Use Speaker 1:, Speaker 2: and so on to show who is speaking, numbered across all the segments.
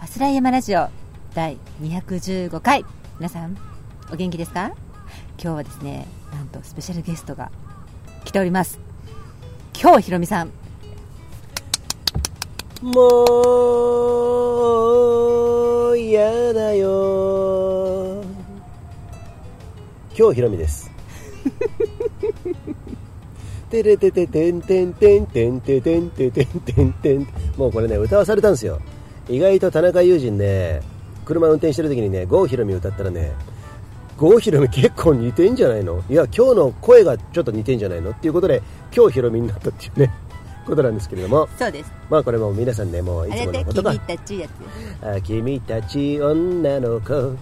Speaker 1: あすらい山ラジオ第215回皆さんお元気ですか今日はですねなんとスペシャルゲストが来ております今日ひろみさん
Speaker 2: もう嫌だよ今日ひろみです てれてててんてんてんてんてんてんてんてんてんてんもうこれね歌わされたんですよ意外と田中友人ね車運転してる時にね郷ひろみ歌ったらね郷ひろみ結構似てんじゃないのいや今日の声がちょっと似てんじゃないのっていうことで今日ひろみになったっていうねことなんですけれども
Speaker 1: そうです
Speaker 2: まあこれも皆さんねもうい
Speaker 1: あ
Speaker 2: つ
Speaker 1: れ
Speaker 2: も
Speaker 1: だ
Speaker 2: の
Speaker 1: よ君
Speaker 2: ことが
Speaker 1: たちやつ
Speaker 2: あ君たち女の子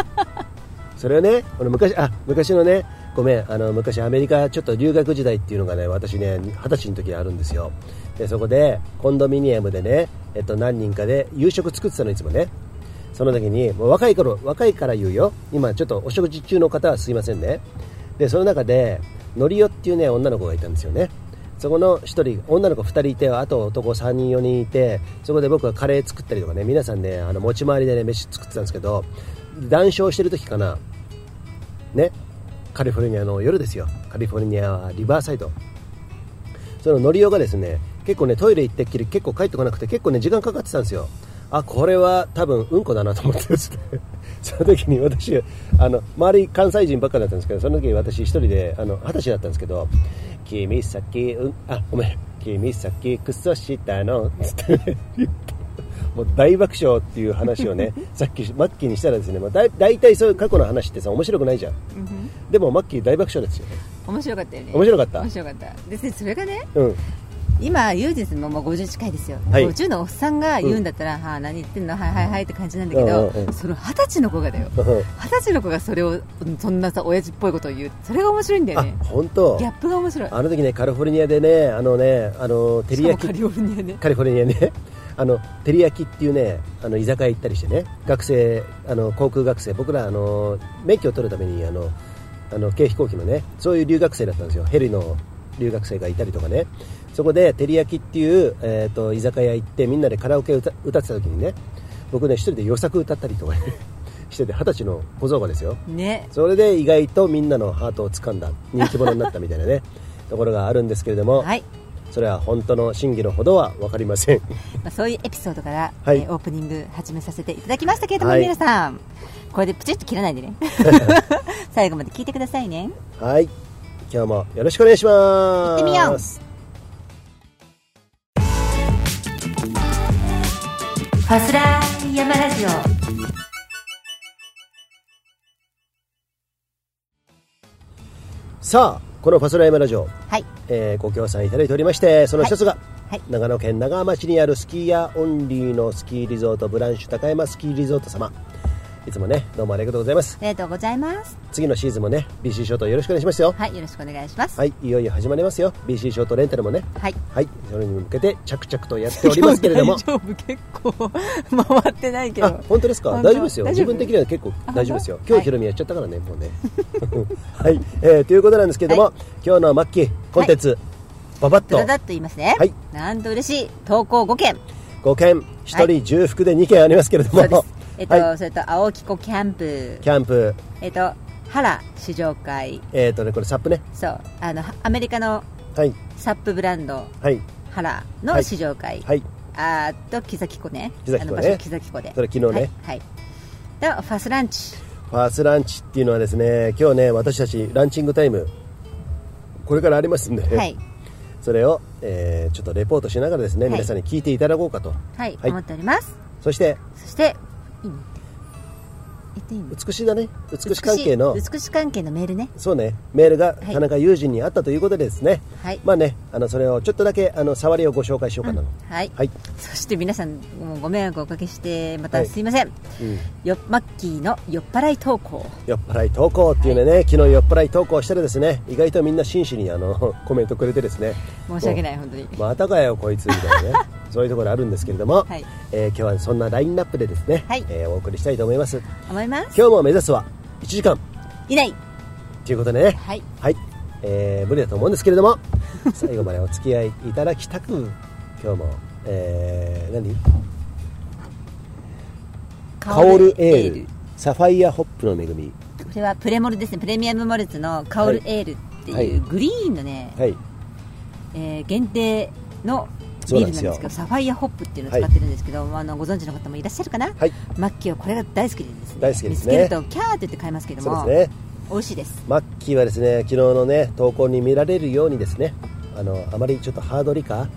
Speaker 2: それはね俺昔あ昔のねごめんあの昔アメリカちょっと留学時代っていうのがね私ね二十歳の時にあるんですよでそこでコンドミニアムでね、えっと、何人かで夕食作ってたのいつもねその時にもう若い頃若いから言うよ今ちょっとお食事中の方はすいませんねでその中でのりおっていうね女の子がいたんですよねそこの一人女の子2人いてあと男3人4人いてそこで僕はカレー作ったりとかね皆さんねあの持ち回りでね飯作ってたんですけど談笑してる時かなねカリフォルニアの夜ですよカリフォルニアはリバーサイドそのノリオがですね結構ねトイレ行ってっきり結構帰ってこなくて結構ね時間かかってたんですよあこれは多分うんこだなと思ってですね その時に私あの周り関西人ばっかだったんですけどその時に私一人であの二十歳だったんですけど「君さっきうんあごめん君さっきクソしたの」つってね言ってもう大爆笑っていう話をねさっきマッキーにしたらですね、まあ、だい大体そういう過去の話ってさ面白くないじゃんでもマッキー大爆笑ですよ
Speaker 1: 面白かったよね
Speaker 2: 面白かった
Speaker 1: 面白かったででそれがね
Speaker 2: うん
Speaker 1: 今ユージさんももう50近いですよ、
Speaker 2: はい
Speaker 1: 50のおっさんが言うんだったら、はあ何言ってんのはいはいはいって感じなんだけど、
Speaker 2: うんうんうん
Speaker 1: その二十歳の子がだよ二十歳の子がそれをそんなさ親父っぽいことを言うそれが面白いんだよ
Speaker 2: あ
Speaker 1: ね
Speaker 2: 本当
Speaker 1: ギャップが面白い
Speaker 2: あの時ねカリフォルニアでねあのねあの照
Speaker 1: しか
Speaker 2: り
Speaker 1: も
Speaker 2: 焼
Speaker 1: カ
Speaker 2: き
Speaker 1: リフォルニアね
Speaker 2: カリフォルニアね あの照り焼きっていうねあの居酒屋行ったりしてね学生あの航空学生僕らあの免許を取るためにあのあの軽飛行機のねそういう留学生だったんですよヘリの留学生がいたりとかねそこで照り焼きっていう、えー、と居酒屋行ってみんなでカラオケ歌歌ってた時にね僕ね一人で予作歌ったりとかね してて二十歳の小僧がですよ
Speaker 1: ね
Speaker 2: それで意外とみんなのハートを掴んだ人気者になったみたい なねところがあるんですけれども、
Speaker 1: はい、
Speaker 2: それは本当の真偽のほどは分かりま せん
Speaker 1: まあ、そういうエピソードから、
Speaker 2: はい
Speaker 1: えーオープニング始めさせていただきましたけれども、
Speaker 2: はい
Speaker 1: 皆さんこれでプチッと切らないでね 最後まで聞いてくださいね
Speaker 2: はい今日もよろしくお願いしま
Speaker 1: 行
Speaker 2: す
Speaker 1: ってみようファスラー山ラジオ
Speaker 2: さあこのファスライムラジオ、
Speaker 1: はい
Speaker 2: えーご協賛いただいておりましてその一つが、
Speaker 1: はい
Speaker 2: 長野県長浜市にあるスキーヤーオンリーのスキーリゾートブランシュ高山スキーリゾート様いつもねどうもありがとうございます
Speaker 1: ありがとうございます
Speaker 2: 次のシーズンもね BC ショートよろしくお願いしますよ
Speaker 1: はいよろしくお願いします
Speaker 2: はいいよいよ始まりますよ BC ショートレンタルもね
Speaker 1: はい
Speaker 2: はい、それに向けて着々とやっておりますけれども
Speaker 1: 大。丈夫結構回ってないけ
Speaker 2: あ
Speaker 1: ど、
Speaker 2: 本当ですか
Speaker 1: 本当
Speaker 2: 大丈夫ですよ。
Speaker 1: 大丈
Speaker 2: 自
Speaker 1: 夫
Speaker 2: 分的には結構大丈夫ですよ
Speaker 1: 本。当は
Speaker 2: 今
Speaker 1: い
Speaker 2: 日ヒロミやっちゃったからね、もうね。 はい、えーということなんですけれども、
Speaker 1: は
Speaker 2: 今日のマッキーコンテンツ、ババッ
Speaker 1: ド
Speaker 2: と
Speaker 1: ダダッと言いますね、
Speaker 2: はい
Speaker 1: なんと嬉しい投稿5件
Speaker 2: 5件、1人重複で2件ありますけれども、
Speaker 1: そうですえっと、
Speaker 2: はい、
Speaker 1: それと青木湖キャンプ
Speaker 2: キャンプ、
Speaker 1: えっと原試乗会
Speaker 2: えっ、とね、これサップね。
Speaker 1: そうあのアメリカの
Speaker 2: はい、
Speaker 1: サップブランド
Speaker 2: はい、
Speaker 1: 原の試乗会、
Speaker 2: はい、
Speaker 1: あーっと木崎湖ね
Speaker 2: 木崎湖ね
Speaker 1: あの場所木崎湖で
Speaker 2: それ昨日
Speaker 1: は
Speaker 2: ね
Speaker 1: い、はい、とファスランチ
Speaker 2: ファースランチっていうのはですね、今日ね、私たちランチングタイム、これからありますんで、
Speaker 1: はい、
Speaker 2: それを、えーちょっとレポートしながらですね、
Speaker 1: はい
Speaker 2: 皆さんに聞いていただこうかと。
Speaker 1: はい
Speaker 2: はい
Speaker 1: 思っております
Speaker 2: そして、
Speaker 1: そしていいの言っていいの
Speaker 2: 美しだね美し関係の
Speaker 1: 美し美し関係のメールね
Speaker 2: そうねメールが
Speaker 1: はい
Speaker 2: 田中友人にあったということでですね、
Speaker 1: はい
Speaker 2: まあねあのそれをちょっとだけあの触りをご紹介しようかなと、
Speaker 1: はい、
Speaker 2: はい、
Speaker 1: そして皆さんもうご迷惑をおかけしてまた
Speaker 2: はい
Speaker 1: すいません、
Speaker 2: うん
Speaker 1: よマッキーの酔っ払い投稿
Speaker 2: 酔っ払い投稿っていうのね、昨日酔っ払い投稿したらですね意外とみんな真摯にあの コメントくれてですね
Speaker 1: 申し訳
Speaker 2: い
Speaker 1: ない本当に
Speaker 2: またかよこいつみたいな ねそういうところあるんですけれども、
Speaker 1: はい
Speaker 2: えー今日はそんなラインナップでですね、
Speaker 1: はい
Speaker 2: えーお送りしたいと思います
Speaker 1: 思います
Speaker 2: 今日も目指すは1時間
Speaker 1: いない
Speaker 2: ということでね
Speaker 1: はい
Speaker 2: はい、えー無理だと思うんですけれども 最後までお付き合いいただきたく今日も、えー何香るエールサファイアホップの恵み
Speaker 1: これはプレモルですねプレミアムモルツのカオルエールっていう
Speaker 2: は
Speaker 1: グリーンのね、
Speaker 2: はい
Speaker 1: えー限定のビールなんですけ
Speaker 2: そうなん
Speaker 1: ど
Speaker 2: です
Speaker 1: サファイアホップっていうのを使ってるんですけど、まああのご存知の方もいらっしゃるかな、
Speaker 2: はい
Speaker 1: マッキーはこれが大好きでですね
Speaker 2: 大好きですね
Speaker 1: 見つけるとキャーって言って買いますけど
Speaker 2: そう
Speaker 1: も、
Speaker 2: ですね
Speaker 1: 美味しいです
Speaker 2: マッキーはですね昨日のね投稿に見られるようにですねあのあまりちょっとハードリカ、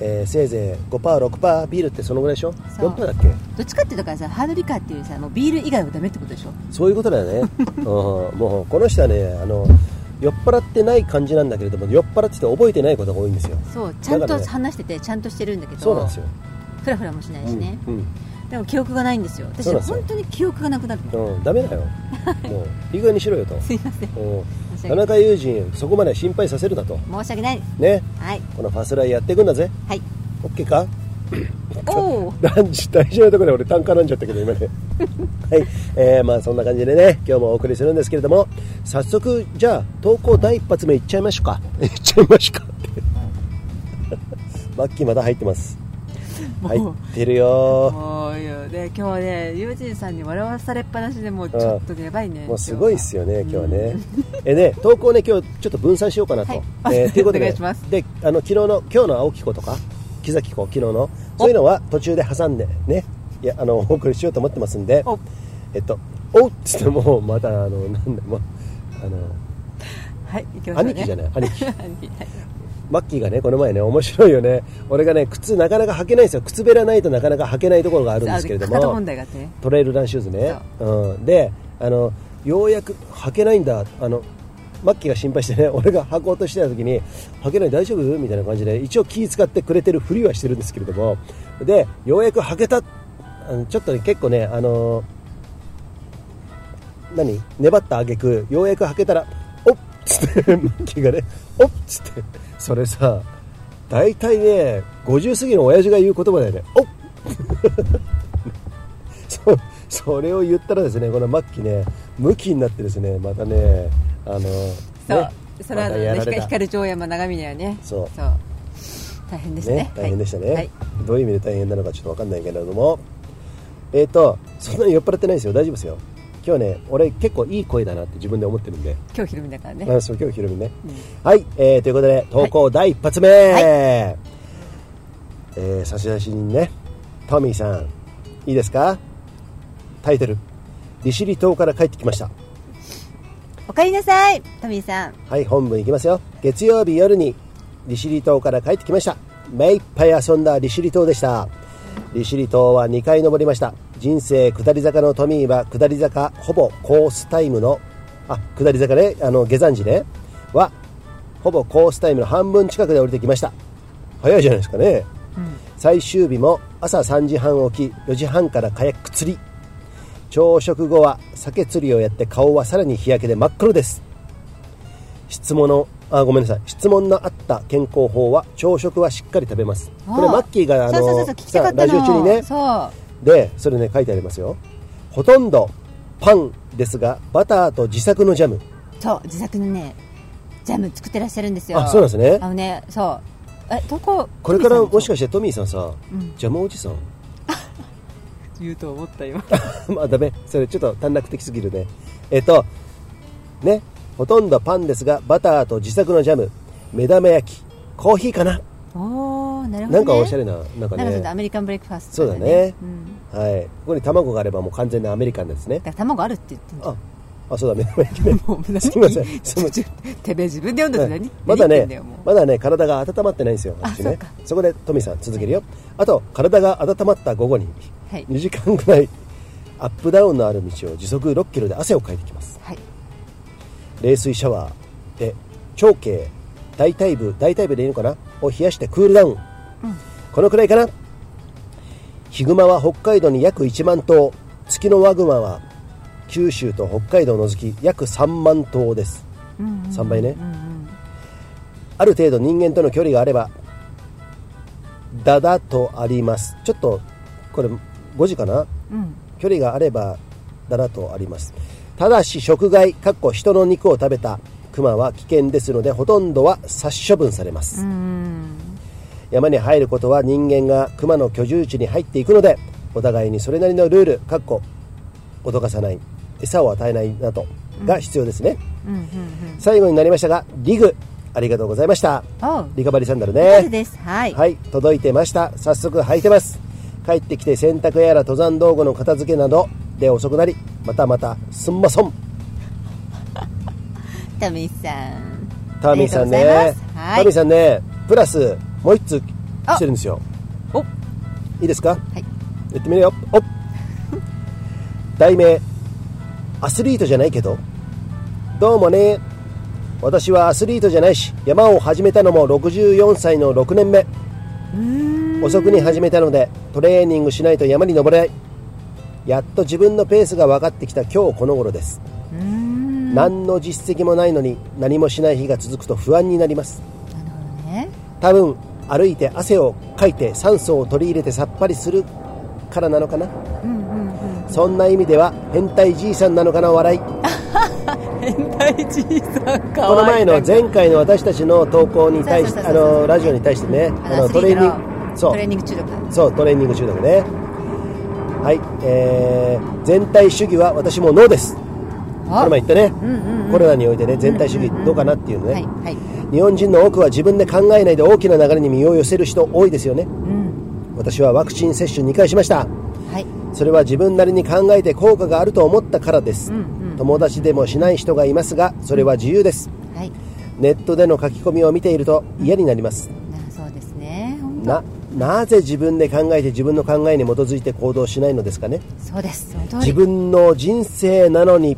Speaker 2: えーせいぜい 5%6% ビールってそのぐらいでしょ
Speaker 1: そう
Speaker 2: 4%だっけ
Speaker 1: どっちかっていうとだからさハードリカーっていうさもうビール以外はダメってことでしょ
Speaker 2: そういうことだよ ね、うん、もうこの人はねあの酔っ払ってない感じなんだけれども酔っ払ってて覚えてないことが多いんですよ
Speaker 1: そうちゃん
Speaker 2: だ
Speaker 1: と
Speaker 2: からね
Speaker 1: 話しててちゃんとしてるんだけど
Speaker 2: そうなんですよ、
Speaker 1: フラフラもしないしね、
Speaker 2: うん
Speaker 1: でも記憶がないんですよ私
Speaker 2: そうなんですよ
Speaker 1: 本当に記憶がなくなる
Speaker 2: うんうん、ダメだ よもういい加減にしろよと
Speaker 1: すいません
Speaker 2: うん
Speaker 1: 申し
Speaker 2: 田
Speaker 1: 訳ない
Speaker 2: 中友人そこまでは心配させるなと
Speaker 1: 申し訳ない
Speaker 2: ね
Speaker 1: はい
Speaker 2: このファスライやっていくんだぜ
Speaker 1: はい
Speaker 2: OK か
Speaker 1: おお
Speaker 2: ランチ大事なところで俺単価なんじゃったけど今ね はい、えー、まあそんな感じでね今日もお送りするんですけれども早速じゃあ投稿第一発目いっちゃいましょうか いっちゃいましょうかってマ ッキーまだ入ってます
Speaker 1: も
Speaker 2: 入
Speaker 1: う
Speaker 2: ってるよ
Speaker 1: もうよね今日ね友人さんに笑わされっぱなしでもうち
Speaker 2: ああ
Speaker 1: ょっとねやばいね
Speaker 2: もうすごいっ
Speaker 1: 今日
Speaker 2: すよね今日はね、えね投稿ね今日ちょっと分散しようかなと、
Speaker 1: はい
Speaker 2: えーということ
Speaker 1: お願
Speaker 2: で
Speaker 1: いします
Speaker 2: であの昨日の今日の青木子とか木崎子昨日のそういうのは途中で挟んでねいやあのお送りしようと思ってますんで
Speaker 1: お
Speaker 2: えっと、おうっつっても、また、あの、なんだ、ま、あの、
Speaker 1: はい行きましょうね
Speaker 2: 兄貴じゃない、兄貴。
Speaker 1: 兄貴はい
Speaker 2: マッキーがね、この前ね、面白いよね。俺がね、靴なかなか履けないんですよ。靴べらないとなかなか履けないところがあるんですけれど
Speaker 1: あの片手
Speaker 2: も
Speaker 1: 問、題があってね
Speaker 2: トレイルランシューズね。うん。で、あの、ようやく履けないんだ。あの、マッキーが心配してね、 俺が履こうとしてた時に、履けない大丈夫みたいな感じで、一応気使ってくれてるふりはしてるんですけれども、で、ようやく履けた。あのちょっとね、結構ね、あの何粘った挙句ようやく履けたらおっつってマッキーがねおっつってそれさ大体ね50過ぎの親父が言う言葉だよねおっ そそれを言ったらですねこのマッキーねムキになってですねまたねあの
Speaker 1: そう
Speaker 2: ね
Speaker 1: その後
Speaker 2: またや
Speaker 1: ね
Speaker 2: られた
Speaker 1: 光る城山長峰はね
Speaker 2: そう
Speaker 1: 大変でしたね
Speaker 2: ね、大変でしたね、
Speaker 1: はい
Speaker 2: どういう意味で大変なのかちょっと分かんないけれどもえっ、とそんなに酔っ払ってないですよ大丈夫ですよ今日ね俺結構いい声だなって自分で思ってるんで
Speaker 1: 今日昼みだからね
Speaker 2: あそう今日昼みね、
Speaker 1: うん
Speaker 2: はい、えーということで投稿第一発目、
Speaker 1: い
Speaker 2: えー差出人ねトミーさんいいですかタイトル「利尻島から帰ってきました」
Speaker 1: おかえりなさいトミーさん
Speaker 2: はい本文いきますよ月曜日夜に利尻島から帰ってきました目いっぱい遊んだ利尻島でした利尻島は2回登りました人生下り坂のトミーは下り坂ほぼコースタイムのあ下り坂ねあの下山時ねはほぼコースタイムの半分近くで降りてきました早いじゃないですかね最終日も朝3時半起き4時半からカヤック釣り朝食後は鮭釣りをやって顔はさらに日焼けで真っ黒です質問のあごめんなさい質問のあった健康法は朝食はしっかり食べますこれマッキーがあ
Speaker 1: そ
Speaker 2: の
Speaker 1: うそうそう聞きたかった
Speaker 2: ラジオ中にね
Speaker 1: のそう
Speaker 2: でそれね書いてありますよほとんどパンですがバターと自作のジャム
Speaker 1: そう自作のねジャム作ってらっしゃるんですよ
Speaker 2: あそうなんですね
Speaker 1: あのねそうえどこ
Speaker 2: これからもし
Speaker 1: か
Speaker 2: かしてトミーさんさ、
Speaker 1: うん
Speaker 2: ジャムおじさん
Speaker 1: 言うと思った今
Speaker 2: まあダメそれちょっと短絡的すぎるねえっとねほとんどパンですがバターと自作のジャム目玉焼きコーヒーかな
Speaker 1: おーなるほど、ね、
Speaker 2: なんかおしゃれななんか
Speaker 1: なんかちょっ
Speaker 2: ね
Speaker 1: とアメリカンブレックファースト
Speaker 2: そうだね
Speaker 1: うん、だ
Speaker 2: はいここに卵があればもう完全なアメリカンですね
Speaker 1: から卵あるって言ってんじゃ
Speaker 2: あ
Speaker 1: ん
Speaker 2: あそうだ目玉焼きね
Speaker 1: もう何
Speaker 2: すいませんすいません
Speaker 1: ちょちょてめえ自分で読んだって何、
Speaker 2: ま
Speaker 1: 何言って
Speaker 2: だね
Speaker 1: んだよもう
Speaker 2: まだね体が温まってないんですよ私
Speaker 1: そう
Speaker 2: ね
Speaker 1: か
Speaker 2: そこでトミーさん続けるよあと体が温まった午後に
Speaker 1: はい
Speaker 2: 2時間ぐらいアップダウンのある道を時速6キロで汗をかいてきます
Speaker 1: はい
Speaker 2: 冷水シャワーで長径大腿部大腿部でいいのかなを冷やしてクールダウン、このくらいかなヒグマは北海道に約1万頭月のワグマは九州と北海道を除き約3万頭です、3倍ね、ある程度人間との距離があればだだとありますちょっとこれ5時かな
Speaker 1: うん
Speaker 2: 距離があればだらとありますただし食害かっこ人の肉を食べたクマは危険ですのでほとんどは殺処分されます、
Speaker 1: うん
Speaker 2: 山に入ることは人間がクマの居住地に入っていくのでお互いにそれなりのルールかっこ脅かさない餌を与えないなどが必要ですね、
Speaker 1: うんうんうん
Speaker 2: 最後になりましたがリグありがとうございました
Speaker 1: おう
Speaker 2: リカバリーサンダル
Speaker 1: 上手
Speaker 2: ね
Speaker 1: ですはい、
Speaker 2: はい届いてました早速履いてます帰ってきて洗濯やら登山道具の片付けなどで遅くなりまたまたすんまそん
Speaker 1: タミーさん
Speaker 2: タミーさん
Speaker 1: ありがとう
Speaker 2: ね
Speaker 1: ございますはい
Speaker 2: タミーさんねプラスもう一通来てるんですよ
Speaker 1: お
Speaker 2: いいですか
Speaker 1: はい
Speaker 2: やってみるよお題名アスリートじゃないけどどうもね私はアスリートじゃないし山を始めたのも64歳の6年目
Speaker 1: うーん
Speaker 2: 遅くに始めたのでトレーニングしないと山に登れないやっと自分のペースが分かってきた今日この頃です
Speaker 1: うーんなる
Speaker 2: 何の実績もないのに何もしない日が続くと不安になります
Speaker 1: ほどね
Speaker 2: 多分歩いて汗をかいて酸素を取り入れてさっぱりするからなのかな
Speaker 1: うんうんうん
Speaker 2: そんな意味では変態じいさんなのかな笑い
Speaker 1: 変態じいさんか
Speaker 2: この
Speaker 1: わい
Speaker 2: 前
Speaker 1: い
Speaker 2: の前回の私たちの投稿に対し
Speaker 1: そうそう
Speaker 2: てあ
Speaker 1: そうそう
Speaker 2: のラジオに対してね
Speaker 1: あの
Speaker 2: ト
Speaker 1: ト
Speaker 2: レ
Speaker 1: レ
Speaker 2: ー
Speaker 1: ーニ
Speaker 2: ニ
Speaker 1: ン
Speaker 2: ング
Speaker 1: グ
Speaker 2: そ
Speaker 1: トレー
Speaker 2: う
Speaker 1: ニング中毒だ
Speaker 2: そうトレーニング中毒ねはいえー全体主義は私もノーですこの前言ったね、
Speaker 1: うんうんうん
Speaker 2: コロナにおいてね全体主義どうかなっていうのね、
Speaker 1: はいはい
Speaker 2: 日本人の多くは自分で考えないで大きな流れに身を寄せる人多いですよね
Speaker 1: うん
Speaker 2: 私はワクチン接種2回しました
Speaker 1: はい
Speaker 2: それは自分なりに考えて効果があると思ったからです、
Speaker 1: うんうん
Speaker 2: 友達でもしない人がいますがそれは自由です
Speaker 1: はい
Speaker 2: ネットでの書き込みを見ていると嫌になります、
Speaker 1: なそうですねほんと
Speaker 2: ななぜ自分で考えて自分の考えに基づいて行動しないのですかね
Speaker 1: そうですその通り
Speaker 2: 自分の人生なのに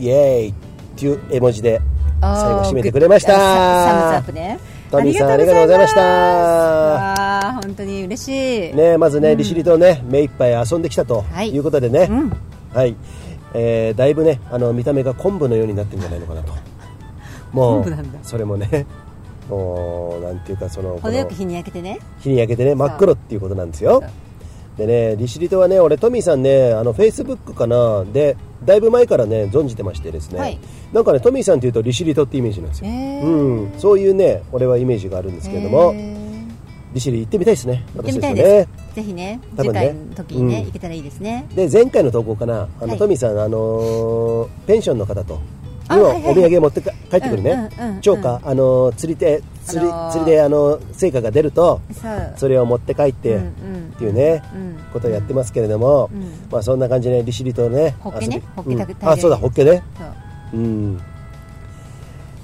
Speaker 2: イエーイっていう絵文字で最後締めてくれました
Speaker 1: あーグッサムズアップね
Speaker 2: トミーさんありがとうございました
Speaker 1: ああー本当に嬉しい
Speaker 2: ねまずね、利尻とね目いっぱい遊んできたと
Speaker 1: はい
Speaker 2: いうことでね、
Speaker 1: うん
Speaker 2: はい、えーだいぶねあの見た目が昆布のようになってるんじゃないのかなとも う
Speaker 1: 昆布なんだ
Speaker 2: それもねもうなんていうかそのこ
Speaker 1: 程よ
Speaker 2: の
Speaker 1: く日に焼けてね
Speaker 2: 日に焼けてね真っ黒っていうことなんですよ
Speaker 1: そう
Speaker 2: でね利尻とはね俺トミーさんねあのフェイスブックかなでだいぶ前からね存じてましてですね、
Speaker 1: はい
Speaker 2: なんかねトミーさんっていうと利尻とってイメージなんですよ、
Speaker 1: へー
Speaker 2: うん、そういうね俺はイメージがあるんですけれども
Speaker 1: へー
Speaker 2: 利尻行ってみたいですね
Speaker 1: 行って
Speaker 2: 私
Speaker 1: み
Speaker 2: た
Speaker 1: た
Speaker 2: ち
Speaker 1: いで
Speaker 2: もね
Speaker 1: すぜひね
Speaker 2: 多
Speaker 1: 次
Speaker 2: 分ね
Speaker 1: 回の時にね
Speaker 2: うん
Speaker 1: 行けたらいいですね
Speaker 2: で前回の投稿かなあの、
Speaker 1: はい
Speaker 2: トミーさんあのーペンションの方と
Speaker 1: あ
Speaker 2: 今
Speaker 1: はいはいはい
Speaker 2: お土産持ってか帰ってくるね
Speaker 1: うんうんうん
Speaker 2: 釣果、あのー釣り手釣り,、
Speaker 1: あのー
Speaker 2: 釣りであのー成果が出ると
Speaker 1: そう
Speaker 2: それを持って帰って、
Speaker 1: うんうん
Speaker 2: っていうね、
Speaker 1: うん
Speaker 2: ことをやってますけれども、
Speaker 1: うん
Speaker 2: まあそんな感じで利尻とね
Speaker 1: ホッケね
Speaker 2: 遊び
Speaker 1: ホッケた大量
Speaker 2: うんあそうだホッケね
Speaker 1: そう
Speaker 2: うん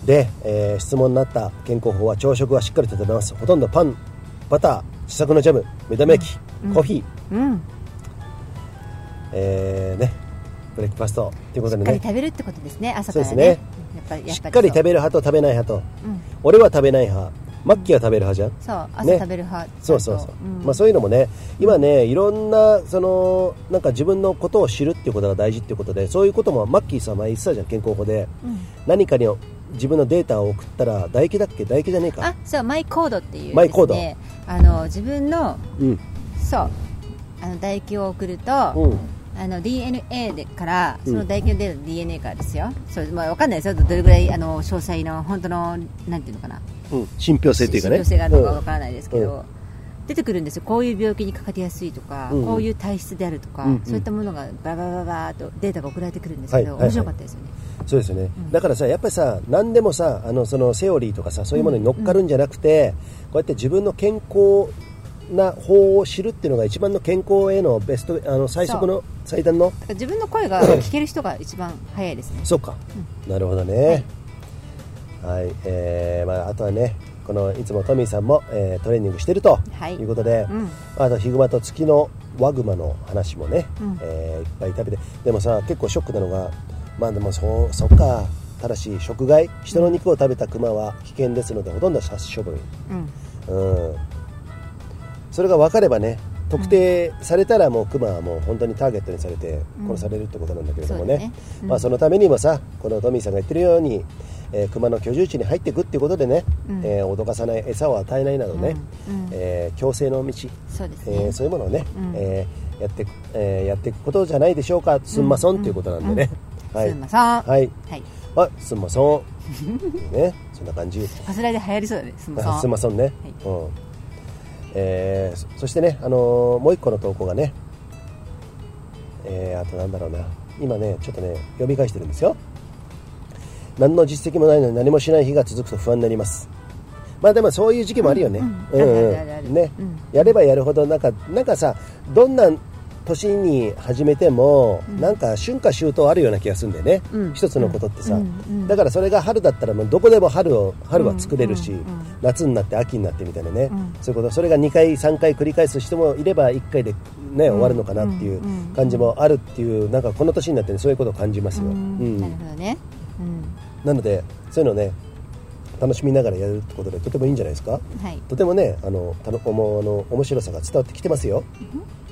Speaker 2: で、えー質問になった健康法は朝食はしっかりと食べますほとんどパンバター試作のジャム目玉焼き、
Speaker 1: うん
Speaker 2: コーヒー
Speaker 1: うん
Speaker 2: えーね、ブレックファストというこ
Speaker 1: し
Speaker 2: と
Speaker 1: っ
Speaker 2: で
Speaker 1: かり
Speaker 2: ね
Speaker 1: 食べるってことですね朝
Speaker 2: そ
Speaker 1: か
Speaker 2: う
Speaker 1: ら
Speaker 2: で
Speaker 1: ね
Speaker 2: すね
Speaker 1: やっぱりや
Speaker 2: し
Speaker 1: ぱ
Speaker 2: っかり
Speaker 1: そう
Speaker 2: 食べる派と食べない派と
Speaker 1: うん
Speaker 2: 俺は食べない派マッキーは食べる派じゃん
Speaker 1: そう
Speaker 2: ね
Speaker 1: 朝食べる派
Speaker 2: そうそうそう、
Speaker 1: ん
Speaker 2: まあ、そういうのもね今ねいろんなそのなんか自分のことを知るっていうことが大事っていうことでそういうこともマッキーさん前言ってたじゃん健康法で
Speaker 1: うん
Speaker 2: 何かに自分のデータを送ったら唾液だっけ唾液じゃねえ
Speaker 1: あ
Speaker 2: か
Speaker 1: そうマイコードっていうですね
Speaker 2: マイコード
Speaker 1: あの自分の
Speaker 2: うん
Speaker 1: そうあの唾液を送ると、
Speaker 2: うん
Speaker 1: あの DNA でから
Speaker 2: うん
Speaker 1: その唾液のデータの DNA からですよ、そうまあ、わかんないですよどれぐらいあの詳細の本当のなんていうのかな
Speaker 2: うん信憑性っていうかね
Speaker 1: 信憑性があるのかわからないですけど、
Speaker 2: う
Speaker 1: 出てくるんですよこういう病気にかかりやすいとか、
Speaker 2: うんうん
Speaker 1: こういう体質であるとか、
Speaker 2: うんうん
Speaker 1: そういったものがバババババーっとデータが送られてくるんですけど、
Speaker 2: はいはいはい
Speaker 1: 面白かったですよね、
Speaker 2: そうですよね、だからさやっぱりさ何でもさあのそのセオリーとかさそういうものに乗っかるんじゃなくて、こうやって自分の健康な方を知るっていうのが一番の健康へのベストあの最速の最短の
Speaker 1: だから自分の声 が聞ける人が一番早いですね
Speaker 2: そうか、なるほどねはい、えーまあ、あとはねこのいつもトミーさんも、えートレーニングしてると
Speaker 1: はい
Speaker 2: いうことで、
Speaker 1: うん
Speaker 2: あとヒグマと月のワグマの話もね、
Speaker 1: うん
Speaker 2: えーいっぱい食べてでもさ結構ショックなのがまあでもそうそっかただし食害人の肉を食べたクマは危険ですのでほとんど殺処分、
Speaker 1: うん
Speaker 2: うん、それが分かればね特定されたらもうクマはもう本当にターゲットにされて
Speaker 1: うん
Speaker 2: 殺されるってことなんだけれども
Speaker 1: そう
Speaker 2: ね,、
Speaker 1: だねうん
Speaker 2: まあ、そのためにもさこのトミーさんが言ってるように、えー、クマの居住地に入っていくっていうことでね、
Speaker 1: うん
Speaker 2: えー脅かさない餌を与えないなどね、
Speaker 1: うんうん
Speaker 2: えー強制の道、
Speaker 1: そうですね、
Speaker 2: えーそういうものをね、
Speaker 1: うん
Speaker 2: えーやってく、えーやっていくことじゃないでしょうかすんまそんっていうことなんでね、は
Speaker 1: すんま
Speaker 2: い、
Speaker 1: さん
Speaker 2: はい
Speaker 1: はい
Speaker 2: あすんまそんねそんな感じ
Speaker 1: パスライで流行りそうだねすんまさ
Speaker 2: あ
Speaker 1: ん
Speaker 2: すいませんね、
Speaker 1: い
Speaker 2: うんえーそそしてね、あのーもう一個の投稿がね、えーあとなんだろうな今ねちょっとね読み返してるんですよ何の実績もないのに何もしない日が続くと不安になりますまあでもそういう時期もあるよね
Speaker 1: うん
Speaker 2: う
Speaker 1: うん
Speaker 2: ん
Speaker 1: あるあるあ
Speaker 2: う
Speaker 1: る
Speaker 2: んね
Speaker 1: うん
Speaker 2: やればやるほどなんかなんかさどんな年に始めても、
Speaker 1: うん
Speaker 2: なんか春夏秋冬あるような気がするんだよね、
Speaker 1: うん
Speaker 2: 一つのことってさ、
Speaker 1: うんうん
Speaker 2: だからそれが春だったらもうどこでも春を春は作れるし、
Speaker 1: うんうんうん
Speaker 2: 夏になって秋になってみたいなね、
Speaker 1: うん
Speaker 2: そういうことそれが2回3回繰り返す人もいれば1回で、ね
Speaker 1: うん
Speaker 2: 終わるのかなっていう
Speaker 1: うんうん
Speaker 2: 感じもあるっていうなんかこの年になって、ね、そういうことを感じますよ、うん
Speaker 1: なるほどね、うん、
Speaker 2: なのでそういうのをね楽しみながらやるってことでとてもいいんじゃないですか
Speaker 1: はい
Speaker 2: とてもねあのたのおもあの面白さが伝わってきてますよ、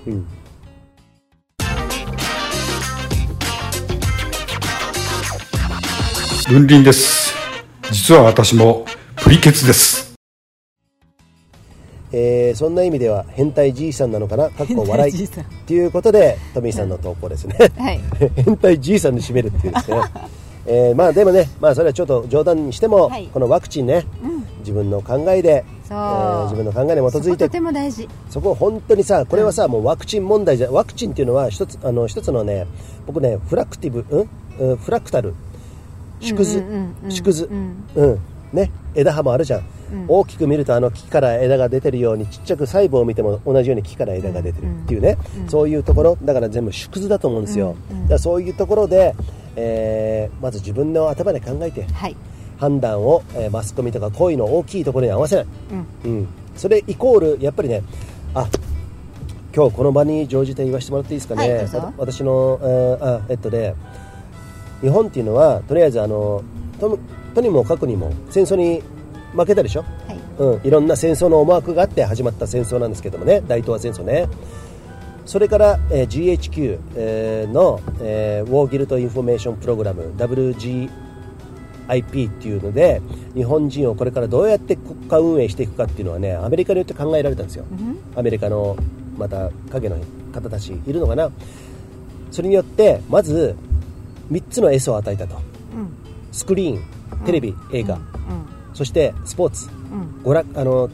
Speaker 2: うん、
Speaker 3: ルンリンです。実は私もプリケツです。
Speaker 2: えーそんな意味では変態じいさんなのかなかっこ笑
Speaker 1: 変態
Speaker 2: い
Speaker 1: じいさん
Speaker 2: っていうことでトミーさんの投稿ですね
Speaker 1: はい
Speaker 2: 変態じいさんで締めるっていうん ですねえーまあでもね、まあ、それはちょっと冗談にしても、
Speaker 1: はい
Speaker 2: このワクチンね、自分の考えで、え
Speaker 1: そう
Speaker 2: ー自分の考えに基づ
Speaker 1: そ
Speaker 2: い
Speaker 1: ことて
Speaker 2: て
Speaker 1: も大事
Speaker 2: そこを本当にさこれはさ、もうワクチン問題じゃワクチンっていうのは一つあの一つのね僕ねフラクティブ、うんうん、フラクタル縮図、
Speaker 1: うんうんうんうん
Speaker 2: 縮図、
Speaker 1: うん
Speaker 2: うんね、枝葉もあるじゃん、大きく見るとあの木から枝が出てるようにちっちゃく細胞を見ても同じように木から枝が出てるっていうね、そういうところだから全部縮図だと思うんですよ、だからそういうところで、えーまず自分の頭で考えて
Speaker 1: はい
Speaker 2: 判断を、えーマスコミとか行為の大きいところに合わせない、
Speaker 1: うん
Speaker 2: うん、それイコールやっぱりねあ今日この場に乗じて言わせてもらっていいですかね、
Speaker 1: はいどうぞ
Speaker 2: わた私の、えーあえっとね日本っていうのはとりあえずあのともとにもかくにも戦争に負けたでしょ、
Speaker 1: はい
Speaker 2: うん、いろんな戦争の思惑があって始まった戦争なんですけどもね大東亜戦争ねそれから、えー GHQ、えーの、えーウォーギルトインフォメーションプログラム WG IP っていうので日本人をこれからどうやって国家運営していくかっていうのはねアメリカによって考えられたんですよ、アメリカのまた影の方たちいるのかなそれによってまず3つの S を与えたと
Speaker 1: うん
Speaker 2: スクリーンテレビ、映画、そしてスポーツ
Speaker 1: うんうん
Speaker 2: 娯楽あの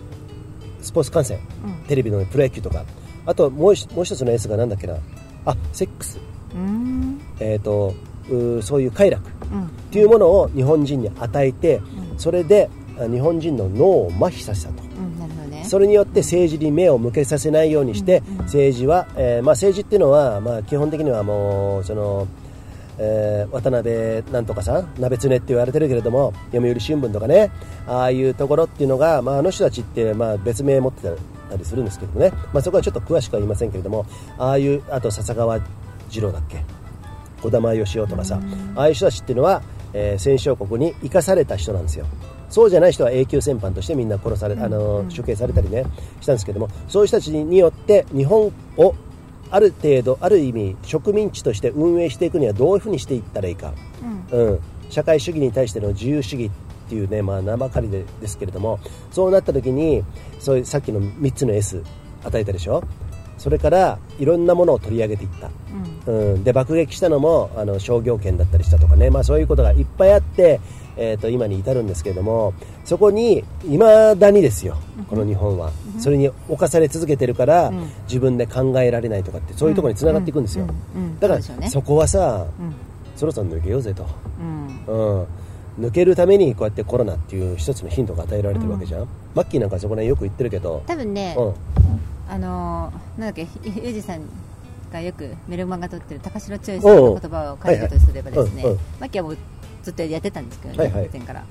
Speaker 2: スポーツ観戦、
Speaker 1: うん
Speaker 2: テレビのプロ野球とかあともう一もう一つの S がなんだっけなあセックス、
Speaker 1: うん
Speaker 2: えー、とうーそういう快楽、
Speaker 1: うん
Speaker 2: っていうものを日本人に与えて、それであ日本人の脳を麻痺させたと。
Speaker 1: うんなるほどね
Speaker 2: それによって政治に目を向けさせないようにして、政治は、えーまあ、政治っていうのは、まあ、基本的にはもうその、えー渡辺なんとかさん鍋つねって言われてるけれども読売新聞とかねああいうところっていうのが、まあ、あの人たちって、まあ、別名持ってたりするんですけどもね、まあ、そこはちょっと詳しくは言いませんけれどもああいうあと笹川次郎だっけ児玉義雄とかさ、ああいう人たちっていうのは、えー戦勝国に生かされた人なんですよそうじゃない人は永久戦犯としてみんな殺され、あのー処刑されたりねしたんですけどもそういう人たちによって日本をある程度ある意味植民地として運営していくにはどういうふうにしていったらいいか、うん、社会主義に対しての自由主義っていうね、まあ、名ばかりでですけれどもそうなった時にそういうさっきの3つの S 与えたでしょそれからいろんなものを取り上げていった、うん、で爆撃したのもあの商業圏だったりしたとかね、まあ、そういうことがいっぱいあって、えー、と今に至るんですけれどもそこにいまだにですよこの日本は、それに侵され続けてるから、自分で考えられないとかってそういうところにつながっていくんですよ、
Speaker 1: うんうんうん
Speaker 2: だから
Speaker 1: そうでしょうね
Speaker 2: そこはさ、
Speaker 1: ん
Speaker 2: そろそろ抜けようぜと。
Speaker 1: うん
Speaker 2: うん、抜けるためにこうやってコロナっていう一つのヒントが与えられてるわけじゃん、マッキーなんかそこら辺よく言ってるけど、
Speaker 1: 多分ね
Speaker 2: うん、
Speaker 1: あのーなんだっけゆうじさんがよくメルマガ撮ってる高城剛さんの言葉を借りるとすればですね
Speaker 2: うんうん
Speaker 1: マキはもうずっとやってたんですけど
Speaker 2: は
Speaker 1: ね
Speaker 2: いはい
Speaker 1: 以前から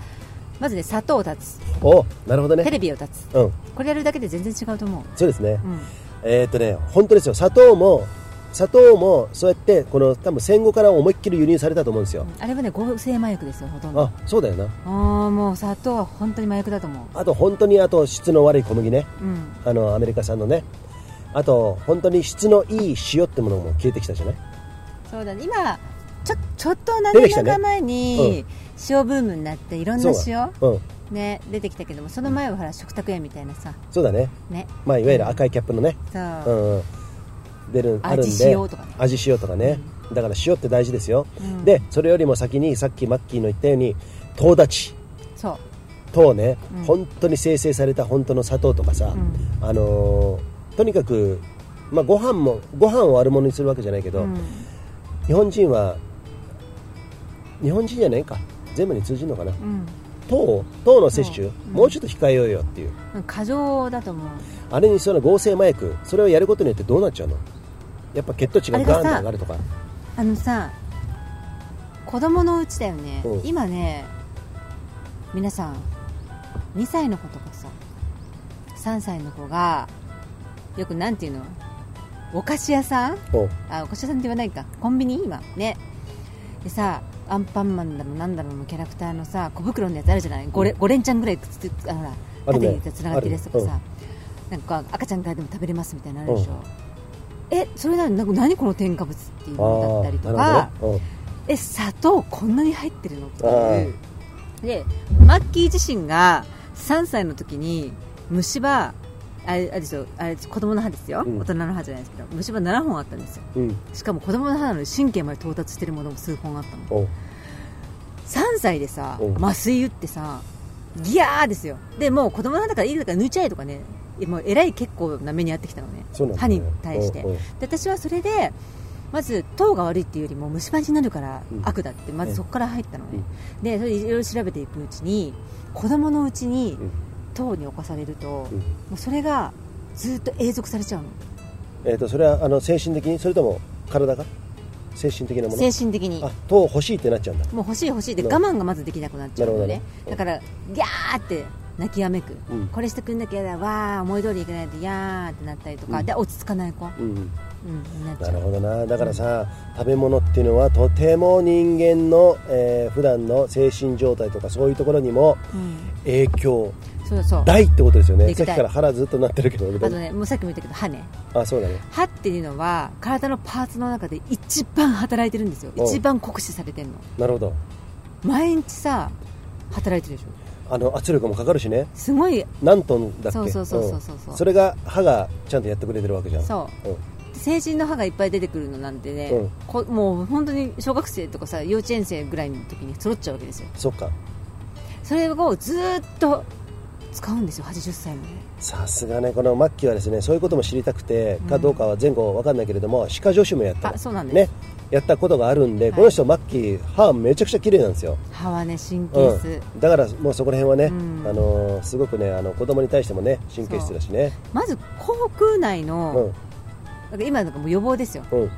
Speaker 1: まずね砂を断つ
Speaker 2: おなるほどね
Speaker 1: テレビを断つ
Speaker 2: うん
Speaker 1: これやるだけで全然違うと思う
Speaker 2: そうですね、
Speaker 1: うん
Speaker 2: えーっとね本当ですよ砂糖も砂糖もそうやってこの多分戦後から思いっきり輸入されたと思うんですよ、
Speaker 1: あれはね合成麻薬ですよほとんど
Speaker 2: あそうだよな
Speaker 1: あーもう砂糖は本当に麻薬だと思
Speaker 2: あと本当にあと質の悪い小麦ね
Speaker 1: ううん
Speaker 2: あのアメリカ産のねあと本当に質のいい塩ってものも消えてきたじゃない
Speaker 1: そうだね今ちょちょっと
Speaker 2: 出て
Speaker 1: 何
Speaker 2: きた
Speaker 1: 年
Speaker 2: ね
Speaker 1: か前に塩ブームになっていろんな
Speaker 2: そう
Speaker 1: 塩
Speaker 2: だうん
Speaker 1: ね出てきたけどもその前はほら食卓園みたいなさ
Speaker 2: そうだね
Speaker 1: ね
Speaker 2: まあいわゆる赤いキャップのね、
Speaker 1: そううん
Speaker 2: うん、出るあるん
Speaker 1: 味
Speaker 2: で
Speaker 1: 塩とかね
Speaker 2: 味塩とかね、だから塩って大事ですよ、
Speaker 1: うん
Speaker 2: でそれよりも先にさっきマッキーの言ったように唐立ち
Speaker 1: そう
Speaker 2: 糖ね、
Speaker 1: うん
Speaker 2: 本当に生成された本当の砂糖とかさ、
Speaker 1: ん
Speaker 2: あのーとにかくまあ、ご飯もご飯を悪者にするわけじゃないけど、
Speaker 1: うん
Speaker 2: 日本人は日本人じゃないか全部に通じるのかな
Speaker 1: うん
Speaker 2: 糖糖の摂取、
Speaker 1: うん
Speaker 2: もうちょっと控えようよっていう
Speaker 1: うん、過剰だと思う
Speaker 2: あれにその合成麻薬それをやることによってどうなっちゃうのやっぱ血糖値がガーン
Speaker 1: あれが
Speaker 2: と
Speaker 1: さ
Speaker 2: 上がるとか
Speaker 1: あのさ子供のうちだよね、
Speaker 2: うん
Speaker 1: 今ね皆さん2歳の子とかさ3歳の子がよくなんていうのお菓子屋さん
Speaker 2: お
Speaker 1: あお菓子屋さんって言わないかコンビニ今ねでさアンパンマンだもなんだものキャラクターのさ小袋のやつあるじゃない5連,、五連ちゃんぐらいつつあほら
Speaker 2: あ
Speaker 1: 縦
Speaker 2: るね
Speaker 1: につながってるやつとかさ、なんか赤ちゃんからでも食べれますみたいなのあるでしょ、えそれなのになんか何この添加物っていうものだったりと
Speaker 2: あ
Speaker 1: か、
Speaker 2: ーなるほどね
Speaker 1: え砂糖こんなに入ってるのっていうでマッキー自身が3歳の時に虫歯あれあれですよあれ子供の歯ですよ、
Speaker 2: うん
Speaker 1: 大人の歯じゃないですけど虫歯7本あったんですよ
Speaker 2: うんうん
Speaker 1: しかも子供の歯なのに神経まで到達してるものも数本あったの
Speaker 2: お
Speaker 1: 3歳でさ
Speaker 2: うん
Speaker 1: 麻酔打ってさギャーですよでもう子供の歯だからいいだから抜いちゃえとかねえもうえらい結構な目にやってきたのね
Speaker 2: そうなんだ
Speaker 1: 歯
Speaker 2: ね
Speaker 1: に対して
Speaker 2: おうおう
Speaker 1: で私はそれでまず糖が悪いっていうよりも虫歯になるから
Speaker 2: うん
Speaker 1: 悪だってまずそこから入ったのね、でそれでいろいろ調べていくうちに子供のうちに
Speaker 2: うん
Speaker 1: 糖に侵されると、
Speaker 2: うん
Speaker 1: もうそれがずっと永続されちゃうの
Speaker 2: えー、とそれはあの精神的にそれとも体が精神的なもの
Speaker 1: 精神的に
Speaker 2: あ糖欲しいってなっちゃうんだ
Speaker 1: もう欲しい欲しいで
Speaker 2: な
Speaker 1: 我慢がまずできなくなっちゃうのね
Speaker 2: なるほどね
Speaker 1: だからギャーって泣きやめく、
Speaker 2: うん
Speaker 1: これしてくんなきゃやだわー思い通りいかないとやーってなったりとか、
Speaker 2: うん
Speaker 1: で落ち着かない子、うん
Speaker 2: うん
Speaker 1: になっちゃ
Speaker 2: な
Speaker 1: う
Speaker 2: るほどなだからさ、食べ物っていうのはとても人間の、えー普段の精神状態とかそういうところにも
Speaker 1: うん
Speaker 2: 影響
Speaker 1: そうだそう
Speaker 2: 大ってことですよね
Speaker 1: で
Speaker 2: さ
Speaker 1: き
Speaker 2: った
Speaker 1: い
Speaker 2: きから腹ずっとなってるけどみた
Speaker 1: あ
Speaker 2: い
Speaker 1: と
Speaker 2: な
Speaker 1: ねもうさっきも言ったけど歯ね
Speaker 2: あそうだね
Speaker 1: 歯っていうのは体のパーツの中で一番働いてるんですよ
Speaker 2: お
Speaker 1: 一番酷使されてるの
Speaker 2: なるほど
Speaker 1: 毎日さ働いてるでしょ
Speaker 2: あの圧力もかかるしね
Speaker 1: すごい
Speaker 2: 何トンだっけ
Speaker 1: そうそうそうそうそうそうん
Speaker 2: れが歯がちゃんとやってくれてるわけじゃん、
Speaker 1: そう
Speaker 2: ん、
Speaker 1: 成人の歯がいっぱい出てくるのなんてね、
Speaker 2: うん
Speaker 1: こもう本当に小学生とかさ幼稚園生ぐらいの時に揃っちゃうわけですよ
Speaker 2: そっか
Speaker 1: それをずーっと使うんですよ80歳まで
Speaker 2: さすがねこのマッキーはですねそういうことも知りたくて
Speaker 1: うん
Speaker 2: かどうかは前後わかんないけれども歯科助手もやったの
Speaker 1: あそうなんです
Speaker 2: ねやったことがあるんで、
Speaker 1: はい
Speaker 2: この人マッキー歯めちゃくちゃ綺麗なんですよ
Speaker 1: 歯はね神経質、
Speaker 2: うん、だからもうそこら辺はね、
Speaker 1: うん
Speaker 2: あのーすごくねあの子供に対してもね神経質だしね
Speaker 1: まず口腔内
Speaker 2: う
Speaker 1: の、なんか今のがもう予防ですよ
Speaker 2: んうん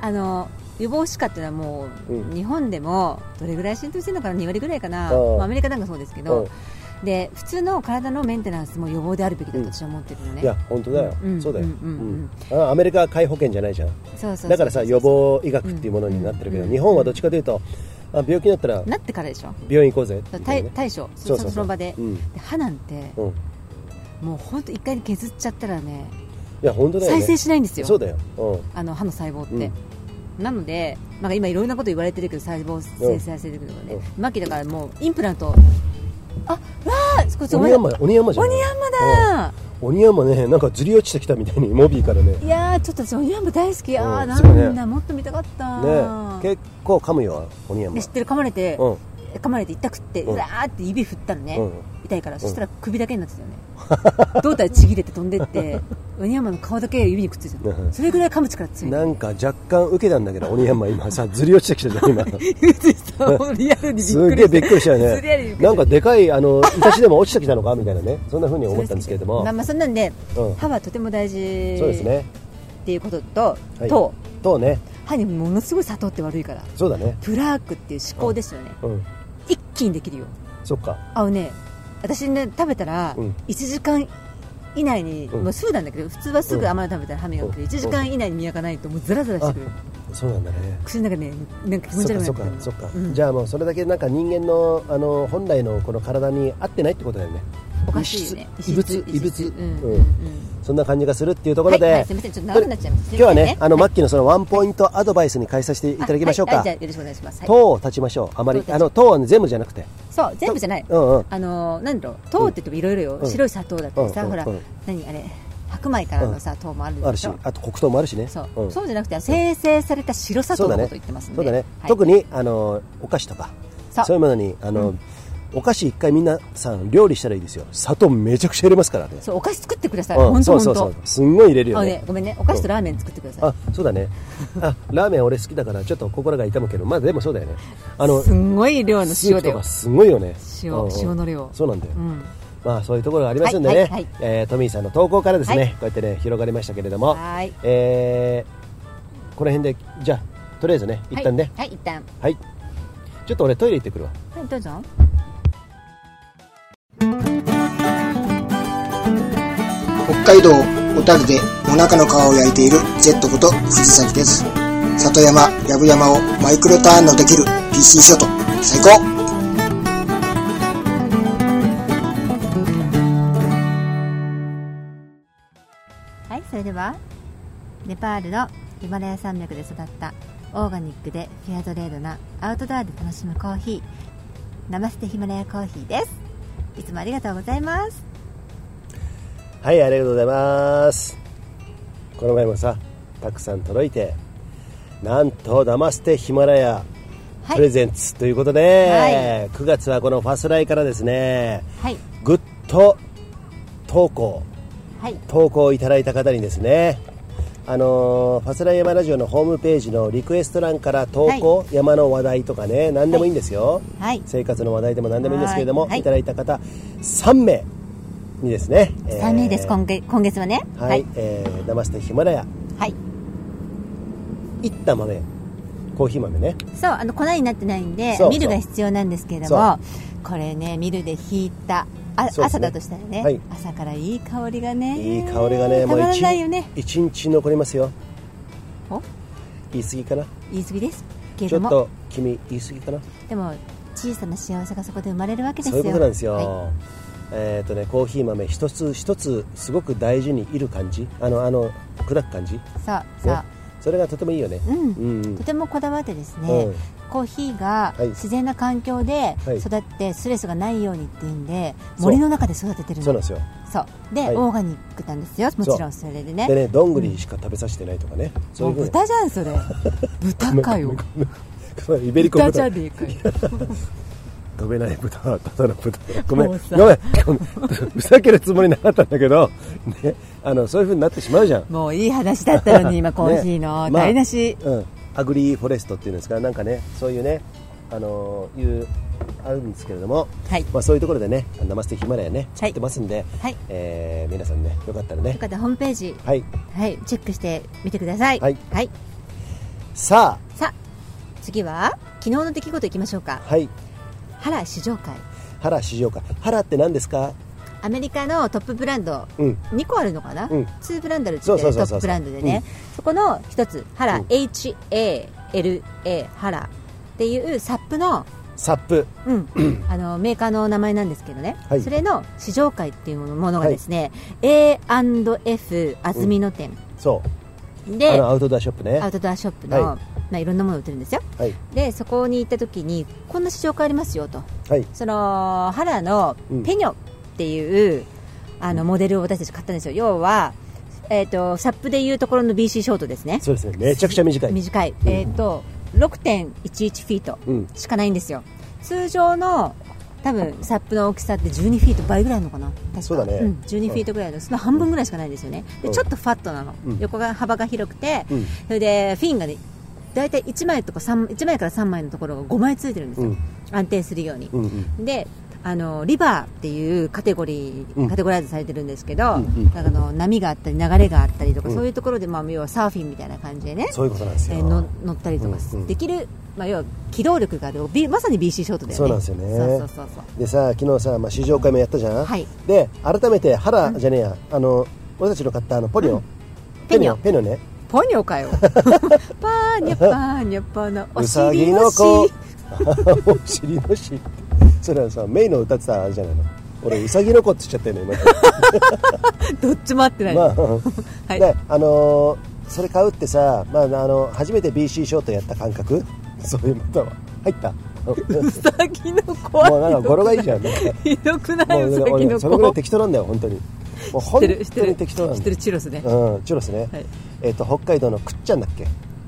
Speaker 1: あの予防歯科っていうのはもう、
Speaker 2: うん
Speaker 1: 日本でもどれぐらい浸透してるのかな2割ぐらいかな、
Speaker 2: うん
Speaker 1: まあ、アメリカなんかそうですけ
Speaker 2: う
Speaker 1: ど
Speaker 2: ん、
Speaker 1: で普通の体のメンテナンスも予防であるべきだと私は思ってるのね、
Speaker 2: いや本当だよ、
Speaker 1: うん
Speaker 2: そうだよ、
Speaker 1: うんうん
Speaker 2: あアメリカは皆保険じゃないじゃん
Speaker 1: そうそうそう
Speaker 2: だからさ予防医学っていうものになってるけど、日本はどっちかというとあ病気になったら
Speaker 1: なってからでしょ
Speaker 2: 病院行こうぜみたい
Speaker 1: 対
Speaker 2: なね
Speaker 1: 対処
Speaker 2: そ
Speaker 1: そう
Speaker 2: そうそう
Speaker 1: その場で,、
Speaker 2: うん
Speaker 1: で歯なんて
Speaker 2: うん、い
Speaker 1: もう本当一回削っちゃったらね
Speaker 2: や本当だよ、ね、
Speaker 1: 再生しないんですよ
Speaker 2: そうだよ、うん、
Speaker 1: あの歯の細胞って、なので、まあ、今いろんなこと言われてるけど細胞生成されてるけどね、マッキーだからもうインプラントあわあこっちお
Speaker 2: 鬼
Speaker 1: 前
Speaker 2: 山鬼山じゃん
Speaker 1: 鬼山だ
Speaker 2: 鬼山ねなんかずり落ちてきたみたいにモビーからねね
Speaker 1: いやーちょっと私鬼山大好きあ
Speaker 2: う
Speaker 1: ー
Speaker 2: ん
Speaker 1: なん
Speaker 2: そうね
Speaker 1: だ、もっと見たかった、
Speaker 2: 結構噛むよ鬼山
Speaker 1: で知ってる噛まれて、
Speaker 2: うん
Speaker 1: 噛まれて痛くって、
Speaker 2: う
Speaker 1: うんわーって指振ったのね、
Speaker 2: うん
Speaker 1: 痛いからそしたら首だけになってたよね胴体ちぎれて飛んで って鬼山の顔だけ指にくっついてた
Speaker 2: うん
Speaker 1: のそれぐらい噛む力強 い
Speaker 2: なんか若干受けたんだけど鬼山今さずり落ちてきたじゃん 今
Speaker 1: リアルにびっ
Speaker 2: す
Speaker 1: くり
Speaker 2: げえびっくりした
Speaker 1: すげえびっくりし
Speaker 2: よね
Speaker 1: た
Speaker 2: なんかでかいあのいたしでも落ちてきたのかみたいなねそんな風に思ったんですけれども
Speaker 1: まあまあそんなんで、
Speaker 2: うん
Speaker 1: 歯はとても大事
Speaker 2: そうですね
Speaker 1: っていうことと、
Speaker 2: はい
Speaker 1: と
Speaker 2: とね
Speaker 1: 歯にものすごい砂糖って悪いから
Speaker 2: そうだね
Speaker 1: プラークっていう思考ですよね、
Speaker 2: うん
Speaker 1: 一気にできるよ
Speaker 2: そっか
Speaker 1: あのね私ね食べたら
Speaker 2: うん
Speaker 1: 1時間以内に、
Speaker 2: うん
Speaker 1: もうすぐなんだけど普通はすぐ甘いの食べたら歯磨くけど
Speaker 2: うん
Speaker 1: 1時間以内に磨かないともうザラザラしてくる
Speaker 2: そうなんだね
Speaker 1: 口の中ねなんか気持ち
Speaker 2: そっ
Speaker 1: 悪くなって
Speaker 2: かそっ
Speaker 1: く
Speaker 2: か
Speaker 1: る
Speaker 2: そっか、
Speaker 1: うん
Speaker 2: じゃあもうそれだけなんか人間のあの本来のこの体に合ってないってことだよね
Speaker 1: おかしいよね
Speaker 2: 異質異物
Speaker 1: 異
Speaker 2: 異
Speaker 1: 質う
Speaker 2: 物
Speaker 1: ん
Speaker 2: うん
Speaker 1: うん
Speaker 2: そんな感じがするっていうとこ
Speaker 1: は
Speaker 2: ろ
Speaker 1: い
Speaker 2: で、
Speaker 1: はいすみませんちょっと長くなっちゃいます
Speaker 2: 今日は
Speaker 1: す
Speaker 2: ね
Speaker 1: いません
Speaker 2: あのマッキーのそのワンポイントアドバイスに変えさせていただきましょう
Speaker 1: あ
Speaker 2: か、
Speaker 1: はいはいじゃあよろしくお願いします、はい
Speaker 2: 糖を断ちましょうあまり
Speaker 1: 糖を断
Speaker 2: あ
Speaker 1: ち
Speaker 2: の糖は、ね、全部じゃなくて
Speaker 1: そう全部じゃない、
Speaker 2: うんうん
Speaker 1: あのーなんだろう糖って言ってもいろいろよ、
Speaker 2: うん
Speaker 1: 白い砂糖だってさ、
Speaker 2: うんうん
Speaker 1: ほら、
Speaker 2: うん
Speaker 1: 何あれ白米からのさ、糖もある
Speaker 2: あ
Speaker 1: で
Speaker 2: る
Speaker 1: し
Speaker 2: し
Speaker 1: ょ
Speaker 2: あと黒糖もあるしね
Speaker 1: そう、
Speaker 2: ん
Speaker 1: そうじゃなくて生成された白砂
Speaker 2: そ
Speaker 1: 糖
Speaker 2: うだ
Speaker 1: のこ
Speaker 2: ね
Speaker 1: と言ってますんで
Speaker 2: そうだね、
Speaker 1: はい
Speaker 2: 特にあのお菓子とか
Speaker 1: そう
Speaker 2: そういうものにあの、お菓子一回皆さん料理したらいいですよ砂糖めちゃくちゃ入れますからね
Speaker 1: そうお菓子作ってください、
Speaker 2: うん
Speaker 1: 本
Speaker 2: そ
Speaker 1: 当
Speaker 2: うそ
Speaker 1: 本
Speaker 2: うそう
Speaker 1: 当
Speaker 2: すんごい入れるよ
Speaker 1: あ
Speaker 2: ね
Speaker 1: ねごめんねお菓子とラーメン作ってください、
Speaker 2: あそうだねあラーメン俺好きだからちょっと心が痛むけどまあでもそうだよねあ
Speaker 1: すんごい量の
Speaker 2: スー
Speaker 1: 塩
Speaker 2: プ
Speaker 1: だ
Speaker 2: と
Speaker 1: よ
Speaker 2: か、すごいよね
Speaker 1: 塩
Speaker 2: うんうん
Speaker 1: 塩の量
Speaker 2: そうなんだよ、
Speaker 1: うん、
Speaker 2: まあそういうところがありますんでね、
Speaker 1: はいはいはい
Speaker 2: えートミーさんの投稿からですね、
Speaker 1: はい
Speaker 2: こうやってね広がりましたけれども、
Speaker 1: はい
Speaker 2: えーこの辺でじゃあとりあえずね一旦ね
Speaker 1: はい、はい、一旦
Speaker 2: はい、ちょっと俺トイレ行ってくるわ
Speaker 1: はいどうぞ
Speaker 4: 北海道小樽でもなかの皮を焼いている Z こと藤崎です里山やぶ山をマイクロターンのできる PC ショット最高
Speaker 1: はいそれではネパールのヒマラヤ山脈で育ったオーガニックでフェアトレードなアウトドアで楽しむコーヒーナマステヒマラヤコーヒーですいつもありがとうございます
Speaker 2: はいありがとうございますこの前もさたくさん届いてなんと「ダマステヒマラヤ」
Speaker 1: はい
Speaker 2: プレゼンツということで、9月はこのファスライからですね
Speaker 1: はい
Speaker 2: ぐっと投稿
Speaker 1: はい
Speaker 2: 投稿いただいた方にですねあのーファスライ山ラジオのホームページのリクエスト欄から投稿、山の話題とかね何でもいいんですよ、
Speaker 1: はい
Speaker 2: 生活の話題でも何でもいいんですけれども、
Speaker 1: はい
Speaker 2: い、ただいた方3名にですね
Speaker 1: 3名です、
Speaker 2: えー
Speaker 1: 今月今月はね
Speaker 2: はい、えー、ナマステヒマラヤ
Speaker 1: はい
Speaker 2: いった豆コーヒー豆ね
Speaker 1: そうあの粉になってないんで
Speaker 2: そうそう
Speaker 1: ミルが必要なんですけれどもこれねミルでひいたあ、
Speaker 2: そうです
Speaker 1: 朝
Speaker 2: ね
Speaker 1: だとしたらね、
Speaker 2: はい
Speaker 1: 朝からいい香りがね
Speaker 2: いい香りがね
Speaker 1: たま
Speaker 2: もう
Speaker 1: ら
Speaker 2: 一
Speaker 1: ないよね
Speaker 2: 一日残りますよ
Speaker 1: お
Speaker 2: 言い過ぎかな
Speaker 1: 言い過ぎですけれ
Speaker 2: ちょ
Speaker 1: ども
Speaker 2: っと君言い過ぎかな
Speaker 1: でも小さな幸せがそこで生まれるわけです
Speaker 2: そう
Speaker 1: よ
Speaker 2: いうことなんですよ、
Speaker 1: は
Speaker 2: えっ、とねコーヒー豆一つ一つすごく大事にいる感じあのあの砕く感じ、ね、
Speaker 1: いそうそう、
Speaker 2: それがとてもいいよね
Speaker 1: うん
Speaker 2: うん、うん
Speaker 1: とてもこだわってですね、
Speaker 2: うん
Speaker 1: コーヒーが
Speaker 2: はい
Speaker 1: 自然な環境で
Speaker 2: はい
Speaker 1: 育ってストレスがないようにっていうんで
Speaker 2: そう
Speaker 1: 森の中で育ててるの
Speaker 2: そうなんですよ
Speaker 1: そうで、
Speaker 2: はい
Speaker 1: オーガニックなんですよもちろんそれでね
Speaker 2: でねどんぐりしか食べさせてないとかね、そう
Speaker 1: も
Speaker 2: いううふうに
Speaker 1: 豚じゃんそ れ豚かよ
Speaker 2: イベリコ
Speaker 1: 豚
Speaker 2: 豚
Speaker 1: じゃねえかよ
Speaker 2: 飛べない豚はただの豚ごめん
Speaker 1: もうさ
Speaker 2: ごめんごめんふざけるつもりなかったんだけど、ね、あのそういうふうになってしまうじゃん
Speaker 1: もういい話だった のに今コーヒーの
Speaker 2: ねまあ
Speaker 1: 台無し、
Speaker 2: うん、アグリーフォレストっていうんですかなんかねそういうねあのーいうあるんですけれども、
Speaker 1: はい
Speaker 2: まあ、そういうところでね「ナマステヒマラヤね」
Speaker 1: は
Speaker 2: 作
Speaker 1: い
Speaker 2: ってますんで、
Speaker 1: はい
Speaker 2: えー皆さんねよかったらね
Speaker 1: よかったらホームページ
Speaker 2: はい
Speaker 1: はいチェックしてみてください
Speaker 2: はい
Speaker 1: はい、
Speaker 2: さ
Speaker 1: さあ次は昨日の出来事いきましょうか
Speaker 2: あはい
Speaker 1: 原試乗会
Speaker 2: 原市場か原って何ですか
Speaker 1: アメリカのトップブランド、
Speaker 2: うん
Speaker 1: 2個あるのかな、
Speaker 2: うん
Speaker 1: 2ブランドあるって
Speaker 2: そ
Speaker 1: 言
Speaker 2: う
Speaker 1: ってト
Speaker 2: そうそうそう
Speaker 1: ップブランドでね、そこの一つ原、
Speaker 2: うん
Speaker 1: HALA 原っていうサップの、
Speaker 2: サップ
Speaker 1: うん あのメーカーの名前なんですけどね、
Speaker 2: はい
Speaker 1: それの試乗会っていうものがですね、A&F 安曇野店
Speaker 2: そうあ
Speaker 1: で
Speaker 2: のアウトドアショップね
Speaker 1: アウトドアショップの、
Speaker 2: はい
Speaker 1: いまあ、いろんなものを売ってるんですよ
Speaker 2: はい
Speaker 1: でそこに行った時にこんな試乗会ありますよと
Speaker 2: はい
Speaker 1: そのハラの
Speaker 2: うん
Speaker 1: ペニョっていう、あのモデルを私たち買ったんですよ要は、えー、とサップでいうところの BC ショートですね
Speaker 2: そうですねめちゃくちゃ短い
Speaker 1: 短い、えー、と6.11フィート
Speaker 2: うん
Speaker 1: しかないんですよ通常の多分サップの大きさって12フィート倍ぐらいあるのかな確か
Speaker 2: そうだね
Speaker 1: ん、12フィートぐらいのその半分ぐらいしかないんですよねで
Speaker 2: うん
Speaker 1: ちょっとファットなの、
Speaker 2: うん
Speaker 1: 横が幅が広くて、
Speaker 2: うん
Speaker 1: それでフィンがね大体1枚とか3 1枚から3枚のところが5枚ついてるんですよ、
Speaker 2: うん
Speaker 1: 安定するように、
Speaker 2: うんうん
Speaker 1: であのリバーっていうカテゴリー、
Speaker 2: うん
Speaker 1: カテゴライズされてるんですけど、
Speaker 2: うんうん
Speaker 1: なんかあの波があったり流れがあったりとか、
Speaker 2: うん
Speaker 1: そういうところで、まあ、要はサーフィンみたいな感じでね、
Speaker 2: そういうことなんです
Speaker 1: えー
Speaker 2: よ、
Speaker 1: の乗ったりとか
Speaker 2: うんうん
Speaker 1: できる、まあ、要は機動力がある、B、まさに BC ショートだよね
Speaker 2: そうなんですよね
Speaker 1: そうそうそうそう
Speaker 2: でさ昨日さ、まあ、試乗会もやったじゃん、
Speaker 1: はい
Speaker 2: で改めて原じゃねえや、あの俺たちの買ったあのポニョ、
Speaker 1: ペニョ
Speaker 2: ペニョね
Speaker 1: ポニョかよパーニャパーニャパーのお
Speaker 2: うさ
Speaker 1: 尻
Speaker 2: ぎ
Speaker 1: の
Speaker 2: の子
Speaker 1: し
Speaker 2: お尻のしそれはさメイの歌ってたあれじゃないの俺うさぎの子って言っちゃったよね
Speaker 1: どっちも合 ってない、
Speaker 2: 今まあ、うん
Speaker 1: はい
Speaker 2: であのーそれ買うってさ、まあ、あの初めて BC ショートやった感覚 そういうことは入った
Speaker 1: うさぎの子は
Speaker 2: もうなんか語呂がいいじゃんなんか
Speaker 1: ひどくな
Speaker 2: も
Speaker 1: いううさぎ
Speaker 2: 俺
Speaker 1: の
Speaker 2: そのぐらい
Speaker 1: 子
Speaker 2: 適当なんだよ 本当にもう
Speaker 1: 知っ
Speaker 2: 本
Speaker 1: てる知っ
Speaker 2: 当
Speaker 1: てる
Speaker 2: に適当
Speaker 1: 知
Speaker 2: なん
Speaker 1: っ
Speaker 2: だ
Speaker 1: てるチュロスね、
Speaker 2: うんチュロスね、
Speaker 1: はい
Speaker 2: えっと北海道の倶知安だっけ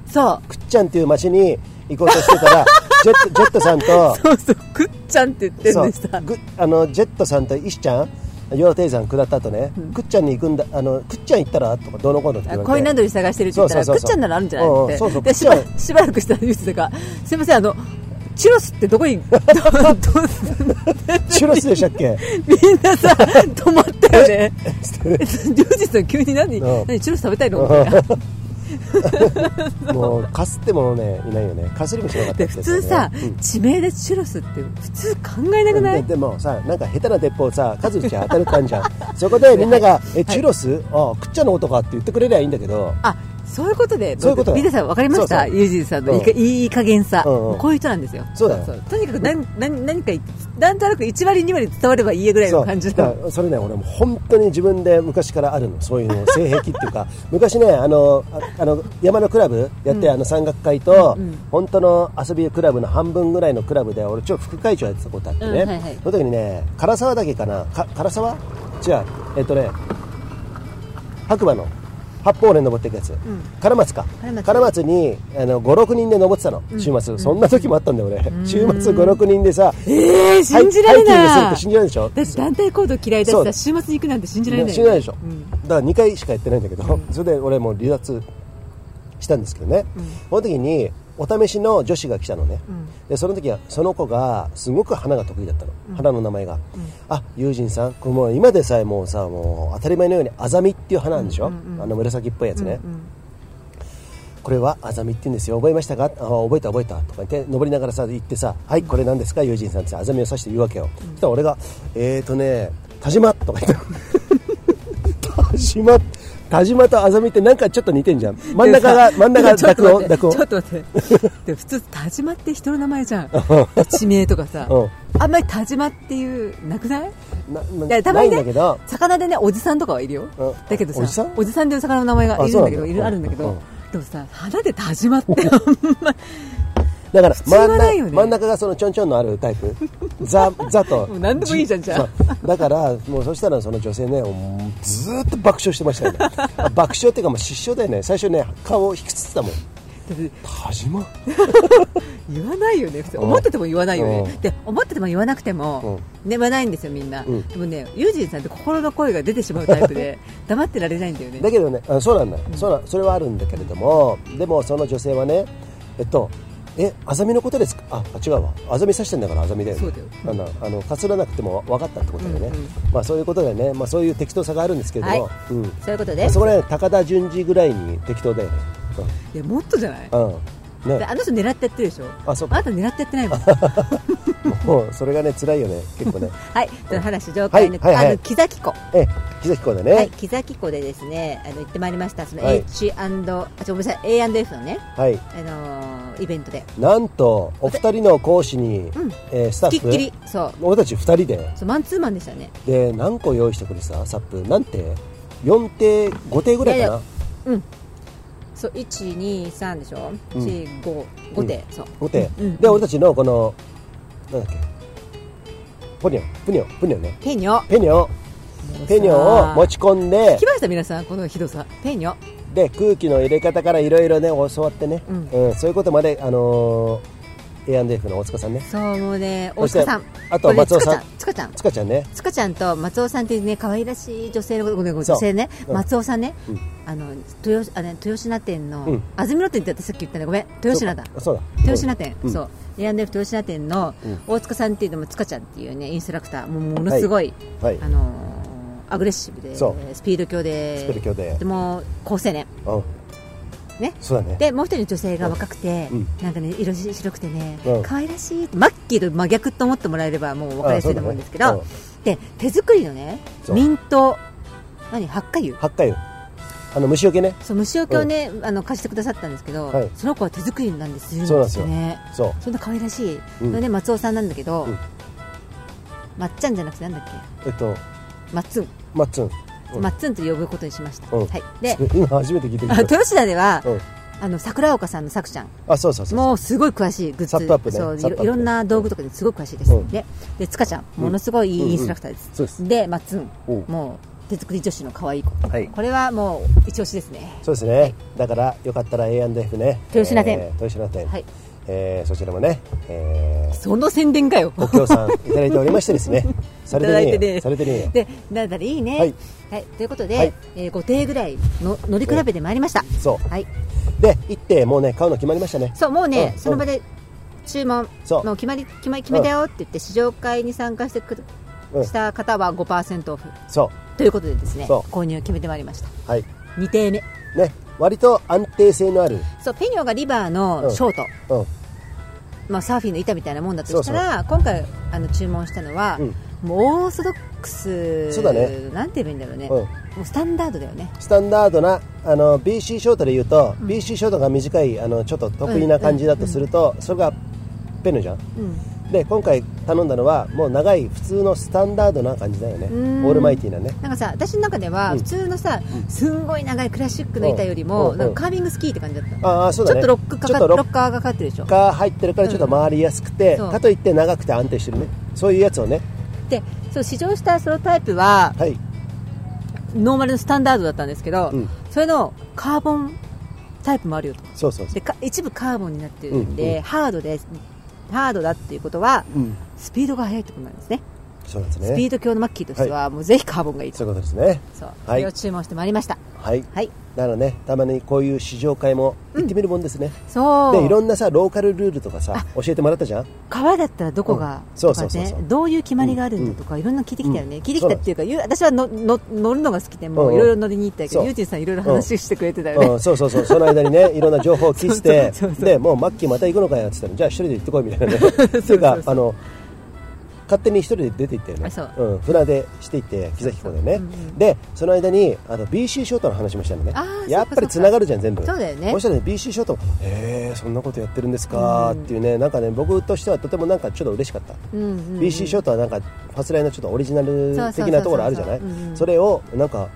Speaker 1: そう
Speaker 2: 倶知安っていう町に行こうとしてたら ジェットジェットさんと
Speaker 1: そうそうくっちゃんって言ってんでし
Speaker 2: そ
Speaker 1: た
Speaker 2: うぐあのジェットさんと石ちゃん養蹄山下った後ね、
Speaker 1: うん
Speaker 2: くっちゃんに行くんだあのくっちゃん行ったらとかどうのこうのって言われて
Speaker 1: 恋などり探してるって言ったら
Speaker 2: そうそう
Speaker 1: くっち
Speaker 2: そう
Speaker 1: ゃんならあるんじゃない
Speaker 2: うんうん
Speaker 1: って
Speaker 2: そうそう
Speaker 1: で
Speaker 2: くっ
Speaker 1: し
Speaker 2: ちゃ
Speaker 1: ば
Speaker 2: ん
Speaker 1: しばらくしたら言ってたからすいませんあのチュロスってどこ にどど
Speaker 2: チュロスでしたっ け
Speaker 1: みんなさ止まったよね
Speaker 2: え
Speaker 1: えリュウジさん急に何
Speaker 2: うん
Speaker 1: 何チュロス食べたいのみたいな
Speaker 2: もうかすってもねいないよねかすりもしなかった
Speaker 1: で
Speaker 2: って
Speaker 1: 普
Speaker 2: やつだよ
Speaker 1: 通
Speaker 2: ね
Speaker 1: さ、
Speaker 2: うん
Speaker 1: 地名でチュロスって普通考えなくない、
Speaker 2: ででもさなんか下手な鉄砲さ数打ちゃ当たるってあるじゃんそこでみんな が「えチュロス、あくっちゃんのことか」って言ってくれりゃいいんだけど
Speaker 1: あそういうことで
Speaker 2: そういうことだ
Speaker 1: 皆さん分かりました
Speaker 2: そうそう
Speaker 1: ユージンさんのいいか
Speaker 2: うん
Speaker 1: いい加減さ、
Speaker 2: うんうん
Speaker 1: こういう人なんですよ
Speaker 2: そうだよ
Speaker 1: とにかく何何何かなんとなく1割2割伝わればいいぐらいの感じ
Speaker 2: そう
Speaker 1: だ
Speaker 2: だからそれね俺も本当に自分で昔からあるのそういうの性癖っていうか 昔ねあのああの山のクラブやって、あの山岳会と、
Speaker 1: うんうん
Speaker 2: 本当の遊びクラブの半分ぐらいのクラブで俺ちょ副会長やってたことあってね、
Speaker 1: うんはいはい
Speaker 2: その時にね唐沢だけかなか唐沢違うえっとね白馬の八方連登っていくやつ、唐松か
Speaker 1: 唐松
Speaker 2: 唐松にあの56人で登ってたの週末、そんな時もあったんだよね、週末56人でさ
Speaker 1: えー、信じられ
Speaker 2: ハイハイキングする
Speaker 1: な
Speaker 2: っ
Speaker 1: い
Speaker 2: て信じられないでしょ
Speaker 1: だって団体行動嫌いだ
Speaker 2: そ
Speaker 1: しさ
Speaker 2: う
Speaker 1: 週末に行くなんて信じられない
Speaker 2: 知らないでしょ、
Speaker 1: うん
Speaker 2: だから2回しかやってないんだけど、それで俺もう離脱したんですけどね、その時にお試しの女子が来たのね、でその時はその子がすごく花が得意だったの、花の名前が、あ友人さんこれもう今でさえもうさもう当たり前のようにアザミっていう花なんでしょ、あの紫っぽいやつね、これはアザミって言うんですよ覚えましたかあ覚えた覚えたとか言って登りながらさ行ってさ「はいこれ何ですか友人さん」ってさアザミを指して言うわけよ、そしたら俺が「えーとね田島」とか言って田島田島とあざみってなんかちょっと似てんじゃん真ん中が
Speaker 1: でもさ
Speaker 2: 真ん中が
Speaker 1: でも
Speaker 2: 濁音
Speaker 1: ちょっ
Speaker 2: 濁
Speaker 1: と
Speaker 2: 音
Speaker 1: 待ってちょっと待ってで普通田島って人の名前じゃん地名とかさ、
Speaker 2: うん
Speaker 1: あんまり田島っていうなくない
Speaker 2: な
Speaker 1: いうや
Speaker 2: ん
Speaker 1: た
Speaker 2: な
Speaker 1: ま
Speaker 2: い
Speaker 1: に
Speaker 2: んだけ
Speaker 1: ね
Speaker 2: ど
Speaker 1: 魚でねおじさんとかはいるよ
Speaker 2: うん
Speaker 1: だけどさ
Speaker 2: おじさ
Speaker 1: っ
Speaker 2: ん
Speaker 1: ていう魚の名前がいるんだけど
Speaker 2: あそうなんだ
Speaker 1: いるあるんだけど、
Speaker 2: うん
Speaker 1: でもさ花で田島ってあんま
Speaker 2: だから
Speaker 1: 通は
Speaker 2: 真ん
Speaker 1: ないよ
Speaker 2: 中
Speaker 1: ね
Speaker 2: 真ん中がそのちょんちょんのあるタイ プザザと
Speaker 1: もう何でもいいじゃんじゃあ
Speaker 2: そうだからもうそしたらその女性ねもうずーっと爆笑してましたよ ねあ爆笑っていうかもう失笑だよね最初ね顔を引きつってたもん
Speaker 1: だって
Speaker 2: 田島
Speaker 1: 言わないよね普通
Speaker 2: うん
Speaker 1: 思ってても言わないよね
Speaker 2: うん
Speaker 1: で思ってても言わなくても、ね言わないんですよみんな、
Speaker 2: うん
Speaker 1: でもねユージンさんって心の声が出てしまうタイプ で黙ってられないんだよね
Speaker 2: だけどねあそうなんだ、そうなんそれはあるんだけれどもでもその女性はねえっとえあざみのことですかああ違うわあざみ刺してんだからあざみだよね
Speaker 1: そうだよ
Speaker 2: あのあのかすらなくても分かったってことだよね、
Speaker 1: うんうん
Speaker 2: まあそういうことでね、まあ、そういう適当さがあるんですけれども、
Speaker 1: はい
Speaker 2: うん
Speaker 1: そういうこと
Speaker 2: ま
Speaker 1: で
Speaker 2: あそこら辺高田純次ぐらいに適当だよね
Speaker 1: いやもっとじゃない
Speaker 2: うん、うん、
Speaker 1: で
Speaker 2: ね
Speaker 1: あの人狙ってやってるでしょ
Speaker 2: あそう
Speaker 1: あな
Speaker 2: か
Speaker 1: た狙ってやってないもん
Speaker 2: もうそれがね辛いよね 結構ね
Speaker 1: はいという話紹介の、
Speaker 2: はいはいはい
Speaker 1: あの木崎湖
Speaker 2: え木崎子でね
Speaker 1: はい、木崎湖でですねあの行ってまいりましたその
Speaker 2: はい
Speaker 1: H&、あごめんなさい A&F のね、
Speaker 2: はい、
Speaker 1: あのーイベントで
Speaker 2: なんとお二人の講師に、えースタ
Speaker 1: きっ
Speaker 2: ッフ
Speaker 1: きりそう
Speaker 2: 俺たち二人で
Speaker 1: そうマンツーマンでしたね
Speaker 2: で何個用意してくれてたサップなんて4手5手ぐらいか
Speaker 1: いや
Speaker 2: な
Speaker 1: そう123でしょ、
Speaker 2: うん
Speaker 1: 455手、そう
Speaker 2: 5手、
Speaker 1: うん
Speaker 2: で俺たちのこのなんだっけポニョプニョプニョね
Speaker 1: ペニョ
Speaker 2: ペニョペニョを持ち込んで
Speaker 1: 聞きました皆さんこのひどさペニョ
Speaker 2: で空気の入れ方からいろいろね教わってね、
Speaker 1: う
Speaker 2: うんんそういうことまであのー、A&F の大塚さんね
Speaker 1: そうもうね大
Speaker 2: そして
Speaker 1: 塚さん
Speaker 2: あとは松尾さん
Speaker 1: これねつかちゃんつかちゃん
Speaker 2: 塚ちゃんね
Speaker 1: つかちゃんと松尾さんっていうね可愛らしい女性のことごめんごめん女性ね、
Speaker 2: うん
Speaker 1: 松尾さんね、
Speaker 2: うん
Speaker 1: あの豊あの豊品店の、
Speaker 2: うん
Speaker 1: 安曇野店って私さっき言ったねごめん豊品だ
Speaker 2: そうそうだ
Speaker 1: 豊品店、
Speaker 2: うん
Speaker 1: そう A&F 豊品店の
Speaker 2: うん
Speaker 1: 大塚さんっていうのもつかちゃんっていうねインストラクターもうものすごい、
Speaker 2: はい
Speaker 1: あのーアグレッシブで
Speaker 2: そう
Speaker 1: スピード強で
Speaker 2: スペル教で
Speaker 1: でも好青年
Speaker 2: うん
Speaker 1: ね
Speaker 2: そうだね
Speaker 1: でもう一人の女性が若くて、
Speaker 2: うん
Speaker 1: なんかね色白くてね、
Speaker 2: うん
Speaker 1: 可愛らしいマッキーと真逆と思ってもらえればもう分かりやすいと思うんですけど、
Speaker 2: あそうだね
Speaker 1: で手作りのね
Speaker 2: そう
Speaker 1: ミント何八花油
Speaker 2: 八回よあの虫除けね
Speaker 1: そう虫除けをね、あの貸してくださったんですけど、
Speaker 2: はい
Speaker 1: その子は手作りなんですよ
Speaker 2: そうなんですよ
Speaker 1: ね
Speaker 2: そう
Speaker 1: そんな可愛らしい、
Speaker 2: うん
Speaker 1: それで松尾さんなんだけど、
Speaker 2: うん
Speaker 1: まっちゃんじゃなくてなんだっけ
Speaker 2: えっと
Speaker 1: まっつん
Speaker 2: マッツンうん
Speaker 1: まっつんと呼ぶことにしました、
Speaker 2: うん
Speaker 1: はい、で
Speaker 2: それ 今初めて聞いてる
Speaker 1: あ
Speaker 2: けど
Speaker 1: 豊島では、
Speaker 2: うん
Speaker 1: あの桜岡さんのさくちゃん
Speaker 2: あそうそうそう
Speaker 1: もうすごい詳しいグッズ
Speaker 2: サップアップね
Speaker 1: そうい
Speaker 2: サッ
Speaker 1: ろ
Speaker 2: プアップ
Speaker 1: いろんな道具とかですごい詳しいです、
Speaker 2: うん
Speaker 1: ででつかちゃんものすごいいいインストラクターです、
Speaker 2: そうです
Speaker 1: でまっつん
Speaker 2: うん
Speaker 1: もう手作り女子の可愛い子、
Speaker 2: はい
Speaker 1: これはもう一押しですね
Speaker 2: そうですねだからよかったら A&F ね
Speaker 1: 豊品店
Speaker 2: えー豊品店
Speaker 1: はい
Speaker 2: えーそちらもね、えー
Speaker 1: その宣伝かよ
Speaker 2: ご協賛いただいておりましてで すねされてね
Speaker 1: いただいて
Speaker 2: え
Speaker 1: ね
Speaker 2: よされてねえよ
Speaker 1: でなんだらいいね、
Speaker 2: は
Speaker 1: はいいということで、
Speaker 2: はい
Speaker 1: え5艇ぐらいの乗り比べてまいりました、
Speaker 2: そう
Speaker 1: はい、
Speaker 2: で行ってもうね買うの決まりましたね
Speaker 1: そうもうね、
Speaker 2: うん
Speaker 1: その場で注文
Speaker 2: そう
Speaker 1: もう決まり決まり決めたよって言って試乗会に参加してくる、
Speaker 2: うん
Speaker 1: した方は5%オフ
Speaker 2: そ
Speaker 1: ということでですね
Speaker 2: そう
Speaker 1: 購入を決めてまいりました
Speaker 2: うはい
Speaker 1: 2艇目
Speaker 2: ね割と安定性のある
Speaker 1: そうペニョがリバーのショート、
Speaker 2: うん
Speaker 1: まあ、サーフィンの板みたいなもんだとしたら今回あの注文したのは、
Speaker 2: うん
Speaker 1: もうオーソドックス
Speaker 2: そうだね
Speaker 1: なんて言えばいいんだろうね、
Speaker 2: うん
Speaker 1: もうスタンダードだよね
Speaker 2: スタンダードなあの BC ショートで言うと、BC ショートが短いあのちょっと得意な感じだとすると、それがペヌじゃん
Speaker 1: うん
Speaker 2: で今回頼んだのはもう長い普通のスタンダードな感じだよねオ
Speaker 1: うん
Speaker 2: ールマイティーなね
Speaker 1: なんかさ私の中では
Speaker 2: うん
Speaker 1: 普通のさ、すんごい長いクラシックの板よりも、
Speaker 2: うん
Speaker 1: なんかカービングスキーって感じだった、
Speaker 2: ああそう
Speaker 1: ち
Speaker 2: だ
Speaker 1: ょっ
Speaker 2: ね
Speaker 1: とロックか
Speaker 2: ちょ
Speaker 1: かっ
Speaker 2: っとロ
Speaker 1: ロ
Speaker 2: ッ
Speaker 1: ッカーがかかってるでしょ
Speaker 2: カー入ってるからちょっと回りやすくて、
Speaker 1: うんそう
Speaker 2: かといって長くて安定してるねそういうやつをね
Speaker 1: でそう試乗したそのタイプは
Speaker 2: はい
Speaker 1: ノーマルのスタンダードだったんですけど、
Speaker 2: うん
Speaker 1: それのカーボンタイプもあるよと
Speaker 2: そうそうそ
Speaker 1: でか一部カーボンになってるんで、
Speaker 2: うんう
Speaker 1: ハードですハードだっていうことは
Speaker 2: う、うん、
Speaker 1: スピードが速いってことなんですね
Speaker 2: そうなんです
Speaker 1: スピー
Speaker 2: ね
Speaker 1: ド強のマッキーとしては、もうぜひカーボンがいいと
Speaker 2: そういうことですね
Speaker 1: そう、
Speaker 2: はい
Speaker 1: それを注文してまいりました
Speaker 2: はい
Speaker 1: はい
Speaker 2: だからねたまにこういう試乗会も行ってみるもんですね、
Speaker 1: そう
Speaker 2: でいろんなさローカルルールとかさ教えてもらったじゃん
Speaker 1: 川だったらどこが
Speaker 2: うんそう
Speaker 1: と
Speaker 2: そ
Speaker 1: か
Speaker 2: うそうそう
Speaker 1: ねどういう決まりがあるんだとかいろんなの聞いてきたよね
Speaker 2: うん
Speaker 1: 聞いてきたっていうかゆう私はのの乗るのが好きでも
Speaker 2: うんう
Speaker 1: うんいろいろ乗りに行ったけ
Speaker 2: そ
Speaker 1: ど
Speaker 2: う
Speaker 1: ユージンさんいろいろ話してくれてたよ
Speaker 2: う
Speaker 1: ね
Speaker 2: ん、そうそうそうその間 にねいろんな情報を聞いて
Speaker 1: そうそうそうそう
Speaker 2: でもうマッキーまた行くのかよって言ったらじゃあ一人で行ってこいみたい なねっていうかあの勝手に一人で出て行ったよね
Speaker 1: あそう、
Speaker 2: ん、船出していって木崎港でね
Speaker 1: そうそううんうん
Speaker 2: でその間にあの BC ショートの話もしたのね
Speaker 1: あー
Speaker 2: やっ
Speaker 1: そっかそっ
Speaker 2: ぱ
Speaker 1: か
Speaker 2: りつながるじゃん全部
Speaker 1: そうだよね
Speaker 2: そしたら、ね、BC ショートもへえそんなことやってるんですかっていうね、なんかね僕としてはとてもなんかちょっと嬉しかった、
Speaker 1: うんうんうん
Speaker 2: BC ショートはなんかファスライのちょっとオリジナル
Speaker 1: そうそうそ
Speaker 2: 的
Speaker 1: うそ
Speaker 2: な
Speaker 1: う
Speaker 2: ところあるじゃない
Speaker 1: うんうん
Speaker 2: それをなんか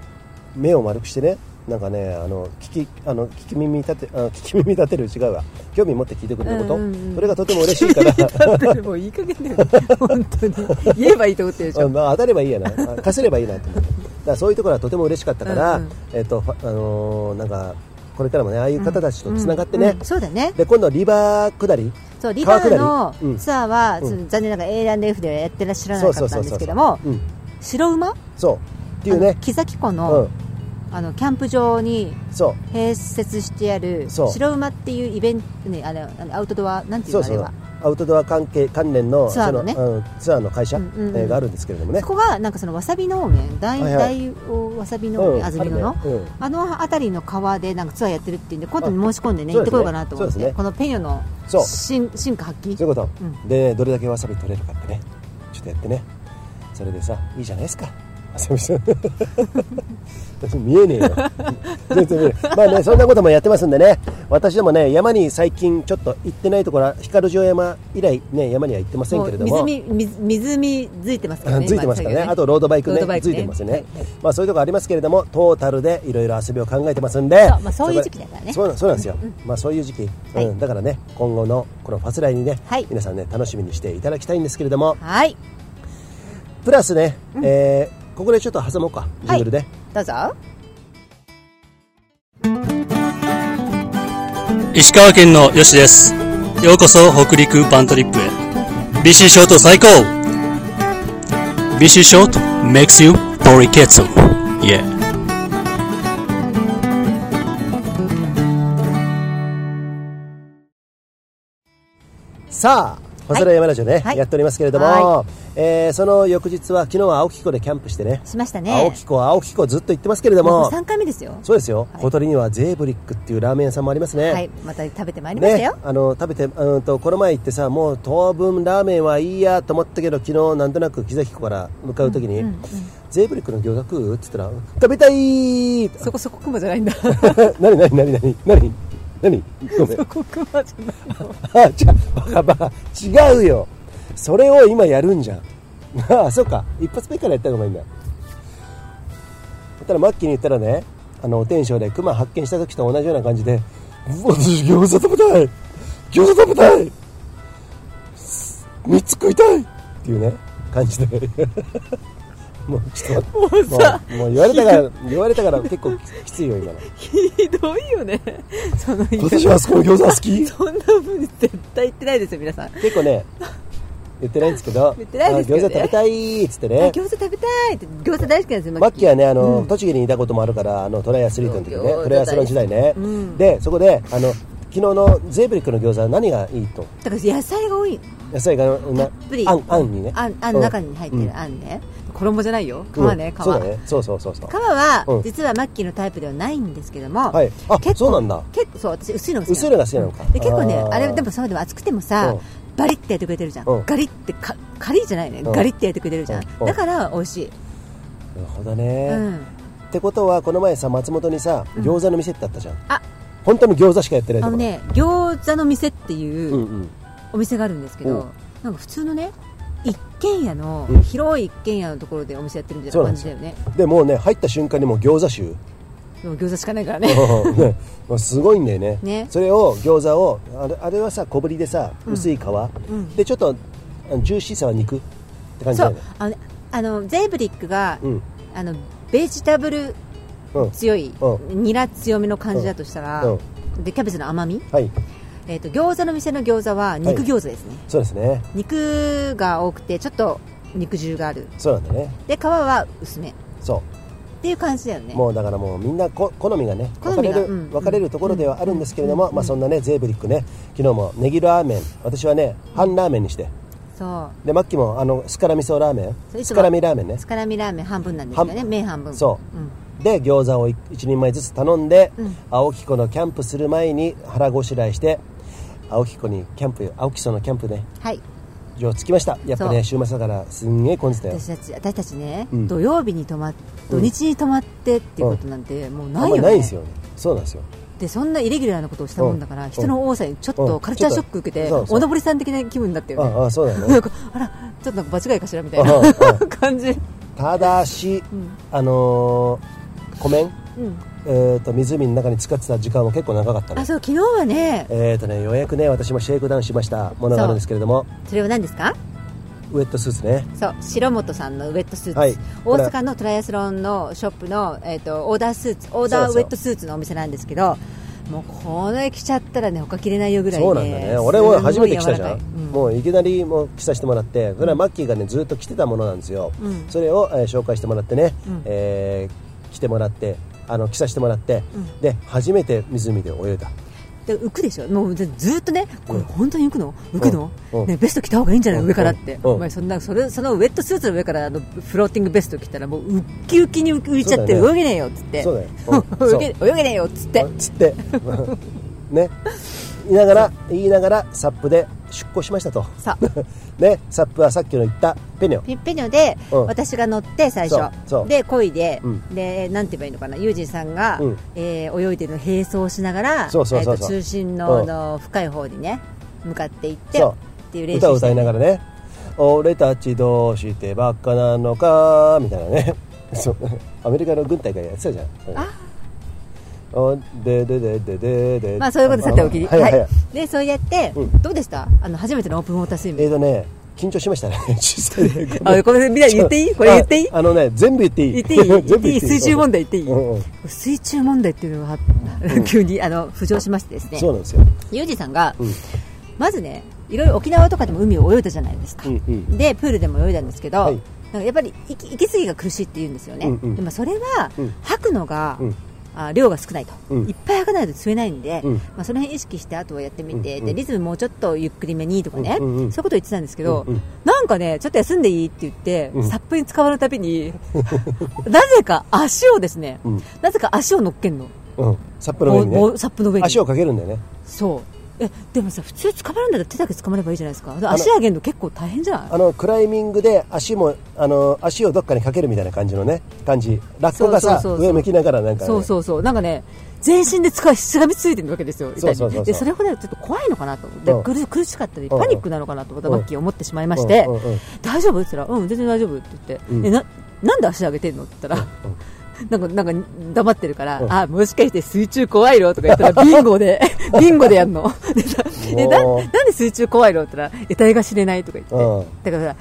Speaker 2: 目を丸くしてねなんかねあの聞きあの聞き耳立てあの聞き耳立てる違うわ興味持って聞いてくれること、
Speaker 1: うんうんうん
Speaker 2: それがとても嬉しいから
Speaker 1: だってもういい加減だよね本当に言えばいいと思ってるでし
Speaker 2: あ
Speaker 1: ょ
Speaker 2: まあ、当たればいいやなあかすればいいなと思ってだからそういうところはとても嬉しかったから、
Speaker 1: うんうん
Speaker 2: えっとファあのーなんかこれからもねああいう方たちとつながってね、
Speaker 1: うんうんそうだね
Speaker 2: で今度リバー下り
Speaker 1: そうリバーの
Speaker 2: 川下りうん
Speaker 1: ツアーは、
Speaker 2: うん
Speaker 1: その残念ながら A&F ではやってらっしゃらなかったんですけども
Speaker 2: うん、
Speaker 1: 白馬っ
Speaker 2: そうっていうね
Speaker 1: 木崎湖
Speaker 2: う
Speaker 1: の,、
Speaker 2: ん
Speaker 1: あのキャンプ場に
Speaker 2: そう
Speaker 1: 併設してある
Speaker 2: そう
Speaker 1: 白馬っていうイベント、ね、あれあのアウトドアなんていうの
Speaker 2: そう
Speaker 1: あ
Speaker 2: そ
Speaker 1: れ
Speaker 2: う
Speaker 1: は
Speaker 2: アウトドア関係関連の
Speaker 1: ツアーのね
Speaker 2: そうんツアーの会社、
Speaker 1: うんうんうん
Speaker 2: えーがあるんですけれどもね
Speaker 1: そこがなんかそのわさび農園大,、
Speaker 2: はいはい
Speaker 1: 大王わさび農
Speaker 2: うん
Speaker 1: 園安曇野の
Speaker 2: あるねうん
Speaker 1: あの辺りの川でなんかツアーやってるっていうんで今度に申し込んでね
Speaker 2: そ
Speaker 1: 行
Speaker 2: う
Speaker 1: って
Speaker 2: で
Speaker 1: こよ
Speaker 2: すね
Speaker 1: うかなと思っ
Speaker 2: そ
Speaker 1: て、
Speaker 2: うですね
Speaker 1: このペニョの
Speaker 2: そう
Speaker 1: 進進化発揮
Speaker 2: そういうこと、
Speaker 1: うん
Speaker 2: でどれだけわさび取れるかってねちょっとやってねそれでさいいじゃないですかわさびさん 私見えねえよ全然見えないまあねそんなこともやってますんでね私でもね山に最近ちょっと行ってないところは光城山以来ね山には行ってません
Speaker 1: も
Speaker 2: け
Speaker 1: う
Speaker 2: れども
Speaker 1: 湖水湖づいてますから
Speaker 2: あ
Speaker 1: ね
Speaker 2: ついてますからね、
Speaker 1: 今
Speaker 2: あとロードバイク
Speaker 1: ロ
Speaker 2: ね、
Speaker 1: ードバイク
Speaker 2: つ
Speaker 1: ね
Speaker 2: いてますよね、
Speaker 1: はいはい
Speaker 2: まあ、そういうとこありますけれども、トータルでいろいろ遊びを考えてますんで、
Speaker 1: そうまあそういう時期だからね
Speaker 2: そうなそうなんですよ、まあ、そういう時期、
Speaker 1: はい
Speaker 2: うん、だからね、今後のこのファスライにね、
Speaker 1: はい
Speaker 2: 皆さんね、楽しみにしていただきたいんですけれども、
Speaker 1: はい
Speaker 2: プラスね、えーここでちょっと挟もうか、ジングルで、
Speaker 1: どうぞ
Speaker 5: 石川県のよしですようこそ北陸バントリップへ BC ショート最高 BC ショート makes you ポリケツ yeah
Speaker 2: さあ、ファスライ山ラジオね、
Speaker 1: はい
Speaker 2: やっておりますけれども、
Speaker 1: は
Speaker 2: えーその翌日は、昨日は青木湖でキャンプしてね、
Speaker 1: しましたね
Speaker 2: 青木湖、青木湖、ずっと行ってますけれど
Speaker 1: も
Speaker 2: も
Speaker 1: う、3回目ですよ
Speaker 2: そうですよ、
Speaker 1: はい
Speaker 2: 小鳥にはゼーブリックっていうラーメン屋さんもありますね。
Speaker 1: はいまた食べてまいりましたよ、
Speaker 2: ね、あの食べてうんとこの前行ってさもう当分ラーメンはいいやと思ったけど昨日なんとなく木崎湖から向かう時に、ゼーブリックの餃子食うって言ったら食べたいー
Speaker 1: そこそこ雲じゃ ないんだ
Speaker 2: 何何何何何何ごめん
Speaker 1: そこ雲じゃない
Speaker 2: あ じゃバカバカ違うよそれを今やるんじゃん ああそうか一発目からやった方がいいんだそしたらマッキーに言ったらねあのお天章でクマ発見した時と同じような感じで「うわ私餃子食べたい餃子食べたい3つ食いたい!」っていうね感じで もうちょっと待ってもうさもう言われたから言われたから結構きついよ今の
Speaker 1: ひどいよね その言い
Speaker 2: 今
Speaker 1: 方
Speaker 2: 年はそこの餃子好 き
Speaker 1: そんな風に絶対言ってないですよ皆さん
Speaker 2: 結構ね言ってないんですけど
Speaker 1: 言ってないですけどね
Speaker 2: あ餃子食べたいっつって
Speaker 1: あ
Speaker 2: ね
Speaker 1: 餃子食べたいって餃子大好きなんですよ
Speaker 2: マッキーはねあの、
Speaker 1: うん
Speaker 2: 栃木にいたこともあるからあのトライアスリートの時ね
Speaker 1: そう
Speaker 2: トライアスロン時代ね、
Speaker 1: うん
Speaker 2: でそこであの昨日のゼーブリックの餃子は何がいいと
Speaker 1: だから野菜が多い
Speaker 2: 野菜がな
Speaker 1: たっぷり
Speaker 2: あんあんにね
Speaker 1: あんあん
Speaker 2: うん
Speaker 1: 中に入って
Speaker 2: うん
Speaker 1: るあんね衣じゃないよ皮ね
Speaker 2: うん
Speaker 1: 皮
Speaker 2: そうだねそうそうそうそう
Speaker 1: 皮は、
Speaker 2: うん
Speaker 1: 実はマッキーのタイプではないんですけども、
Speaker 2: はいあ
Speaker 1: 結構
Speaker 2: そうなんだ
Speaker 1: 結構そう私薄いのが好き
Speaker 2: 薄いのが好きなのか
Speaker 1: うんで結構ね
Speaker 2: あー
Speaker 1: あれでもそうでも熱くてもさ、
Speaker 2: うん
Speaker 1: バリってやってくれてるじゃん、
Speaker 2: うん
Speaker 1: ガリってかカリじゃないね、
Speaker 2: うん
Speaker 1: ガリってやってくれてるじゃん、
Speaker 2: うん
Speaker 1: だから美味しい、
Speaker 2: なるほどね、
Speaker 1: うん
Speaker 2: ってことはこの前さ松本にさ
Speaker 1: うん
Speaker 2: 餃子の店ってあったじゃん、
Speaker 1: あ
Speaker 2: 本当に餃子しかやってないと
Speaker 1: あ
Speaker 2: こ
Speaker 1: の
Speaker 2: ろ
Speaker 1: ね餃子の店っていう、
Speaker 2: うんうん
Speaker 1: お店があるんですけど、
Speaker 2: うん
Speaker 1: なんか普通のね一軒家の、
Speaker 2: うん
Speaker 1: 広い一軒家のところでお店やってるみたい
Speaker 2: そう
Speaker 1: な
Speaker 2: なん
Speaker 1: 感
Speaker 2: で
Speaker 1: じ
Speaker 2: す
Speaker 1: だ
Speaker 2: よ
Speaker 1: よね
Speaker 2: でもうね入った瞬間にもう餃子臭
Speaker 1: でも餃子しかないからね
Speaker 2: うんねまあすごいんだよね
Speaker 1: ね
Speaker 2: それを餃子をあれあれはさ小ぶりでさ
Speaker 1: うん
Speaker 2: 薄い皮、
Speaker 1: ん
Speaker 2: でちょっとあのジューシーさは肉って感じ
Speaker 1: そ
Speaker 2: だよ
Speaker 1: う
Speaker 2: ね
Speaker 1: あのねあのゼーブリックが、
Speaker 2: うん
Speaker 1: あのベジタブル
Speaker 2: うん
Speaker 1: 強い、
Speaker 2: う
Speaker 1: ニラ強めの感じだとしたら、
Speaker 2: うん
Speaker 1: でキャベツの甘み、
Speaker 2: はい
Speaker 1: えー、と餃子の店の餃子は肉餃子ですね、
Speaker 2: そうですね
Speaker 1: 肉が多くてちょっと肉汁がある
Speaker 2: そうなんだね
Speaker 1: で皮は薄めっ
Speaker 2: そ
Speaker 1: ていう感じだよね
Speaker 2: うもうだからもうみんなこ好みがね分
Speaker 1: 好
Speaker 2: か
Speaker 1: み
Speaker 2: れ
Speaker 1: が
Speaker 2: る、
Speaker 1: うん
Speaker 2: 分かれるところではあるんですけれども、
Speaker 1: うん
Speaker 2: まあ、そんなねゼーブリックね昨日もネギラーメン私はね半ラーメンにして
Speaker 1: そ
Speaker 2: でマッキーもあのスカラ味噌ラーメ
Speaker 1: そうい
Speaker 2: ン
Speaker 1: つも
Speaker 2: スカラミラーメンね
Speaker 1: うスカラミラーメン半分なんですよね
Speaker 2: 半
Speaker 1: 麺半分
Speaker 2: そ
Speaker 1: うん
Speaker 2: で餃子を一一人前ずつ頼んで、
Speaker 1: うん
Speaker 2: 青木湖のキャンプする前に腹ごしらえして青木湖にキャンプ青木荘のキャンプね
Speaker 1: はい
Speaker 2: 上着きましたやっぱね週末だからすんげえ混んでたよ
Speaker 1: 私たち私たちね、
Speaker 2: うん
Speaker 1: 土曜日に泊まっ土日に泊まってっていうことなんてもう
Speaker 2: あ
Speaker 1: なんい
Speaker 2: ま
Speaker 1: よね、
Speaker 2: ないんですよねそうなんですよ
Speaker 1: でそんなイレギュラーなことをしたもんだから、
Speaker 2: うん
Speaker 1: 人の多さにちょっとカルチャーショック受け
Speaker 2: うん
Speaker 1: て、
Speaker 2: ちょっとそうそう
Speaker 1: おのぼりさん的な気分になったよね
Speaker 2: ああそうだよ
Speaker 1: な
Speaker 2: ね
Speaker 1: んかあらちょっとなんか場違いかしらみたい
Speaker 2: うんう
Speaker 1: なん 感じ
Speaker 2: ただし、
Speaker 1: ん
Speaker 2: あのー、湖面
Speaker 1: うん
Speaker 2: えー、と湖の中に使ってた時間は結構長かった
Speaker 1: あ
Speaker 2: ね
Speaker 1: そう昨日はね
Speaker 2: えー、とねようやくね私もシェイクダウンしましたものがあるんですけれども
Speaker 1: それは何ですか
Speaker 2: ウェットスーツね
Speaker 1: そう白本さんのウェットスーツ、
Speaker 2: はい
Speaker 1: 大
Speaker 2: これ
Speaker 1: 阪のトライアスロンのショップの、えー、とオーダースーツオーダーウェットスーツのお店なんですけどもうこれ着ちゃったらね他着れないよぐらい、ね、
Speaker 2: そうなんだね俺も初めて来たじゃん、
Speaker 1: すごい柔らかいうん
Speaker 2: もういきなりもう着させてもらってそれはマッキーがねずっと着てたものなんですよ、
Speaker 1: うん
Speaker 2: それを、えー紹介してもらってね、
Speaker 1: うん
Speaker 2: えー着てもらってあの着させてもらって、
Speaker 1: うん
Speaker 2: で初めて湖で泳いだ
Speaker 1: で浮くでしょもうずずっとねこれ本当に浮くの浮くの、
Speaker 2: うん
Speaker 1: ね、ベスト着た方がいいんじゃない
Speaker 2: うん
Speaker 1: 上からって、
Speaker 2: うん
Speaker 1: お前そんなそれそのウェットスーツの上からあのフローティングベスト着たらもうウッキウキに浮いちゃって
Speaker 2: そう
Speaker 1: 泳
Speaker 2: だよ
Speaker 1: げねえよっつって
Speaker 2: そうだようんそ う
Speaker 1: 泳げ泳げねえよっつって
Speaker 2: あつって ね言いながら言いながらサップで出航しましたと
Speaker 1: さ
Speaker 2: ねサップはさっきの言ったペニョ
Speaker 1: ペッペニョで
Speaker 2: うん
Speaker 1: 私が乗って最
Speaker 2: そう
Speaker 1: 初
Speaker 2: そう
Speaker 1: で漕いで、
Speaker 2: うん
Speaker 1: でなんて言えばいいのかなユージンさんが、
Speaker 2: うん
Speaker 1: えー泳いでるのを並走しながら
Speaker 2: そうそうそうそう
Speaker 1: えーと中心の,、
Speaker 2: うん
Speaker 1: の深い方にね向かっていって
Speaker 2: そう
Speaker 1: っていう練習
Speaker 2: 歌を歌いな
Speaker 1: が
Speaker 2: がらね「俺たちどうしてばっかなのか」みたいなね そうアメリカの軍隊がやってたじゃん
Speaker 1: あ
Speaker 2: おでででででで
Speaker 1: まあそういうことさておきに、
Speaker 2: はいはい、はい、
Speaker 1: でそうやって、
Speaker 2: うん
Speaker 1: どうでしたあの初めてのオープンウォータースイ
Speaker 2: え
Speaker 1: ム
Speaker 2: ーとね緊張しましたね 実際 ね
Speaker 1: あこれみんな言っていいこれ言っていい
Speaker 2: ああのね全部言っていい
Speaker 1: 言っていい
Speaker 2: 全部
Speaker 1: 言っていい水中問題言っていい、
Speaker 2: うんうん
Speaker 1: 水中問題っていうのが、 急にあの浮上しましてですね
Speaker 2: そうなんですよ
Speaker 1: ユージさんが、
Speaker 2: うん
Speaker 1: まずねいろいろ沖縄とかでも海を泳いだじゃないですか、
Speaker 2: うんうん
Speaker 1: でプールでも泳いだんですけど、
Speaker 2: はい
Speaker 1: なんかやっぱり息息継ぎが苦しいって言うんですよね、
Speaker 2: うんうん
Speaker 1: でもそれは、
Speaker 2: うん
Speaker 1: 吐くのが、
Speaker 2: うん
Speaker 1: あ量が少ないと、
Speaker 2: うん
Speaker 1: いっぱい吐かないと吸えないんで、
Speaker 2: うん
Speaker 1: まあ、その辺意識してあとはやってみて、
Speaker 2: うんうん
Speaker 1: でリズムもうちょっとゆっくりめにとかね、
Speaker 2: うんうんうん
Speaker 1: そういうこと言ってたんですけど、
Speaker 2: うんうん
Speaker 1: なんかねちょっと休んでいいって言って、
Speaker 2: うん
Speaker 1: サップに使わるたび になぜか足をですね、
Speaker 2: うん
Speaker 1: なぜか足を乗っけんの
Speaker 2: うんサップの上に
Speaker 1: もうも
Speaker 2: ね
Speaker 1: うサップの上に
Speaker 2: 足をかけるんだよね
Speaker 1: そうえでもさ普通捕まるんだったら手だけ捕まればいいじゃないですか
Speaker 2: の
Speaker 1: 足上げるの結構大変じゃない
Speaker 2: あのクライミングで足もあの足をどっかにかけるみたいな感じのね感じラッコがさ
Speaker 1: そうそうそうそう
Speaker 2: 上向きながらなんかね、
Speaker 1: そうそうそうなんかね全身で使いしがみついてるわけですよ
Speaker 2: そうそうそうそう
Speaker 1: 板にでそれほどちょっと怖いのかなとで
Speaker 2: うん
Speaker 1: 苦苦しかったり
Speaker 2: うん
Speaker 1: パニックなのかなとまたマッキー思ってしまいまし
Speaker 2: う
Speaker 1: て
Speaker 2: んうんうん
Speaker 1: 大丈夫って言ったらうん全然大丈夫って言って、
Speaker 2: うん
Speaker 1: えななんで足上げてんのって言ったら なんかなんか黙ってるから、
Speaker 2: うん
Speaker 1: あもしかして水中怖いのとか言った らビンゴでビンゴでやんのでさえな
Speaker 2: もう
Speaker 1: なんで水中怖いのって言ったら得体が知れないとか言って、
Speaker 2: うん
Speaker 1: だからさ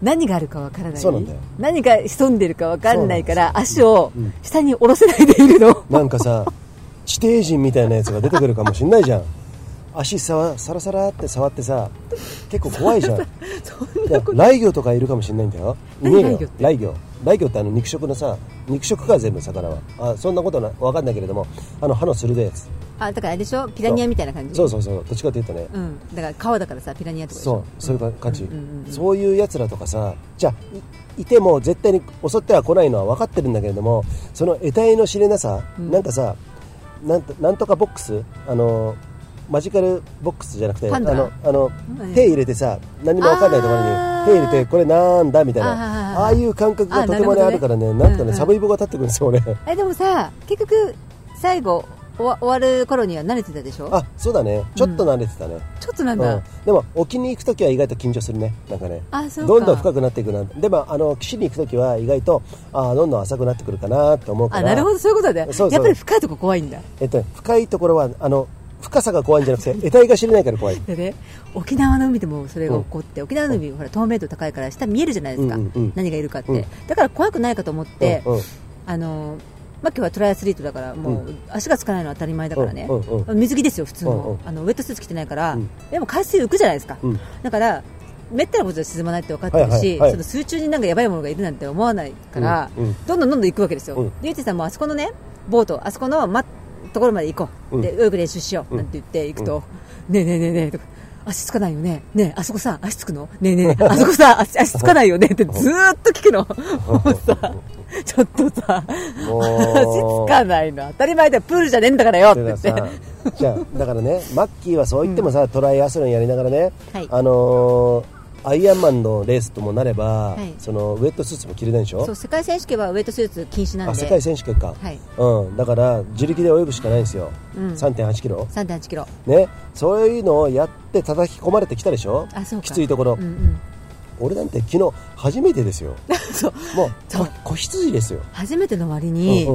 Speaker 1: 何があるかわからない
Speaker 2: そうなんだよ
Speaker 1: 何が潜んでるかわかんないから
Speaker 2: そ
Speaker 1: 足
Speaker 2: う
Speaker 1: を
Speaker 2: なんですようん
Speaker 1: 下に下ろせないでいるの、
Speaker 2: なんかさ地底人みたいなやつが出てくるかもしんないじゃん足さわサラサラって触ってさ結構怖い じゃんいや雷魚とかいるかもしんないんだよいねえよ
Speaker 1: 何
Speaker 2: 雷魚雷魚ってあの肉食のさ肉食か全部魚はあそんなことなわかんないけれどもあの歯の鋭いやつ
Speaker 6: あだからあれでしょピラニアみたいな感じ
Speaker 2: そうそうそうどっちかというとね
Speaker 6: うん、だから川だからさピラニアとかでし
Speaker 2: そ
Speaker 6: ょ
Speaker 2: うそういう感じ、
Speaker 6: んうんうん
Speaker 2: そういうやつらとかさじゃあいいても絶対に襲っては来ないのは分かってるんだけれどもその得体の知れなさ、なんかさなんとなんとかボックスあのマジカルボックスじゃなくて
Speaker 6: パ
Speaker 2: あ
Speaker 6: ンダ
Speaker 2: のあの
Speaker 6: 何
Speaker 2: 手入れてさ何も分かんないところ
Speaker 6: あー
Speaker 2: に手入れてこれなんだみたい
Speaker 6: あー
Speaker 2: なああいう感覚がとてもね
Speaker 6: あ
Speaker 2: あ
Speaker 6: なる
Speaker 2: る
Speaker 6: ほ
Speaker 2: か
Speaker 6: ど
Speaker 2: ら
Speaker 6: ね
Speaker 2: ねなんか
Speaker 6: うんう
Speaker 2: ね
Speaker 6: ん
Speaker 2: サブイボが立ってくるんですよね
Speaker 6: えでもさ結局最後終わ終わる頃には慣れてたでしょ
Speaker 2: あそうだねちょっと慣れてたね、
Speaker 6: ちょっとなんだ、
Speaker 2: うん、でも沖に行く時は意外と緊張するねなんかね
Speaker 6: あそうか
Speaker 2: どんどん深くなっていくなでもあの岸に行く時は意外とあーどんどん浅くなってくるかなと思うか
Speaker 1: あ
Speaker 2: ら
Speaker 1: なるほどそういうことだね
Speaker 2: そうそう
Speaker 1: やっぱり深いとこ怖いんだ
Speaker 2: えっとね、深いところはあの深さが怖いんじゃなくて得体が知れないから怖い
Speaker 1: でね沖縄の海でもそれが起こって、沖縄の海ほら透明度高いから下見えるじゃないですか、
Speaker 2: うんうんうん
Speaker 1: 何がいるかって、
Speaker 2: うん
Speaker 1: だから怖くないかと思って、
Speaker 2: うんうん
Speaker 1: あのーまあ、今日はトライアスリートだからもう足がつかないのは当たり前だからね、
Speaker 2: うんうんう
Speaker 1: 水着ですよ普通の,、
Speaker 2: うんうん
Speaker 1: あのウェットスーツ着てないから、
Speaker 2: うん
Speaker 1: でも海水浮くじゃないですか、
Speaker 2: うん
Speaker 1: だからめったなことで沈まないって分かってるし、
Speaker 2: はいはいはい
Speaker 1: その水中になんかやばいものがいるなんて思わないから、
Speaker 2: うんうん
Speaker 1: どんどんどんどん行くわけですよ、
Speaker 2: うん
Speaker 1: でゆうちさんもあそこのねボートあそこの、ま、ところまで行こう、
Speaker 2: うん
Speaker 1: で泳ぐ練習しよう、
Speaker 2: うん
Speaker 1: なんて言って行くと、ねえねえねえねえとか足つかないよねねえあそこさ足つくのねえねえねえあそこさ足足つかないよねってずーっと聞くのもうさちょっとさ
Speaker 2: もう
Speaker 1: 足つかないの当たり前だよプールじゃねえんだからよって言って
Speaker 2: だからさじゃあだからねマッキーはそう言ってもさ、トライアスロンやりながらね、
Speaker 6: はい
Speaker 2: あのーアイアンマンのレースともなれば、
Speaker 6: はい
Speaker 2: そのウェットスーツも着れないでしょ
Speaker 6: そう世界選手権はウェットスーツ禁止なん
Speaker 2: あ
Speaker 6: で
Speaker 2: 世界選手権か、
Speaker 6: はい
Speaker 2: うん、だから自力で泳ぐしかないんですよ、
Speaker 6: うん
Speaker 2: 3 8キロ
Speaker 6: 3 8キロ
Speaker 2: ねそういうのをやって叩き込まれてきたでしょ
Speaker 6: あそうか
Speaker 2: きついところ、
Speaker 6: うんうん
Speaker 2: 俺なんて昨日初めてですよ
Speaker 1: そう
Speaker 2: もう
Speaker 1: そう
Speaker 2: こ子羊ですよ、
Speaker 1: 初めての割に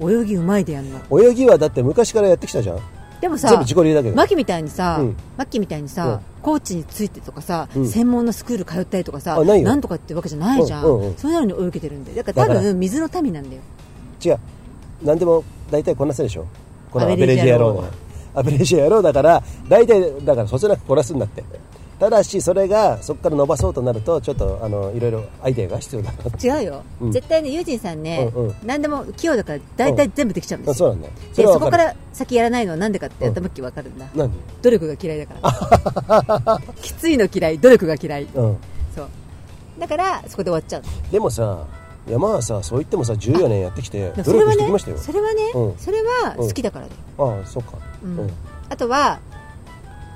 Speaker 2: うん
Speaker 1: 泳ぎうまいでやんの
Speaker 2: うん、泳ぎはだって昔からやってきたじゃん
Speaker 1: でもさ
Speaker 2: 全部自己流だけど
Speaker 1: マキみたいにさ、
Speaker 2: うん
Speaker 1: マッキーみたいにさ、コーチについてとかさ、
Speaker 2: うん
Speaker 1: 専門のスクール通ったりとかさ
Speaker 2: あないよ
Speaker 1: なんとかってわけじゃないじゃん、
Speaker 2: うんうんうん
Speaker 1: そういうのに泳げてるんでだから多
Speaker 2: だから
Speaker 1: 分水の民なんだよ
Speaker 2: 違う何でも大体こなすでしょこの
Speaker 1: ア
Speaker 2: ア
Speaker 1: ベ
Speaker 2: ベ
Speaker 1: レ
Speaker 2: レ
Speaker 1: ージ
Speaker 2: ージ
Speaker 1: 野
Speaker 2: 野
Speaker 1: 郎
Speaker 2: 郎アベレージ野郎だから大体だからそつなくこなすんだってただしそれがそこから伸ばそうとなるとちょっとあのいろいろアイデアが必要だなって
Speaker 6: 違うよ、
Speaker 2: うん
Speaker 6: 絶対ねユージンさんね、
Speaker 2: うんうん
Speaker 6: 何でも器用だから大体全部できちゃうんで
Speaker 2: あ
Speaker 6: す
Speaker 2: そ
Speaker 6: よ、
Speaker 2: うなんだよ
Speaker 6: で
Speaker 2: れは
Speaker 6: そこ
Speaker 2: 分
Speaker 6: か
Speaker 2: る
Speaker 6: ら先やらないのはなんでかって頭っきりわかるんだ、
Speaker 2: 何
Speaker 1: 努力が嫌いだから きついの嫌い努力が嫌い
Speaker 2: うん
Speaker 1: そうだからそこで終わっちゃう
Speaker 2: でもさ山はさそう言ってもさ14年やってきて
Speaker 1: でも
Speaker 2: 努
Speaker 1: それ
Speaker 2: 力
Speaker 1: は
Speaker 2: してきました
Speaker 1: ね
Speaker 2: よ
Speaker 1: それはね、
Speaker 2: うん
Speaker 1: それは好きだからだよ、
Speaker 2: ああそうか、う
Speaker 1: うん
Speaker 2: ん
Speaker 1: あとは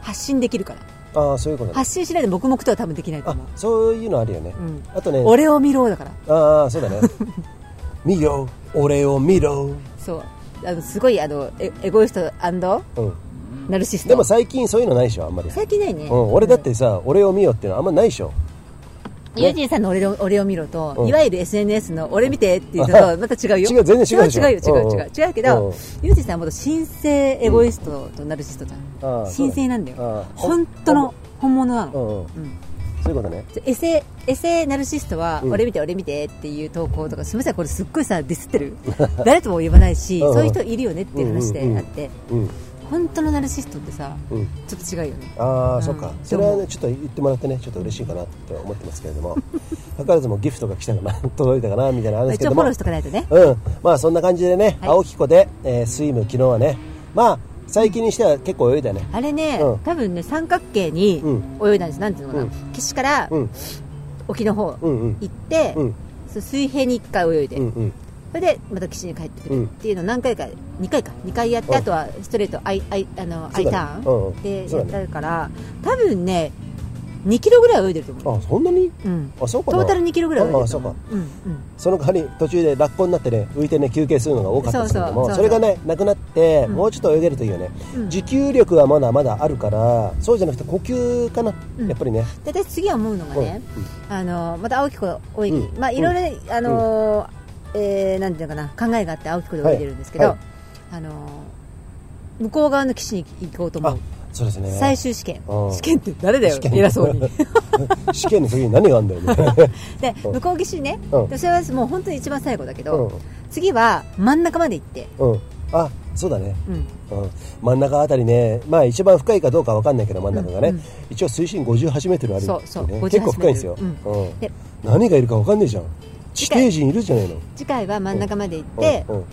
Speaker 1: 発信できるから
Speaker 2: ああそういうことだ
Speaker 1: 発信しないで黙々とは多分できないと
Speaker 2: あ
Speaker 1: 思う、
Speaker 2: そういうのあるよね、
Speaker 1: うん
Speaker 2: あとね
Speaker 1: 俺を見ろだから
Speaker 2: ああそう だね見よ俺を見ろ、
Speaker 1: そうあのすごいあのエエゴイスト
Speaker 2: うん、
Speaker 1: ナルシスト
Speaker 2: でも最近そういうのないでしょあんまり
Speaker 1: 最近ないね、
Speaker 2: うん、俺だってさ、俺を見よっていうのはあんまないでしょ
Speaker 1: ユージンさんの俺を俺を見ろと、
Speaker 2: うん
Speaker 1: いわゆる SNS の俺見てっていうのと はまた違うよ
Speaker 2: 違う全然違うでしょ
Speaker 1: 違うよ違う
Speaker 2: うん
Speaker 1: 違う違うけど、
Speaker 2: うん
Speaker 1: ユージンさんはもっと神聖エゴイストとナルシストじゃん、
Speaker 2: ああ
Speaker 1: 神聖なんだよ
Speaker 2: そうだねああ
Speaker 1: 本当の本物な
Speaker 2: う
Speaker 1: の、
Speaker 2: ん、うん、
Speaker 1: うん
Speaker 2: そういうことね
Speaker 1: エセエセナルシストは、
Speaker 2: うん
Speaker 1: 俺見て俺見てっていう投稿とかすみませんこれすっごいさディスって る誰とも言わないし、
Speaker 2: うん
Speaker 1: そういう人いるよねっていう話であって、
Speaker 2: うん
Speaker 1: 本当のナルシストってさ、
Speaker 2: うん
Speaker 1: ちょっと違うよね
Speaker 2: ああ、
Speaker 1: うん
Speaker 2: そっかそれは
Speaker 1: で
Speaker 2: ねちょっと言ってもらってねちょっと嬉しいかなって思ってますけ れども図らずもギフトが来たかな 届いたかなみたいなのあるんですけ
Speaker 1: 一応フ
Speaker 2: ど
Speaker 1: ォ
Speaker 2: も
Speaker 1: ローしとかないとね
Speaker 2: うん、まあそんな感じでね、
Speaker 1: はい
Speaker 2: 青木湖で、えースイム、昨日はね、まあ最近にしては結構泳いだね。
Speaker 1: あれね、
Speaker 2: うん
Speaker 1: 多分ね三角形に
Speaker 2: うん
Speaker 1: 泳いだんです、なんていうのかな、
Speaker 2: うん
Speaker 1: 岸から
Speaker 2: うん、
Speaker 1: 沖の方
Speaker 2: うん、
Speaker 1: 行
Speaker 2: うん、
Speaker 1: って、
Speaker 2: うん、
Speaker 1: そう水平に1回泳いで、
Speaker 2: うん、うん、
Speaker 1: それでまた岸に帰ってく
Speaker 2: う
Speaker 1: る
Speaker 2: ん
Speaker 1: っていうのを何回か2回か2回やって、
Speaker 2: うん
Speaker 1: あとはストレートアイアイあのア
Speaker 2: そうだね
Speaker 1: イタ
Speaker 2: うん
Speaker 1: ー
Speaker 2: う
Speaker 1: ン
Speaker 2: ん
Speaker 1: で
Speaker 2: そう
Speaker 1: や
Speaker 2: だ
Speaker 1: っ
Speaker 2: ね
Speaker 1: たから、多分ね2キロぐらい泳いでると思う、
Speaker 2: あ、そんなに、
Speaker 1: うん、
Speaker 2: あ、そうか
Speaker 1: ト
Speaker 2: な。
Speaker 1: ータル2キロぐらい泳いで
Speaker 2: あ
Speaker 1: る
Speaker 2: あ
Speaker 1: と
Speaker 2: そう
Speaker 1: 思
Speaker 2: か
Speaker 1: う。うんうん
Speaker 2: その代わり途中でラッコになってね浮いてね休憩するのが多かったんですけども
Speaker 1: そうそう
Speaker 2: そ
Speaker 1: そうそう
Speaker 2: れがねなくなって、
Speaker 1: うん
Speaker 2: もうちょっと泳げるといいよね、
Speaker 1: うん
Speaker 2: 持久力はまだまだあるからそうじゃなくて呼吸かな、
Speaker 1: うん
Speaker 2: やっぱりね
Speaker 1: で私次思うのがね、あのまた青木湖泳ぎ、
Speaker 2: うん
Speaker 1: まあいろいろねあのーえーなんていうのかな考えがあって青木湖で泳いでるんですけど、
Speaker 2: はいはい
Speaker 1: あのー向こう側の岸に行こうと思
Speaker 2: あ
Speaker 1: う
Speaker 2: そうですね
Speaker 1: 最終試験
Speaker 2: うん
Speaker 7: 試験って誰だよ
Speaker 2: 試験
Speaker 7: 偉そうに
Speaker 2: 試験の次に何があるんだよ
Speaker 1: で
Speaker 2: ねうん
Speaker 1: 向こう岸ね、
Speaker 2: うん
Speaker 1: でそれはもう本当に一番最後だけど、
Speaker 2: うん
Speaker 1: 次は真ん中まで行って、
Speaker 2: うんあそうだね
Speaker 7: うん
Speaker 2: うん、真ん中あたりね、まあ、一番深いかどうかわかんないけど真ん中がね、
Speaker 7: うんうん
Speaker 2: 一応水深58メートルある
Speaker 1: そうそう
Speaker 2: ね
Speaker 1: 58
Speaker 2: 結構深いんですよ、
Speaker 1: メート
Speaker 2: うん
Speaker 1: で
Speaker 2: 何がいるかわかんないじゃん地底人いるじゃないの
Speaker 1: 次回は真ん中まで行って、
Speaker 2: うん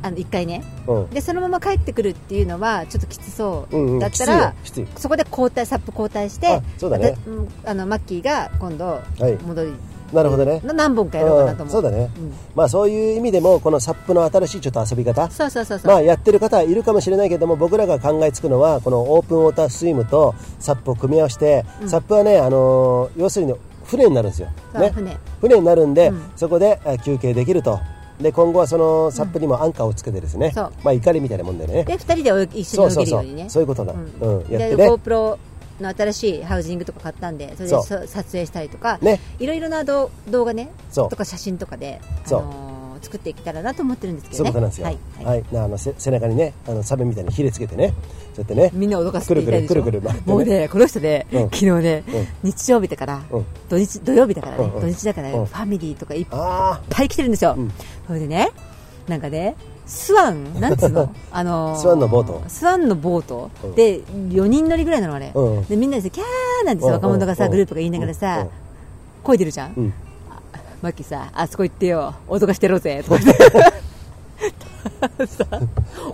Speaker 1: あの1回ね
Speaker 2: うんうん
Speaker 1: でそのまま帰ってくるっていうのはちょっときつそう、
Speaker 2: うんうん
Speaker 1: だったら
Speaker 2: きついよきつ
Speaker 1: そこで交代サップ交代し
Speaker 2: あ
Speaker 1: て
Speaker 2: そうだ
Speaker 1: ま
Speaker 2: ね
Speaker 1: たうんあのマッキーが今度
Speaker 2: い
Speaker 1: 戻り、
Speaker 2: なるほどね
Speaker 1: の何本かやろうかなと思う、
Speaker 2: うんそうだね、
Speaker 1: ん
Speaker 2: まあそういう意味でもこのサップの新しいちょっと遊び方
Speaker 1: そうそうそうそう、
Speaker 2: まあやってる方いるかもしれないけども僕らが考えつくのはこのオープンウォータースイムとサップを組み合わせて、サップはね、あのー要するに船になるんですよ、
Speaker 1: そう
Speaker 2: ね、
Speaker 1: 船
Speaker 2: 船になるんで、
Speaker 1: うん
Speaker 2: そこであ休憩できるとで今後はそのサップにもアンカーをつけてですね、
Speaker 1: そう
Speaker 2: まあ怒りみたいなもんでね
Speaker 1: で2人で泳ぎ一緒に泳げるようにね
Speaker 2: そうそうそうそういうことだうんやってね
Speaker 1: で GoPro の新しいハウジングとか買ったんでそれで
Speaker 2: そう
Speaker 1: そ撮影したりとか、
Speaker 2: ね
Speaker 1: いろいろなど動画ね
Speaker 2: そう
Speaker 1: とか写真とかで、あ
Speaker 2: そう
Speaker 1: のー作っていけたらなと思ってるんですけ
Speaker 2: そ
Speaker 1: ど
Speaker 2: うい
Speaker 1: ね
Speaker 2: うことな
Speaker 1: は
Speaker 2: んですよ
Speaker 1: い、
Speaker 2: は
Speaker 1: はい
Speaker 2: いなあのせ背中にねあのサメみたいにひれつけてねそうやってね
Speaker 7: みんな脅かすって言いたいでしょ
Speaker 2: くるくるくるくる回ってね
Speaker 7: もうねこの人ね、
Speaker 2: うん
Speaker 7: 昨日ね、
Speaker 2: う
Speaker 7: 日曜日だから、
Speaker 2: うん
Speaker 7: 土日土曜日だからね、
Speaker 2: うんうん
Speaker 7: 土日だからね、
Speaker 2: うん
Speaker 7: ファミリーとかいっ
Speaker 2: あ
Speaker 7: ぱい来てるんですよ、
Speaker 2: うん
Speaker 7: それでねなんかねスワンなんつう のあのー
Speaker 2: スワンのボート
Speaker 7: スワンのボート、
Speaker 2: うん
Speaker 7: で4人乗りぐらいなのあれ、
Speaker 2: うん
Speaker 7: でみんなでさキャーなんてさ
Speaker 2: うん
Speaker 7: 若者がさ、
Speaker 2: うん
Speaker 7: グループが言いながら
Speaker 2: う
Speaker 7: さ、
Speaker 2: ん
Speaker 7: 声出るじゃん、
Speaker 2: うん
Speaker 7: マッキーさあそこ行ってよ音がしてやろう ぜとか言って さ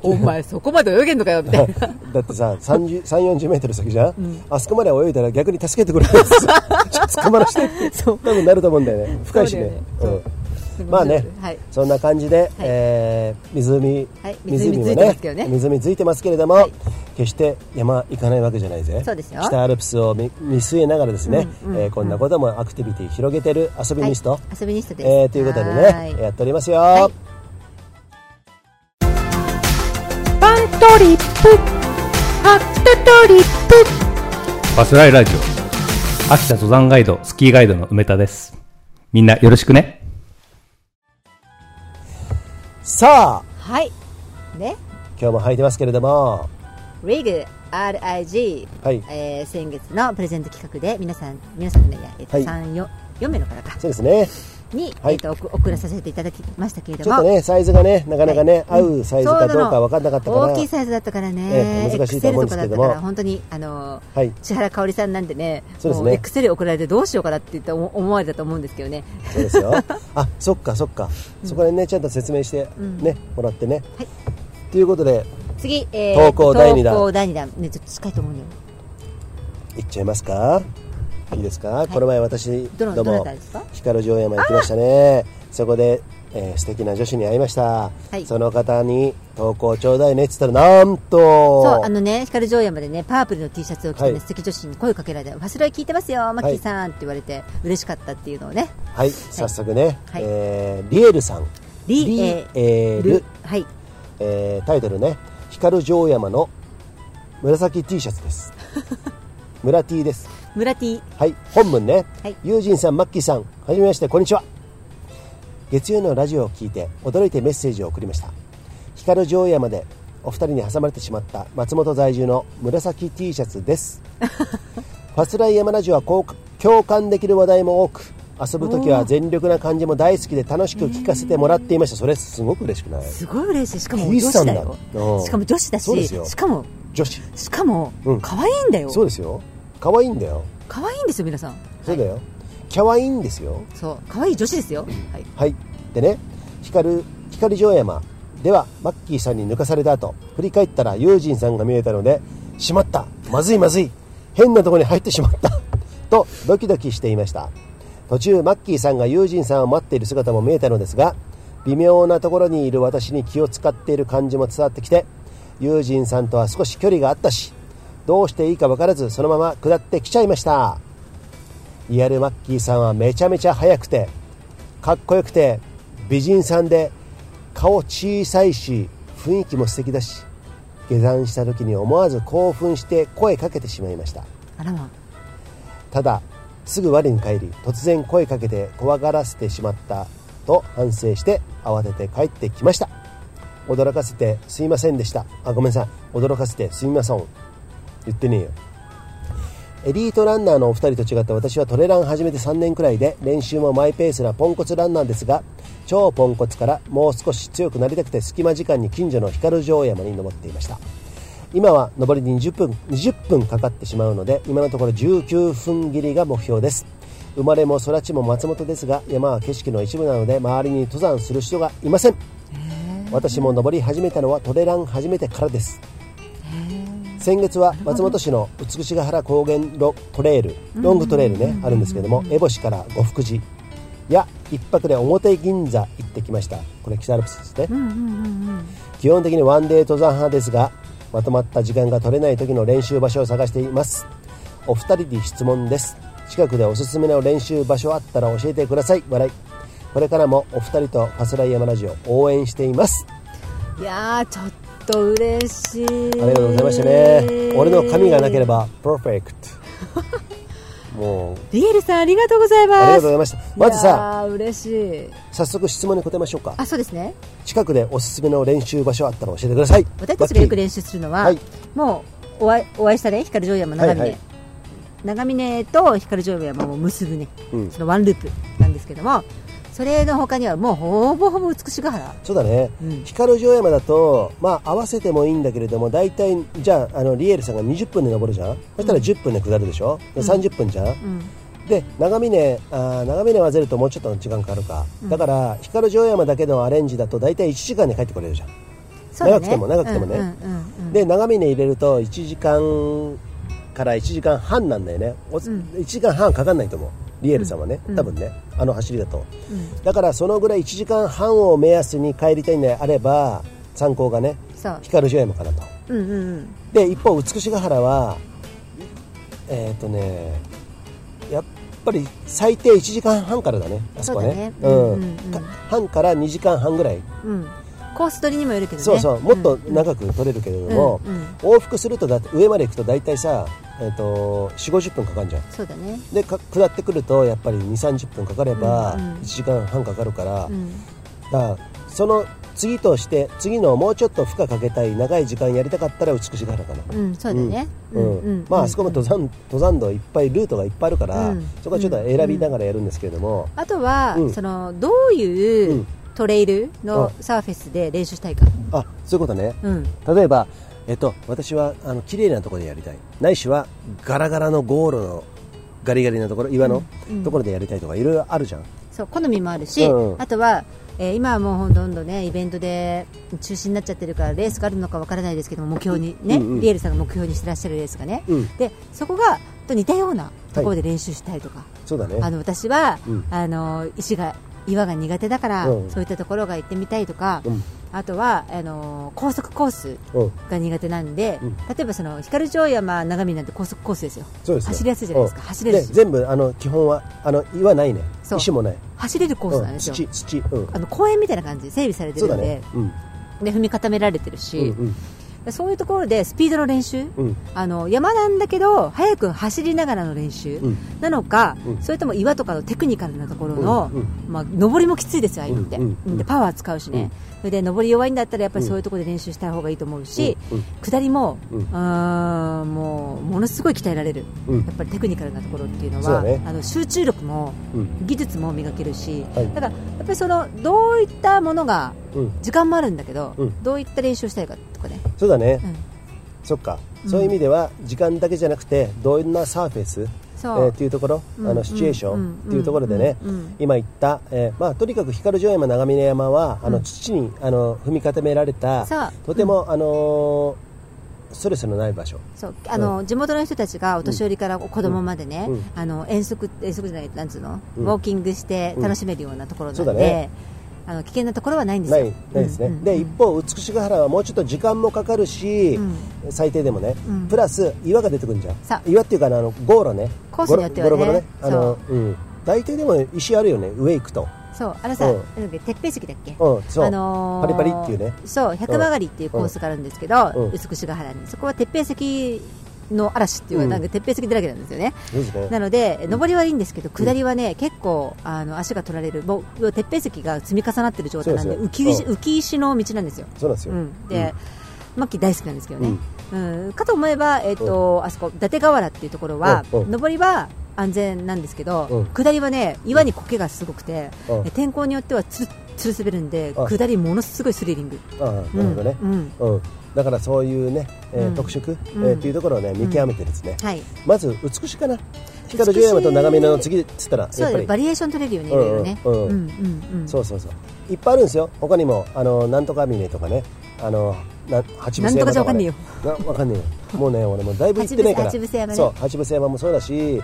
Speaker 7: お前そこまで泳げんのかよみた いな
Speaker 2: ー だってさ3 4 0メートル先じゃん、あそこまで泳いだら逆に助けてくれるんです ちょっと捕まらしてって
Speaker 7: そう
Speaker 2: 多分なると思うんだよね深いしね
Speaker 7: そうだよね
Speaker 2: うんまあね、
Speaker 7: はい
Speaker 2: そんな感じで、えー湖、
Speaker 1: はい
Speaker 7: 湖
Speaker 2: も
Speaker 7: ついてますけどね
Speaker 2: 湖ついてますけれども、決して山行かないわけじゃないぜ
Speaker 1: そうですよ
Speaker 2: 北アルプスを見見据えながらですね、えーこんなこともアクティビティ広げてる遊び
Speaker 1: はい
Speaker 2: ニスト、
Speaker 1: 遊びニストです、
Speaker 2: えーということで
Speaker 1: は
Speaker 2: ね
Speaker 1: い
Speaker 2: やっておりますよ、
Speaker 1: はい
Speaker 8: パントリップハットトリップ
Speaker 9: バスライラジオ。秋田登山ガイド、スキーガイドの梅田です。みんなよろしくね。
Speaker 2: さあ
Speaker 1: はいね
Speaker 2: 今日も履いてますけれども
Speaker 1: リグ RIG、
Speaker 2: はい
Speaker 1: えー先月のプレゼント企画で皆さん皆さんの、ねえっと
Speaker 2: はい
Speaker 1: 三四4名の方か
Speaker 2: そうですね
Speaker 1: に、
Speaker 2: はい
Speaker 1: えっと送送らさせていただきましたけれど
Speaker 2: ちょ
Speaker 1: も
Speaker 2: っとねサイズがねなかなかね、合うサイズかどうか分かんなかったから
Speaker 1: 大きいサイズだったから
Speaker 2: え
Speaker 1: ね、
Speaker 2: え難しいと
Speaker 1: XL
Speaker 2: 思うん
Speaker 1: と
Speaker 2: で
Speaker 1: かだ
Speaker 2: すけれ
Speaker 1: っ
Speaker 2: ど
Speaker 1: た
Speaker 2: も
Speaker 1: から、本当にあの、
Speaker 2: はい
Speaker 1: 千原かおりさんなんでね、
Speaker 2: そうですね
Speaker 1: も XL 送られてどうしようかなって言った思われたと思うんですけどね、
Speaker 2: そうですよ。あ、そっかそっか。そこら辺ねちゃんと説明してね、もらってね。
Speaker 1: はい
Speaker 2: ということで
Speaker 1: 次、え
Speaker 2: 投稿第二弾
Speaker 1: 投稿第二弾ね、ちょっと近いと思うんだよ、
Speaker 2: いっちゃいますか。いいですか。この前私
Speaker 1: どの
Speaker 2: どう
Speaker 1: どな
Speaker 2: も
Speaker 1: たですか
Speaker 2: 光城山行きましたね。そこで、えー素敵な女子に会いました。
Speaker 1: はい
Speaker 2: その方に投稿ちょうだいねって言ったらなんと。
Speaker 1: そう、あのね、光城山でね、パープルの T シャツを着て
Speaker 2: は
Speaker 1: ね、
Speaker 2: い
Speaker 1: 素敵女子に声かけられて、ファスライ聞いてますよ、マッキーさんって言われて、嬉しかったっていうのをね、
Speaker 2: はい。早速ね、
Speaker 1: はい
Speaker 2: えーリエルさん。
Speaker 1: リエ
Speaker 2: エル
Speaker 1: ル。、はい、
Speaker 2: えータイトルね光城山の紫 T シャツです 村 T です
Speaker 1: 村 T、
Speaker 2: はい、本文ね、
Speaker 1: はい
Speaker 2: 友人さん、マッキーさん、はじめまして、こんにちは。月曜のラジオを聞いて、驚いてメッセージを送りました。光城山で、お二人に挟まれてしまった松本在住の紫 T シャ ツです。ファスライ山ラジオはこう共感できる話題も多く、遊ぶときは全力な感じも大好きで楽しく聞かせてもらっていました。それすごく嬉しくない
Speaker 7: すごい嬉しいしかも
Speaker 2: T
Speaker 7: 女
Speaker 2: さ
Speaker 7: 子
Speaker 2: ん
Speaker 7: だ
Speaker 2: だ
Speaker 7: よ
Speaker 2: うん
Speaker 7: しかも女子だ
Speaker 2: そうで
Speaker 7: し
Speaker 2: すよ
Speaker 7: しかも
Speaker 2: 女子。
Speaker 7: しかも
Speaker 2: うん
Speaker 7: 可愛いんだよ
Speaker 2: そうですよ。可愛いんだよ。
Speaker 7: 可愛いんですよ皆さん
Speaker 2: そうだよ。可愛いんですよ。
Speaker 7: そう可愛い女子ですよはい
Speaker 2: はい。でね、光る、光城山では、マッキーさんに抜かされた後、振り返ったら、友人さんが見えたので、しまったまずいまずい変なとこに入ってしまった と、ドキドキしていました。途中、マッキーさんが友人さんを待っている姿も見えたのですが、微妙なところにいる私に気を使っている感じも伝わってきて、友人さんとは少し距離があったし、どうしていいか分からず、そのまま下ってきちゃいました。リアルマッキーさんはめちゃめちゃ速くて、かっこよくて美人さんで顔小さいし雰囲気も素敵だし下山した時に思わず興奮して声かけてしまいました
Speaker 7: あらま
Speaker 2: ただすぐ我に返り突然声かけて怖がらせてしまったと反省して慌てて帰ってきました驚かせてすいませんでしたあごめんなさい驚かせてすみません言ってねえよエリートランナーのお二人と違って私はトレラン始めて3年くらいで練習もマイペースなポンコツランナーですが超ポンコツからもう少し強くなりたくて隙間時間に近所の光城山に登っていました今は登りに20分 ,20 分かかってしまうので今のところ19分切りが目標です生まれも育ちも松本ですが山は景色の一部なので周りに登山する人がいません私も登り始めたのはトレラン初めてからです先月は松本市の美ヶ原高原ロトレイルロングトレイルねあるんですけども烏帽子から呉服寺や一泊で表銀座行ってきましたこれ北アルプスですね、基本的にワンデー登山派ですがまとまった時間が取れない時の練習場所を探していますお二人に質問です近くでおすすめの練習場所あったら教えてください笑いこれからもお二人とパスライ山ラジオ応援しています
Speaker 7: いやーちょっと嬉しいあり
Speaker 2: ありがとうございましたね俺の髪がなければパー フェクトもう
Speaker 7: リエルさんありがとうございます
Speaker 2: ありがとうございましたまずさ
Speaker 7: いやー嬉しい
Speaker 2: 早速質問に答えましょうか
Speaker 1: あそうですね
Speaker 2: 近くでおすすめの練習場所あったら教えてください
Speaker 1: 私たちがよく練習するのは、
Speaker 2: はい
Speaker 1: もうお会いお会いしたね光城山長峰、
Speaker 2: はいはい
Speaker 1: 長峰と光城山を結ぶね、
Speaker 2: うん
Speaker 1: そのワンループなんですけどもそれの他にはもうほぼほぼ美しが原
Speaker 2: そうだね、
Speaker 1: うん
Speaker 2: 光城山だと、まあ、合わせてもいいんだけれども大体じゃああのリエルさんが20分で登るじゃんそしたら10分で下るでしょ、で30分じゃん、で長峰あー長峰はずれるともうちょっとの時間かかるか、だから光城山だけのアレンジだと大体1時間で帰ってこれるじゃん
Speaker 1: そうだね
Speaker 2: 長くても長くてもね
Speaker 1: うんうんうんうん
Speaker 2: で長峰入れると1時間から1時間半なんだよね、お1時間半かかんないと思うリエルさんはね、多分ねあの走りだと、だからそのぐらい1時間半を目安に帰りたいんであれば参考がね
Speaker 1: そう
Speaker 2: 光城山かなと
Speaker 1: うんうんうん
Speaker 2: で一方美しが原はえっ、とねやっぱり最低1時間半からだねあそこはね
Speaker 1: そうだねうんうんうん
Speaker 2: か半から2時間半ぐらい
Speaker 1: うんコース取りにもよるけどね
Speaker 2: そうそう、もっと
Speaker 1: うん
Speaker 2: 長く取れるけれども、
Speaker 1: うんうん
Speaker 2: 往復するとだって上まで行くと大体さ、えっと4 5 0分かかるじゃん
Speaker 1: そうだね
Speaker 2: でか下ってくるとやっぱり2 3 0分かかれば
Speaker 1: うんうん
Speaker 2: 1時間半かかるから,、
Speaker 1: うん
Speaker 2: だからその次として次のもうちょっと負荷かけたい長い時間やりたかったら美しが原かな、
Speaker 1: うんそうだね
Speaker 2: うんまああそこも登山,、登山道いっぱいルートがいっぱいあるから、
Speaker 1: うん
Speaker 2: そこはちょっと選びながらやるんですけれども、
Speaker 1: あとは、
Speaker 2: うん
Speaker 1: そのどういううんトレイルのサーフェスで練習したいか、
Speaker 2: あそういうことね
Speaker 1: うん、
Speaker 2: 例えば、えっと、私はあの綺麗なところでやりたいないしはガラガラのゴールのガリガリなところ岩のところでやりたいとかいろいろあるじゃん、
Speaker 1: そう好みもあるし、
Speaker 2: うん
Speaker 1: あとは、えー今はもうほとんどねイベントで中止になっちゃってるからレースがあるのかわからないですけども目標にね、
Speaker 2: うんうん
Speaker 1: リエルさんが目標にしてらっしゃるレースがね、
Speaker 2: うん
Speaker 1: でそこがと似たようなところで練習したいとか、
Speaker 2: そうだね
Speaker 1: あの私は、
Speaker 2: うん
Speaker 1: あの石が岩が苦手だから、
Speaker 2: うん
Speaker 1: そういったところが行ってみたいとか、
Speaker 2: うん
Speaker 1: あとはあの高速コース
Speaker 2: うん
Speaker 1: が苦手なんで、
Speaker 2: うん
Speaker 1: 例えばその光城山長見なんて高速コースですよ
Speaker 2: そうですよ
Speaker 1: 走りやすいじゃないですか
Speaker 2: うん
Speaker 1: 走れるし
Speaker 2: 全部あの基本はあの岩ないね
Speaker 1: そう
Speaker 2: 石もない
Speaker 1: 走れるコースなん
Speaker 2: うん
Speaker 1: ですよ、
Speaker 2: 土土、うん、
Speaker 1: あの公園みたいな感じで整備されて
Speaker 2: そう
Speaker 1: る
Speaker 2: だ
Speaker 1: ので,、
Speaker 2: ねうん
Speaker 1: で踏み固められてる
Speaker 2: うん
Speaker 1: し、
Speaker 2: うん
Speaker 1: でそういうところでスピードの練習、
Speaker 2: うん
Speaker 1: あの山なんだけど速く走りながらの練習
Speaker 2: うん
Speaker 1: なのか、
Speaker 2: うん
Speaker 1: それとも岩とかのテクニカルなところの、
Speaker 2: うんうん
Speaker 1: まあ、上りもきついですよああいうのって、
Speaker 2: うんうん
Speaker 1: でパワー使うしね、それで上り弱いんだったらやっぱりそういうところで練習した方がいいと思うし、
Speaker 2: うんうん
Speaker 1: 下りも、
Speaker 2: うん
Speaker 1: あーもうものすごい鍛えられる、
Speaker 2: うん
Speaker 1: やっぱりテクニカルなところっていうの
Speaker 2: そう
Speaker 1: は
Speaker 2: だね
Speaker 1: あの集中力も
Speaker 2: うん
Speaker 1: 技術も磨けるし、
Speaker 2: はい
Speaker 1: だからやっぱりそのどういったものが
Speaker 2: うん
Speaker 1: 時間もあるんだけど、
Speaker 2: うん
Speaker 1: どういった練習をしたいかとかね、
Speaker 2: そうだね、
Speaker 1: うん
Speaker 2: そっかそういう意味では時間だけじゃなくてどんなサーフェス
Speaker 1: そう
Speaker 2: えーっていうところ、
Speaker 1: うん
Speaker 2: あ
Speaker 1: う
Speaker 2: の
Speaker 1: ん
Speaker 2: シチュエーショ
Speaker 1: う
Speaker 2: ン
Speaker 1: ん
Speaker 2: っていうところでね、
Speaker 1: うんうん
Speaker 2: 今言った、えーまあ、とにかく光城山、長峰山はあの土にあの踏み固められた
Speaker 1: そう
Speaker 2: とても、あのーストレスのない場所、
Speaker 1: そうあの、地元の人たちがお年寄りからお子供までね、
Speaker 2: うんうん
Speaker 1: あの遠足遠足じゃないなんつうの、
Speaker 2: うん
Speaker 1: ウォーキングして楽しめるようなところな
Speaker 2: そうん
Speaker 1: で、
Speaker 2: だね
Speaker 1: あの危険なところはないんです
Speaker 2: ない
Speaker 1: よ
Speaker 2: ないですね、
Speaker 1: うんうんうん
Speaker 2: で一方、美しが原はもうちょっと時間もかかるし、
Speaker 1: うん
Speaker 2: 最低でもね、
Speaker 1: うん
Speaker 2: プラス岩が出てくるんじゃん
Speaker 1: そう、
Speaker 2: 岩っていうかあの、ゴーロね、
Speaker 1: コースによってはね
Speaker 2: ゴロゴロねあのうん、大体でも石あるよね、上行くと、
Speaker 1: そうあれさ、
Speaker 2: うん
Speaker 1: なんだっけ鉄平石だっけ、
Speaker 2: うんそう
Speaker 1: あのー
Speaker 2: パリパリっていうね、
Speaker 1: そう百曲がりっていうコースがあるんですけど、
Speaker 2: うん
Speaker 1: 薄串ヶ原にそこは鉄平石の嵐っていうか、
Speaker 2: うん
Speaker 1: なんか鉄平石だらけなんですよね、
Speaker 2: そうですね
Speaker 1: なので上りはいいんですけど下りはね、結構あの足が取られるもう鉄平石が積み重なってる状態なんで
Speaker 2: そうで
Speaker 1: 浮
Speaker 2: す
Speaker 1: き
Speaker 2: ね
Speaker 1: 石浮き石の道なんですよ
Speaker 2: そうなんですよ、
Speaker 1: うん、で、マッキー大好きなんですけどね、
Speaker 2: うん
Speaker 7: うん、かと思えば、えっとあそこ伊達河原っていうところは、
Speaker 2: うんうん
Speaker 7: 上りは安全なんですけど、
Speaker 2: うん
Speaker 7: 下りはね岩に苔がすごくて、
Speaker 2: うん
Speaker 7: え天候によってはつるつる滑るんで、
Speaker 2: あ
Speaker 7: 下りものすごいスリリング、
Speaker 2: ああなるほどね、
Speaker 7: うんうん
Speaker 2: うんだからそういうね、えー
Speaker 7: うん
Speaker 2: 特色、え
Speaker 7: う
Speaker 2: ー
Speaker 7: ん
Speaker 2: っていうところをね見極めてですね、
Speaker 7: はい、
Speaker 2: まず美しいかな光る十山と眺めの次っつったら
Speaker 7: そう
Speaker 2: や
Speaker 7: だ
Speaker 2: っぱ
Speaker 7: ね
Speaker 2: り
Speaker 7: バリエーション取れるよねいろいろね、
Speaker 2: う
Speaker 7: うんん
Speaker 2: うん
Speaker 7: う
Speaker 2: うん
Speaker 7: んうん
Speaker 2: そうそうそういっぱいあるんですよ他にもあのなんとか峰とかねあのな八伏
Speaker 7: なん
Speaker 2: 山とか、ね、とかじゃわかんねえよなわかんねえよもうね俺もだいぶ行ってないから
Speaker 1: 八伏八伏山ね
Speaker 2: そう八伏山もそうだし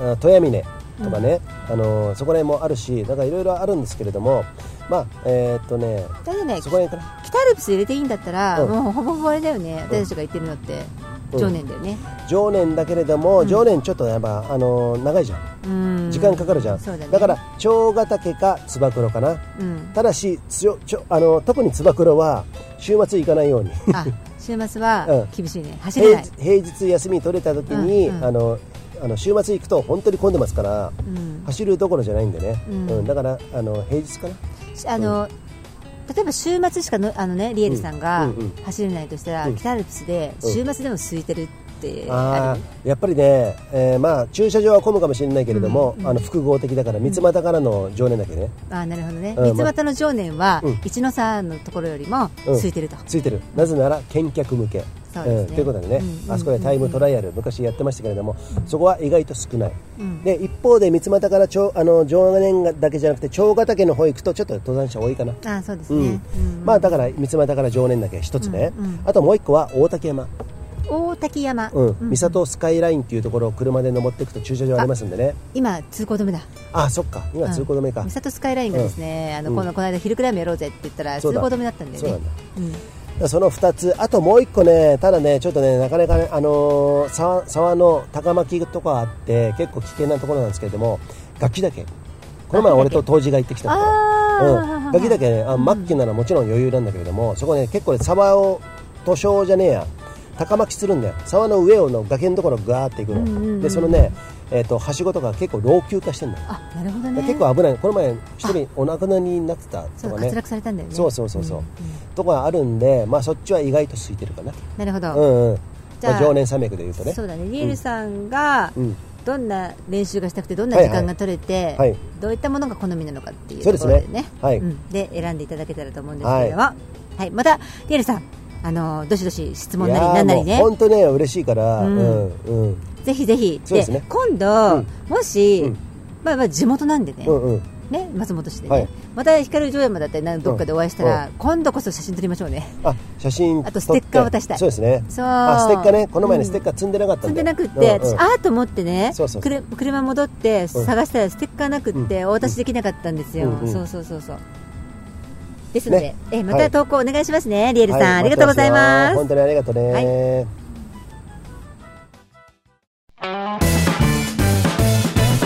Speaker 2: あ富山峰とかね、あのそこら辺もあるしなんかいろいろあるんですけれどもまあえーっとね
Speaker 1: だってね
Speaker 2: そこら辺から
Speaker 1: 北アルプス入れていいんだったら、
Speaker 2: うん
Speaker 1: もうほぼほぼあれだよね
Speaker 2: うん
Speaker 1: 私たちが言ってるのって、
Speaker 2: うん
Speaker 1: 常年だよね
Speaker 2: 常年だけれども常年ちょっとやっぱあの長いじゃん
Speaker 1: うん
Speaker 2: 時間かかるじゃん、
Speaker 1: そうだね
Speaker 2: から長ヶ岳かつば九郎かな
Speaker 1: うん
Speaker 2: ただしつよちょあの特につば九郎は週末行かないように
Speaker 1: あ週末
Speaker 2: うん
Speaker 1: は厳しいね走れな
Speaker 2: 平
Speaker 1: い
Speaker 2: 日、平日休み取れた時に、
Speaker 1: うんうん
Speaker 2: あのあの週末行くと本当に混んでますから、
Speaker 1: うん、
Speaker 2: 走るどころじゃないんでね、う
Speaker 1: うんん
Speaker 2: だからあの平日かな
Speaker 1: あの例えば週末しかのあの、ね、リエルさん
Speaker 2: う
Speaker 1: が
Speaker 2: んうんうん
Speaker 1: 走れないとしたら、
Speaker 2: うん
Speaker 1: 北アルプスで週末でも空いてるって
Speaker 2: あ
Speaker 1: ある、
Speaker 2: ーやっぱりね、えーまあ、駐車場は混むかもしれないけれども、あの複合的だから三俣からの常連だけね
Speaker 1: あーなるほどね、
Speaker 2: うん
Speaker 1: 三俣の常年は、
Speaker 2: うん
Speaker 1: 一ノ沢のところよりも
Speaker 2: うん
Speaker 1: 空いてると、
Speaker 2: ついてるなぜなら見客向け
Speaker 1: そうですね
Speaker 2: んということでね、
Speaker 1: うんうんうん
Speaker 2: あそこでタイムトライアル昔やってましたけれどもそこは意外と少ない、
Speaker 1: うん
Speaker 2: で一方で三俣からちょあの常年だけじゃなくて長ヶ岳の方行くとちょっと登山者多いかな
Speaker 1: あーそうです
Speaker 2: う
Speaker 1: ね
Speaker 2: ん、まあだから三俣から常年岳一つね、
Speaker 1: うんうん
Speaker 2: あともう一個は大滝山、
Speaker 1: 大滝山、
Speaker 2: うん
Speaker 1: うん
Speaker 2: 三郷スカイラインっていうところを車で登っていくと駐車場ありますんでね
Speaker 1: 今通行止めだ
Speaker 2: あそっか今通行止めか、
Speaker 1: うん三郷スカイラインがですね、あ
Speaker 2: うん
Speaker 1: のこのこの間ヒルクライムやろうぜって言ったら
Speaker 2: そ
Speaker 1: 通
Speaker 2: うだ
Speaker 1: 行止めだったんだよ
Speaker 2: そう
Speaker 1: ね
Speaker 2: なんだ
Speaker 1: うん
Speaker 2: その2つ、あともう1個ね、ただね、ちょっとね、なかなかね、あのー沢沢の高巻とかあって、結構危険なところなんですけれども、ガキ岳、この前、俺と東寺が行ってきたところ、うん、ガキ岳ね、あ末期ならもちろん余裕なんだけれども、そこね、結構ね、沢を、塗装じゃねえや、高巻きするんだよ、沢の上をの崖のところ、ガーって行くの、でそのね、えっとはしごとか結構老朽化してるんだよ、
Speaker 1: あなるほど
Speaker 2: で
Speaker 1: ね
Speaker 2: 結構危ない、この前、一人お亡くなりになってた
Speaker 1: そ
Speaker 2: と
Speaker 1: う
Speaker 2: か
Speaker 1: 滑
Speaker 2: ね。
Speaker 1: 落されたんだよね
Speaker 2: そうそうそうそう、
Speaker 1: ん
Speaker 2: とかあるんで、まあ、そっちは意外と空いてるかな、
Speaker 1: なるほど、
Speaker 2: うんうん
Speaker 1: じゃあ
Speaker 2: 常年山脈でいうとね
Speaker 1: そうだねリエルさんが
Speaker 2: うん
Speaker 1: どんな練習がしたくてどんな時間が取れて、
Speaker 2: いはい
Speaker 1: どういったものが好みなのかっていう
Speaker 2: そうで
Speaker 1: と
Speaker 2: す
Speaker 1: こ
Speaker 2: ね
Speaker 1: ろでね
Speaker 2: はい
Speaker 1: うんで選んでいただけたらと思うんですけれども、はいまたリエルさんあのどしどし質問なり
Speaker 2: いやー
Speaker 1: なんなりね
Speaker 2: もう本当ね嬉しいから、う
Speaker 1: うんん
Speaker 2: うんうん
Speaker 1: ぜひぜひ
Speaker 2: そうですね
Speaker 1: 今度、
Speaker 2: うん
Speaker 1: もし、
Speaker 2: うん
Speaker 1: まあ、まあ地元なんでね、
Speaker 2: うん
Speaker 1: ね松本市でね、
Speaker 2: はい
Speaker 1: また光城山だったりなんどっかでお会いしたら、今度こそ写真撮りましょうね
Speaker 2: あ写真
Speaker 1: あとステッカー
Speaker 2: 撮って
Speaker 1: 渡したい
Speaker 2: そうですね
Speaker 1: そう
Speaker 2: あステッカーねこの前ね
Speaker 1: うん
Speaker 2: ステッカー積んでなかった
Speaker 1: 積
Speaker 2: ん
Speaker 1: ん
Speaker 2: で、
Speaker 1: でなくって、
Speaker 2: うんうん
Speaker 1: 私あーと思ってね
Speaker 2: そうそうそう
Speaker 1: くる車戻って
Speaker 2: うん
Speaker 1: 探したらステッカーなくって、お渡しできなかったんですよ、
Speaker 2: うんうん
Speaker 1: そうそうそうそうですので、
Speaker 2: ね
Speaker 1: えま
Speaker 2: はい
Speaker 1: た投稿お願いしますね、リエルさん、
Speaker 2: はい
Speaker 1: ありがとうございます
Speaker 2: 待ってよ本当にありがとうね、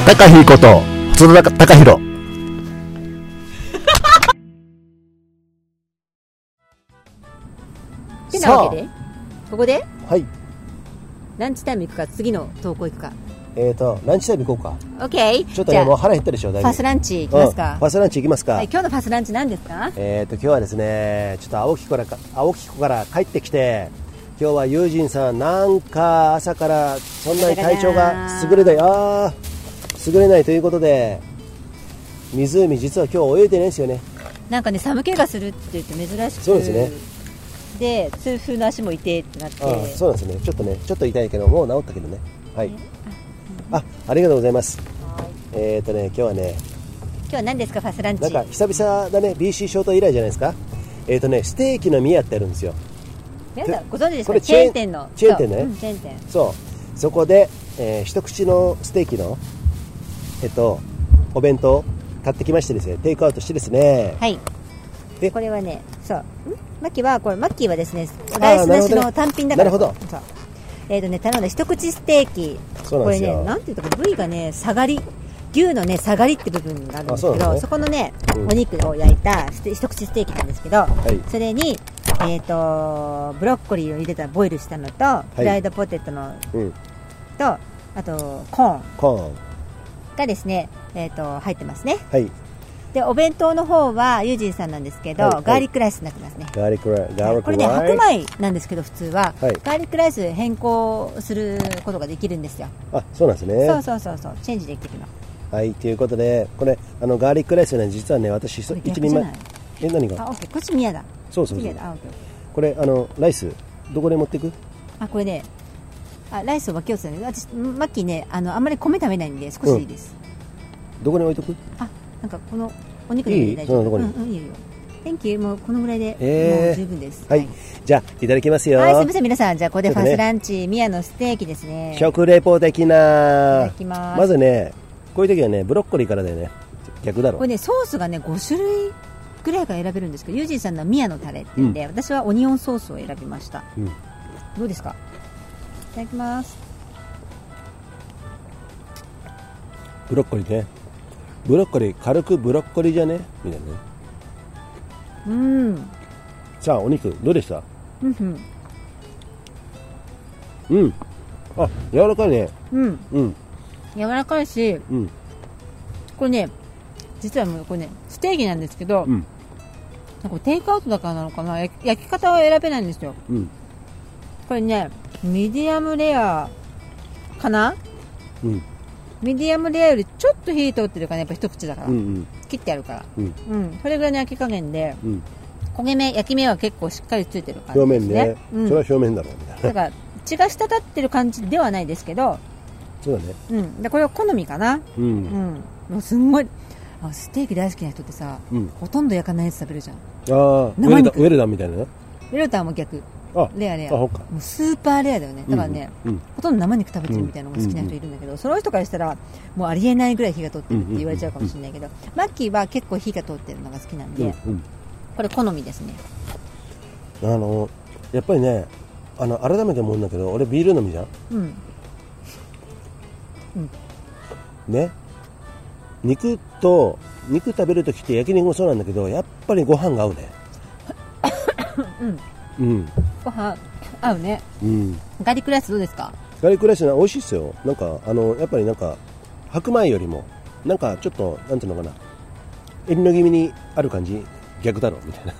Speaker 10: 高ひこと、細田高弘。
Speaker 1: てなわけでここで
Speaker 2: はい
Speaker 1: ランチタイム行くか次の投稿行くか
Speaker 2: えーとランチタイム行こうか
Speaker 1: OK
Speaker 2: ちょっと
Speaker 1: じゃ
Speaker 2: ね
Speaker 1: あ
Speaker 2: もう腹減ったでしょだい
Speaker 1: フ
Speaker 2: ぶ
Speaker 1: ァーストランチ行きますか、
Speaker 2: うんファーストランチ行きますか、
Speaker 1: はい、今日のファーストランチ何ですか
Speaker 2: えー、と今日はですねちょっと青木からか青木湖から帰ってきて今日は友人さんなんか朝からそんなに体調が優れないあー優れないということで湖実は今日泳いでないんですよね
Speaker 1: なんかね寒気がするって言って珍しく
Speaker 2: そうですね
Speaker 1: で痛風の足も痛いってなって
Speaker 2: あーそうなんですねちょっとねちょっと痛いけどもう治ったけどねはいあありがとうございますえっ、とね今日はね
Speaker 1: 今日は何ですかファーストラン
Speaker 2: なん
Speaker 1: チ
Speaker 2: か久々だね BC ショート以来じゃないですかえっ、とねステーキの宮ってあるんですよ
Speaker 1: 皆さんご存知です
Speaker 2: こ
Speaker 1: か
Speaker 2: れ
Speaker 1: チェーン店の
Speaker 2: チェーン店ね
Speaker 1: そううんチェーン店
Speaker 2: そうそこで、えー一口のステーキのえっとお弁当買ってきましてですねテイクアウトしてですね
Speaker 1: はい
Speaker 2: で
Speaker 1: これはねそうんマッキーはこれマッキーはですねライスなしの単品だから
Speaker 2: なるほど
Speaker 1: そうえっ、とね頼んだ一口ステーキ
Speaker 2: そうなん
Speaker 1: こ
Speaker 2: で
Speaker 1: れ
Speaker 2: すよ
Speaker 1: ねなんていうとこ部位がね下がり牛のね下がりって部分があるんですけど
Speaker 2: あそう
Speaker 1: そ
Speaker 2: なんですね
Speaker 1: このね、
Speaker 2: う
Speaker 1: お
Speaker 2: ん
Speaker 1: 肉を焼いたステ一口ステーキなんですけど、
Speaker 2: い
Speaker 1: それにえっ、とブロッコリーを入れたボイルしたのと、フライドポテトの
Speaker 2: うん
Speaker 1: とあとコーン
Speaker 2: コーン
Speaker 1: がですねえっ、と入ってますね
Speaker 2: はい
Speaker 1: でお弁当の方はユージンさんなんですけど、
Speaker 2: はいはい
Speaker 1: ガーリックライスになってますね
Speaker 2: ガーリックライガーリッ
Speaker 1: こ
Speaker 2: ク
Speaker 1: れね
Speaker 2: ラ
Speaker 1: 白
Speaker 2: イ
Speaker 1: 米なんですけど普通は、
Speaker 2: はい
Speaker 1: ガーリックライス変更することができるんですよ、
Speaker 2: あそうなんですね
Speaker 1: そうそうそうそうチェンジできるの
Speaker 2: はいということでこれあのガーリックライスね実はね私一
Speaker 1: これ逆
Speaker 2: 一
Speaker 1: じ
Speaker 2: 人
Speaker 1: ゃ
Speaker 2: 前
Speaker 1: ない
Speaker 2: え何
Speaker 1: あ
Speaker 2: が
Speaker 1: オッケーこっち宮だ
Speaker 2: そうそうそ
Speaker 1: 宮
Speaker 2: う
Speaker 1: だあオッケーオッケ
Speaker 2: これあのライスどこで持ってく
Speaker 1: ーあこれねあライスを分けようとするね私マッキーねあのあんまり米食べないんで少しでいいです、
Speaker 2: どこに置いとく
Speaker 1: あなんかこのお肉の上
Speaker 2: い
Speaker 1: に
Speaker 2: い
Speaker 1: 大
Speaker 2: そ
Speaker 1: 丈
Speaker 2: んなと
Speaker 1: 夫うん
Speaker 2: こに
Speaker 1: うんいいよいいよ Thank you もうこのぐらいで、
Speaker 2: えー
Speaker 1: もう十分です
Speaker 2: はいじゃあいただきますよ、
Speaker 1: はいすみません皆さんじゃあここで
Speaker 2: ちょっ
Speaker 1: ファース
Speaker 2: とね
Speaker 1: トランチ宮のステーキですね
Speaker 2: 食レポ
Speaker 1: い
Speaker 2: 的
Speaker 1: た
Speaker 2: な
Speaker 1: だきます
Speaker 2: ずねこういう時はねブロッコリーからだよね逆だろ
Speaker 1: これねソースがね5種類ぐらいから選べるんですけどユージンさんのは宮のタレって言うんで、私はオニオンソースを選びました、
Speaker 2: うん
Speaker 1: どうですかいただきます
Speaker 2: ブロッコリーねブロッコリー軽くブロッコリーじゃねみたいなね
Speaker 1: うん
Speaker 2: さあお肉どうでした
Speaker 1: うんうん
Speaker 2: うんあ柔らかいね
Speaker 1: うん
Speaker 2: うん
Speaker 1: 柔らかいし
Speaker 2: うん
Speaker 1: これね実はもうこれねステーキなんですけど、
Speaker 2: うん
Speaker 1: なんかテイクアウトだからなのかな焼き焼き方は選べないんですよ
Speaker 2: うん
Speaker 1: これねミディアムレアかな
Speaker 2: うん
Speaker 1: ミディアムレアよりちょっと火通ってるからねやっぱ一口だから、
Speaker 2: うんうん
Speaker 1: 切ってあるから
Speaker 2: うん
Speaker 1: うんそれぐらいの焼き加減で
Speaker 2: うん
Speaker 1: 焦げ目焼き目は結構しっかりついてる感じ
Speaker 2: 表
Speaker 1: です
Speaker 2: 面ね
Speaker 1: ね、うん、
Speaker 2: それは表面だろうみたいな
Speaker 1: だから血が滴ってる感じではないですけど、
Speaker 2: そうだね
Speaker 1: うん、でこれは好みかな
Speaker 2: う
Speaker 1: うん
Speaker 2: ん
Speaker 1: もうすんごいあステーキ大好きな人ってさ、
Speaker 2: うん
Speaker 1: ほとんど焼かないやつ食べるじゃん
Speaker 2: ああウ
Speaker 1: 生
Speaker 2: ェルダ
Speaker 1: 肉
Speaker 2: ウェルダンみたいなね
Speaker 1: ウェルターも逆
Speaker 2: あ
Speaker 1: レアレア
Speaker 2: あほっか
Speaker 1: もうスーパーレアだよねだからね、
Speaker 2: うんうん
Speaker 1: ほとんど生肉食べてるみたいなのが好きな人いるんだけど、その人からしたらもうありえないぐらい火が通ってるって言われちゃうかもしれないけど、マッキーは結構火が通ってるのが好きなんで、
Speaker 2: うん
Speaker 1: これ好みですね
Speaker 2: うんあのやっぱりねあの改めて思うんだけど俺ビール飲みじゃん
Speaker 1: うん
Speaker 2: ね肉と肉食べるときって焼き肉もそうなんだけどやっぱりご飯が合うねうん
Speaker 1: ご飯合うね
Speaker 2: うん
Speaker 1: ガーリックライスどうですか
Speaker 2: ガーリックライスな美味しいっすよなんかあのやっぱりなんか白米よりもなんかちょっとなんていうのかな襟の気味にある感じ逆だろみたい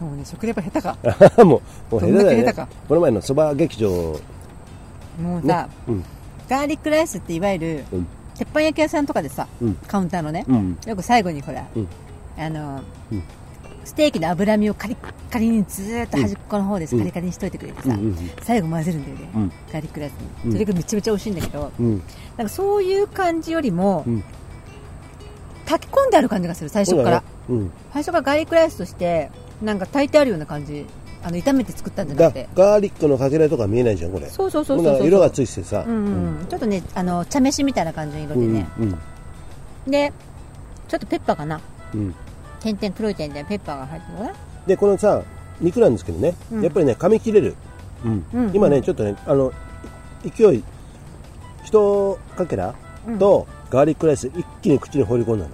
Speaker 7: もうね食レポ下手か
Speaker 2: な もうもう
Speaker 7: どんだけ
Speaker 2: よ
Speaker 7: 下手か
Speaker 2: この前のそば劇場
Speaker 1: もう
Speaker 2: ね
Speaker 1: さ、
Speaker 2: うん
Speaker 1: ガーリックライスっていわゆる
Speaker 2: うん
Speaker 1: 鉄板焼き屋さんとかでさ、
Speaker 2: うん
Speaker 1: カウンターのね、
Speaker 2: うん
Speaker 1: よく最後にほら、
Speaker 2: うん
Speaker 1: あの
Speaker 2: うん
Speaker 1: ステーキの脂身をカリッカリにずーっと端っこの方でさ、
Speaker 2: うん
Speaker 1: カリカリにしといてくれてさ、
Speaker 2: うんうん
Speaker 1: 最後混ぜるんだよね、
Speaker 2: うん
Speaker 1: ガーリックライス
Speaker 2: うん
Speaker 1: にそれがめちゃめちゃ美味しいんだけど、
Speaker 2: うん
Speaker 1: なんかそういう感じよりも、
Speaker 2: うん
Speaker 1: 炊き込んである感じがする最初から、
Speaker 2: うん
Speaker 1: 最初からガーリックライスとしてなんか炊いてあるような感じあの炒めて作ったんじゃな
Speaker 2: が
Speaker 1: くて
Speaker 2: ガーリックのかけらとか見えないじゃんこれ
Speaker 1: そうそうそうそう
Speaker 2: ほんな
Speaker 1: そ
Speaker 2: ら
Speaker 1: う
Speaker 2: 色がついててさ
Speaker 1: うんうんうんちょっとねあの茶飯みたいな感じの色
Speaker 2: う
Speaker 1: で
Speaker 2: ん
Speaker 1: ね、
Speaker 2: うん
Speaker 1: でちょっとペッパーかな
Speaker 2: うん
Speaker 1: 点々黒い点々ペッパーが入ってるのか
Speaker 2: でこのさ肉なんですけどね、
Speaker 1: うん
Speaker 2: やっぱりね噛み切れる、
Speaker 1: うん
Speaker 2: 今ねちょっとねあの勢い一かけら
Speaker 1: うん
Speaker 2: とガーリックライス一気に口に放り込んだの、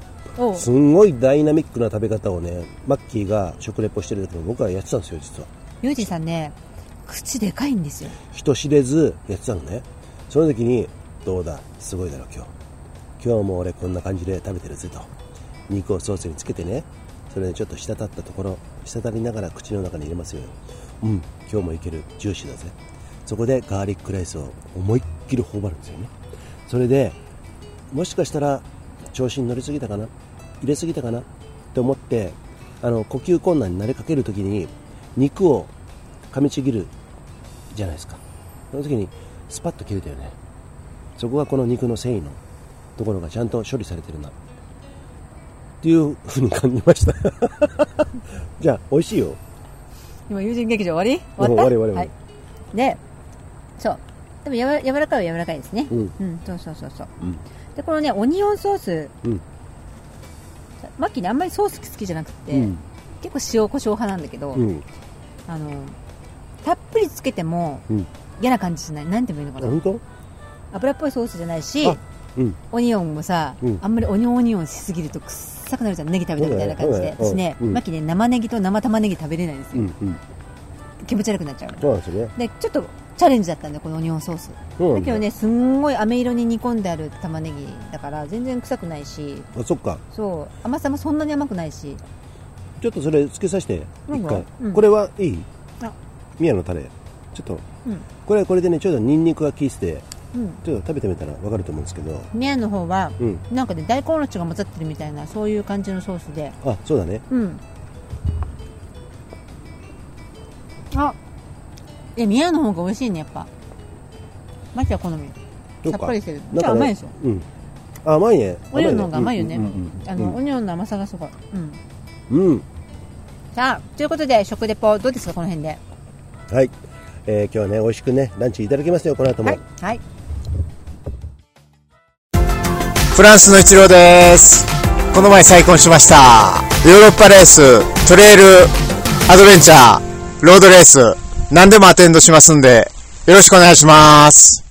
Speaker 1: なおう
Speaker 2: すんごいダイナミックな食べ方をねマッキーが食レポしてる時に僕はやってたんですよ実は
Speaker 1: ユージさんね口でかいんですよ
Speaker 2: 人知れずやってたのねその時にどうだすごいだろ今日今日も俺こんな感じで食べてるぜと肉をソースにつけてねそれでちょっと滴ったところ滴りながら口の中に入れますようん今日もいけるジューシーだぜそこでガーリックライスを思いっきり頬張るんですよねそれでもしかしたら調子に乗りすぎたかな入れすぎたかなと思ってあの呼吸困難になりかけるときに肉を噛みちぎるじゃないですかその時にスパッと切れたよねそこがこの肉の繊維のところがちゃんと処理されてるなっていうふうに感じました じゃあ美味しいよ
Speaker 1: 今友人劇場終わり終
Speaker 2: もう
Speaker 1: わった
Speaker 2: 終わり終わ
Speaker 1: は
Speaker 2: り
Speaker 1: い、でそうでもやわ柔らかいは柔らかいですね
Speaker 2: うん
Speaker 1: そうそうそうそう、
Speaker 2: うん
Speaker 1: でこのねオニオンソース、
Speaker 2: うん
Speaker 1: マッキーねあんまりソース好きじゃなくて、
Speaker 2: うん
Speaker 1: 結構塩コショウ派なんだけど、
Speaker 2: うん
Speaker 1: あのたっぷりつけても
Speaker 2: うん
Speaker 1: 嫌な感じしない何てもいいのかな
Speaker 2: 本当
Speaker 1: 油っぽいソースじゃないし
Speaker 2: あうん
Speaker 1: オニオンもさ、
Speaker 2: うん
Speaker 1: あんまりオニオンオニオンしすぎると臭くなるじゃんネギ食べたみたいな感じで、
Speaker 2: そうだねそうだね
Speaker 1: 私ね、
Speaker 2: うん
Speaker 1: マキね生ネギと生玉ねぎ食べれないんです
Speaker 2: う
Speaker 1: よ、
Speaker 2: んうん
Speaker 1: 気持ち悪くなっちゃう
Speaker 2: そうなんですよね
Speaker 1: でちょっとチャレンジだったんだよこのオニオンソース
Speaker 2: そうな
Speaker 1: だ
Speaker 2: ん
Speaker 1: け
Speaker 2: だ
Speaker 1: どねすんごい飴色に煮込んである玉ねぎだから全然臭くないし
Speaker 2: あそっか
Speaker 1: そう甘さもそんなに甘くないし
Speaker 2: ちょっとそれつけさせて
Speaker 1: なん
Speaker 2: 一
Speaker 1: か
Speaker 2: 回、
Speaker 1: うん
Speaker 2: これはいい
Speaker 1: あ
Speaker 2: 宮のタレちょっと、
Speaker 1: うん
Speaker 2: これはこれでねちょうどニンニクが効いてて
Speaker 1: うん
Speaker 2: ちょっと食べてみたらわかると思うんですけど
Speaker 1: 宮の方は
Speaker 2: うん
Speaker 1: なんかね大根おろしが混ざってるみたいなそういう感じのソースで
Speaker 2: あそうだね
Speaker 1: うんあえ宮の方が美味しいねやっぱマキは好み
Speaker 2: どう
Speaker 1: さ
Speaker 2: か
Speaker 1: っぱりしてる
Speaker 2: なん
Speaker 1: じゃあ
Speaker 2: かね
Speaker 1: 甘いでしょ
Speaker 2: うんあ甘いね
Speaker 1: オニオンの方が甘いよ
Speaker 2: ね
Speaker 1: ね、
Speaker 2: うんうん
Speaker 1: あの、オニオンの甘さがすごい、うん、
Speaker 2: うん、うん
Speaker 1: さあということで食レポどうですかこの辺で
Speaker 2: はい、えー今日はね美味しくねランチいただきますよこの後も、
Speaker 1: はい、はい、
Speaker 10: フランスの一郎です。この前再婚しました。ヨーロッパレース、トレイル、アドベンチャー、ロードレース、何でもアテンドしますんで、よろしくお願いします。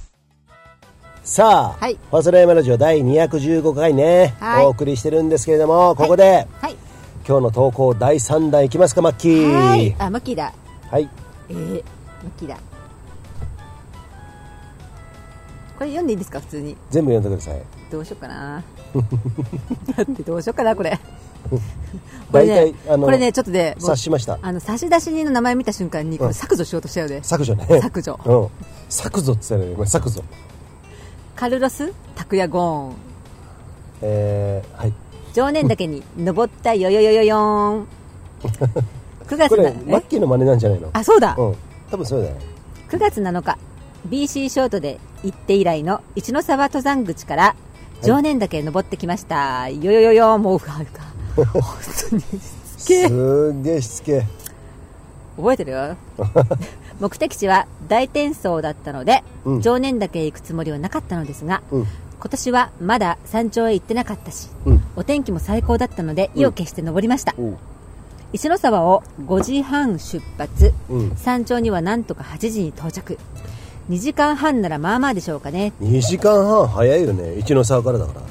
Speaker 2: さあ、
Speaker 1: はい
Speaker 2: ファーストライマラジオ第215回ね、
Speaker 1: はい
Speaker 2: お送りしてるんですけれどもここで、
Speaker 1: はい
Speaker 2: 今日の投稿第3弾いきますかマッキー
Speaker 1: はいあマッキーだ
Speaker 2: はい
Speaker 1: えー、マッキーだこれ読んでいいですか普通に
Speaker 2: 全部読んでください
Speaker 1: どうしようか なだってどうしようかなこれこれ
Speaker 2: 大体、
Speaker 1: ねこれねちょっとねもう
Speaker 2: 察しました
Speaker 1: あの差出人の名前見た瞬間にこ
Speaker 2: うん
Speaker 1: れ削除しようとしちゃうで、
Speaker 2: 削除ね
Speaker 1: 削除
Speaker 2: うん削除って言ったらねこれ削除
Speaker 1: カルロス拓也ゴーン
Speaker 2: えー、はい
Speaker 1: 常年岳に登ったよよよよよ ーん9月
Speaker 2: これ
Speaker 1: な
Speaker 2: マッキーの真似なんじゃないの
Speaker 1: あそうだ、
Speaker 2: うん多分そうだよ
Speaker 1: 9月7日 BC ショートで行って以来の一ノ沢登山口から常年岳へ登ってきました、よよよよもうふわふわ本当にすっげえ
Speaker 2: すーげえしつけ
Speaker 1: 覚えてる よ目的地は大転送だったので、
Speaker 2: うん
Speaker 1: 常年岳へ行くつもりはなかったのですが、
Speaker 2: うん
Speaker 1: 今年はまだ山頂へ行ってなかったし、
Speaker 2: うん
Speaker 1: お天気も最高だったので意を決して登りました、
Speaker 2: うん
Speaker 1: 石ノ沢を5時半出発、
Speaker 2: うん
Speaker 1: 山頂にはなんとか8時に到着2時間半ならまあまあでしょうかね
Speaker 2: 2時間半早いよね一の沢からだから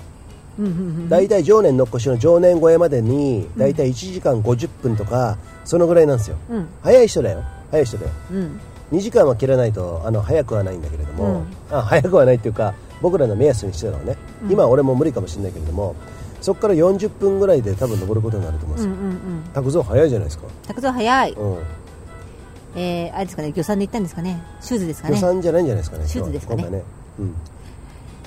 Speaker 1: うんうんうん
Speaker 2: 大体常年のっこしの常年越えまでに大体1時間50分とかそのぐらいなんですよ、
Speaker 1: うん
Speaker 2: 早い人だよ早い人だよ
Speaker 1: うん
Speaker 2: 2時間は切らないとあの早くはないんだけれども、あ早くはないっていうか僕らの目安にしてたのね、今は俺も無理かもしれないけれどもそこから40分ぐらいで多分登ることになると思うんで
Speaker 1: うんうん
Speaker 2: す
Speaker 1: う
Speaker 2: よ、
Speaker 1: ん
Speaker 2: 拓蔵早いじゃないですか、
Speaker 1: 拓造早い、
Speaker 2: うん、
Speaker 1: えー、あれですかね漁さんで行ったんですかねシューズですか
Speaker 2: 予
Speaker 1: ね
Speaker 2: 算じゃないんじゃないですかね
Speaker 1: 手術ですかね
Speaker 2: 今回ね、うん、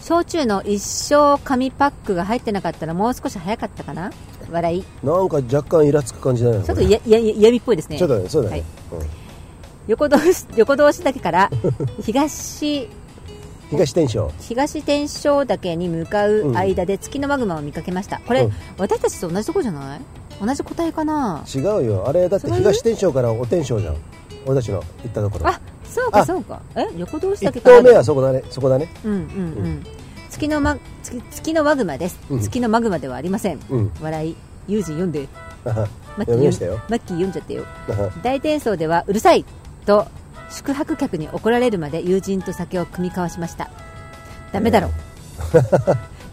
Speaker 1: 焼酎の一生紙パックが入ってなかったらもう少し早かったかな笑い
Speaker 2: なんか若干イラつく感じだよね
Speaker 1: ちょっと
Speaker 2: これ
Speaker 1: いやいや嫌味っぽいですね
Speaker 2: ちょっとねそうだ
Speaker 1: は
Speaker 2: ね
Speaker 1: い、横通し横通し岳から 東
Speaker 2: うん、東天章
Speaker 1: 東天正岳に向かう間で月のマグマを見かけましたこれ、
Speaker 2: うん
Speaker 1: 私たちと同じとこじゃない同じ個体かな
Speaker 2: 違うよあれだって
Speaker 1: そういう
Speaker 2: 東天章からお天章じゃん俺たちの行ったところ
Speaker 1: あそうか
Speaker 2: あ
Speaker 1: そうかえ横通し
Speaker 2: 一
Speaker 1: 岳から
Speaker 2: 頭目はそこだねそこだね
Speaker 1: うんうんうん、
Speaker 2: う
Speaker 1: 月のま月月のマグマです、
Speaker 2: うん
Speaker 1: 月のマグマではありません、
Speaker 2: うん
Speaker 1: 笑い友人読んでマッキー
Speaker 2: 読みましたよ
Speaker 1: マッキー読んじゃってよ大転送ではうるさいと宿泊客に怒られるまで友人と酒を酌み交わしましたダメだろ、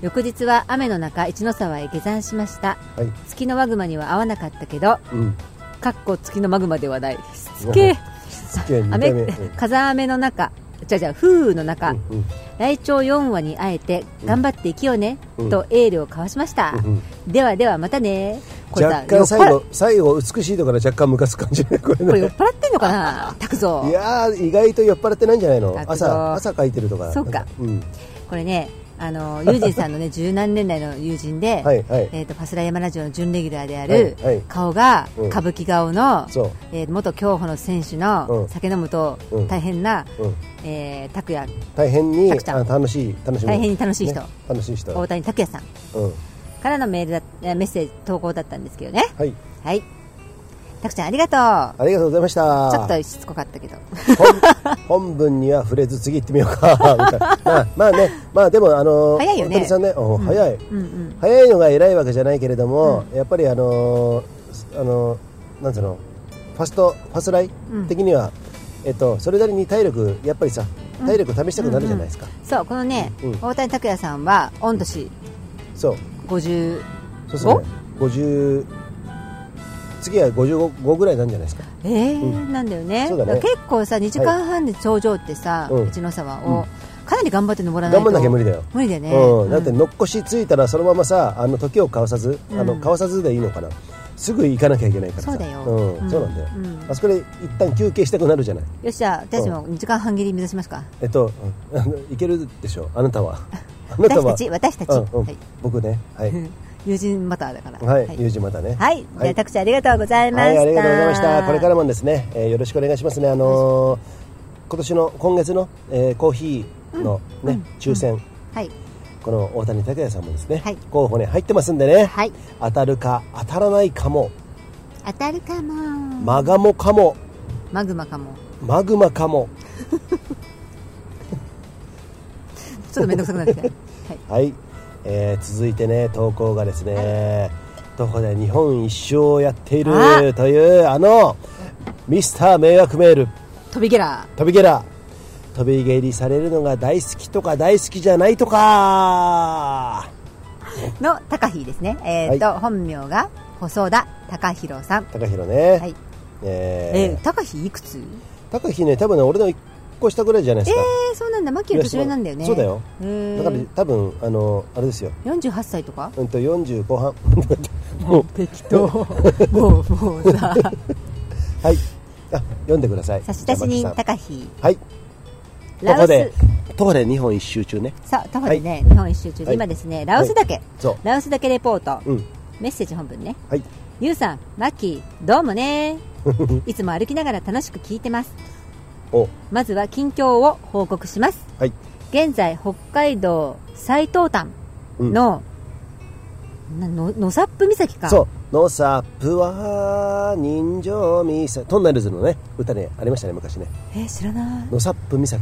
Speaker 1: 翌日は雨の中一ノ沢へ下山しました
Speaker 2: はい
Speaker 1: 月のマグマには合わなかったけど
Speaker 2: うん
Speaker 1: かっこ月のマグマではないしつけえ
Speaker 2: つけえ見た目
Speaker 1: 雨
Speaker 2: うん
Speaker 1: 風雨の中じゃじゃ風雨の中、
Speaker 2: うん
Speaker 1: 来鳥4羽に会えて頑張って生きようね、
Speaker 2: うん
Speaker 1: とエールを交わしました、
Speaker 2: うん
Speaker 1: ではではまたねこれさ
Speaker 2: 若干最
Speaker 1: 酔っ
Speaker 2: 後最後美しいところ若干ムカつく感じねこれ
Speaker 1: 払これ
Speaker 2: ね
Speaker 1: 酔っ払ってんのかな拓造
Speaker 2: いやー意外と酔っ払ってないんじゃないの
Speaker 1: だけど
Speaker 2: 朝朝書いてるとか
Speaker 1: そうか
Speaker 2: なんうん
Speaker 1: これねあの友人さんのね十何年来の友人で、
Speaker 2: はいはい
Speaker 1: えー、とパスラ山ラジオの準レギュラーである、
Speaker 2: はいはい
Speaker 1: 顔が
Speaker 2: うん
Speaker 1: 歌舞伎顔の、
Speaker 2: そう
Speaker 1: えー元競歩の選手の、
Speaker 2: うん
Speaker 1: 酒飲むと
Speaker 2: うん
Speaker 1: 大変な、
Speaker 2: うん
Speaker 1: えー拓也
Speaker 2: 大変にあ
Speaker 1: たくちゃん
Speaker 2: 楽しい楽しみ
Speaker 1: 大変に楽しい人
Speaker 2: ね楽しい人
Speaker 1: 大谷拓也さん
Speaker 2: うん
Speaker 1: からのメールだえーメッセージ投稿だったんですけどね
Speaker 2: はい
Speaker 1: はい拓ちゃんありがとう
Speaker 2: ありがとうございました
Speaker 1: ちょっとしつこかったけど
Speaker 2: 本本文には触れず次行ってみようかみたいなまあまあねまあでもあの
Speaker 1: 早いよね
Speaker 2: 大谷さんねお早い、
Speaker 1: うんうん
Speaker 2: 早いのが偉いわけじゃないけれども、やっぱりあのーあのーなんつうのファストファスライ
Speaker 1: うん
Speaker 2: 的には、えっとそれなりに体力やっぱりさ体力試したくなるじゃないですか、
Speaker 1: そうこのね、
Speaker 2: うん
Speaker 1: 大谷拓也さんは御年
Speaker 2: そう
Speaker 1: 50
Speaker 2: そうそう、ね、50次は55ぐらいなんじゃないですか
Speaker 1: えーなんだよね
Speaker 2: そうだね
Speaker 1: から結構さ2時間半で頂上ってさ、
Speaker 2: うん
Speaker 1: 一ノ沢を、かなり頑張って登らない
Speaker 2: 頑
Speaker 1: と
Speaker 2: 張んなきゃ無理だよ、
Speaker 1: 無理だよね、
Speaker 2: うん、だってのっこしついたらそのままさあの時を交わさず、あの
Speaker 1: うん
Speaker 2: 交わさずでいいのかなすぐ行かなきゃいけないからさ
Speaker 1: そうだよ
Speaker 2: うん
Speaker 1: うん
Speaker 2: そうなんだよ、
Speaker 1: うん
Speaker 2: あそこで一旦休憩したくなるじゃない
Speaker 1: よっしゃ私たちも2時間半切り目指しますか
Speaker 2: えっと、うんあの行けるでしょあなたはあなたは
Speaker 1: 私たち私たち
Speaker 2: うんうん
Speaker 1: はい
Speaker 2: 僕ねはい、
Speaker 1: 友人バターだから
Speaker 2: はい
Speaker 1: はい、
Speaker 2: 友人またね
Speaker 1: はいじゃあ拓ちゃんありがとうございました、
Speaker 2: はい、ありがとうございました。これからもですね、えーよろしくお願いしますね。あのー今年の今月の、えーコーヒーのね、抽選、
Speaker 1: はい
Speaker 2: この大谷拓也さんもですね、
Speaker 1: はい
Speaker 2: 候補に入ってますんでね、
Speaker 1: はい
Speaker 2: 当たるか当たらないかも、
Speaker 1: 当たるかも
Speaker 2: マガモかも、
Speaker 1: マグマかも
Speaker 2: マグマかも、
Speaker 1: ちょっと面倒くさくな ってきたはい
Speaker 2: はい、えー続いてね投稿がですね、どこで日本一周をやっている
Speaker 1: あ
Speaker 2: というあのミスター迷惑メール。
Speaker 1: 飛びゲラ
Speaker 2: 飛び蹴ら飛び蹴りされるのが大好きとか大好きじゃないとか
Speaker 1: ーの高飛ですねえっ、と、本名が細田高弘さん
Speaker 2: 高弘ね、
Speaker 1: はいえ
Speaker 2: え
Speaker 1: ー、高飛いくつ
Speaker 2: ー、高弘ね多分ね俺の1個下ぐらいじゃないですか、
Speaker 1: えー、そうなんだマッキーの年上なんだよね
Speaker 2: そうだよ
Speaker 1: へー
Speaker 2: だから多分あのあれですよ
Speaker 1: 48歳とか
Speaker 2: うんと40後半
Speaker 1: もう適当もうもう さ
Speaker 2: はいあ読んでください
Speaker 1: 差出
Speaker 2: じゃ
Speaker 1: 人
Speaker 2: あマキさん
Speaker 1: 高飛
Speaker 2: はいこ
Speaker 1: ラオ
Speaker 2: こで
Speaker 1: ス
Speaker 2: 徒歩で日本一周中ね
Speaker 1: さあ徒歩でね、日本一周中で、
Speaker 2: はい
Speaker 1: 今ですねラオスだけ、
Speaker 2: そう
Speaker 1: ラオスだけレポート、
Speaker 2: うん
Speaker 1: メッセージ本文ね
Speaker 2: はい
Speaker 1: ゆうさんマッキーどうもね いつも歩きながら楽しく聞いてます
Speaker 2: お
Speaker 1: まずは近況を報告します
Speaker 2: はい
Speaker 1: 現在北海道最東端の、なの野サップ岬か
Speaker 2: そう「ノーサップは人情岬」トンネルズのね歌ねありましたね昔ね
Speaker 1: えー知らない
Speaker 2: 「ノサップ岬」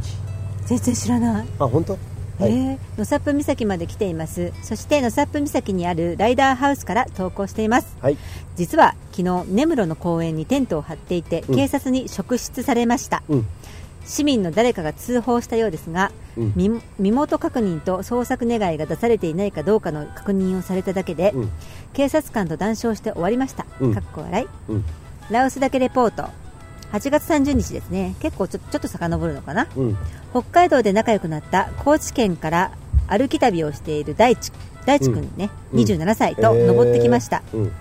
Speaker 1: 全然知らない
Speaker 2: あ本当はい、
Speaker 1: えー野サップ岬まで来ていますそして野サップ岬にあるライダーハウスから投稿しています
Speaker 2: はい
Speaker 1: 実は昨日根室の公園にテントを張っていて
Speaker 2: うん
Speaker 1: 警察に職質されました、
Speaker 2: うん
Speaker 1: 市民の誰かが通報したようですが、
Speaker 2: うん
Speaker 1: 身身元確認と捜索願いが出されていないかどうかの確認をされただけで、
Speaker 2: うん
Speaker 1: 警察官と談笑して終わりました、
Speaker 2: うん
Speaker 1: かっこ笑い、
Speaker 2: うん
Speaker 1: ラオスだけレポート8月30日ですね結構ちょちょっと遡るのかな
Speaker 2: うん
Speaker 1: 北海道で仲良くなった高知県から歩き旅をしている大地大地君ね、
Speaker 2: うん
Speaker 1: 27歳と
Speaker 2: えー
Speaker 1: 登ってきました、
Speaker 2: うん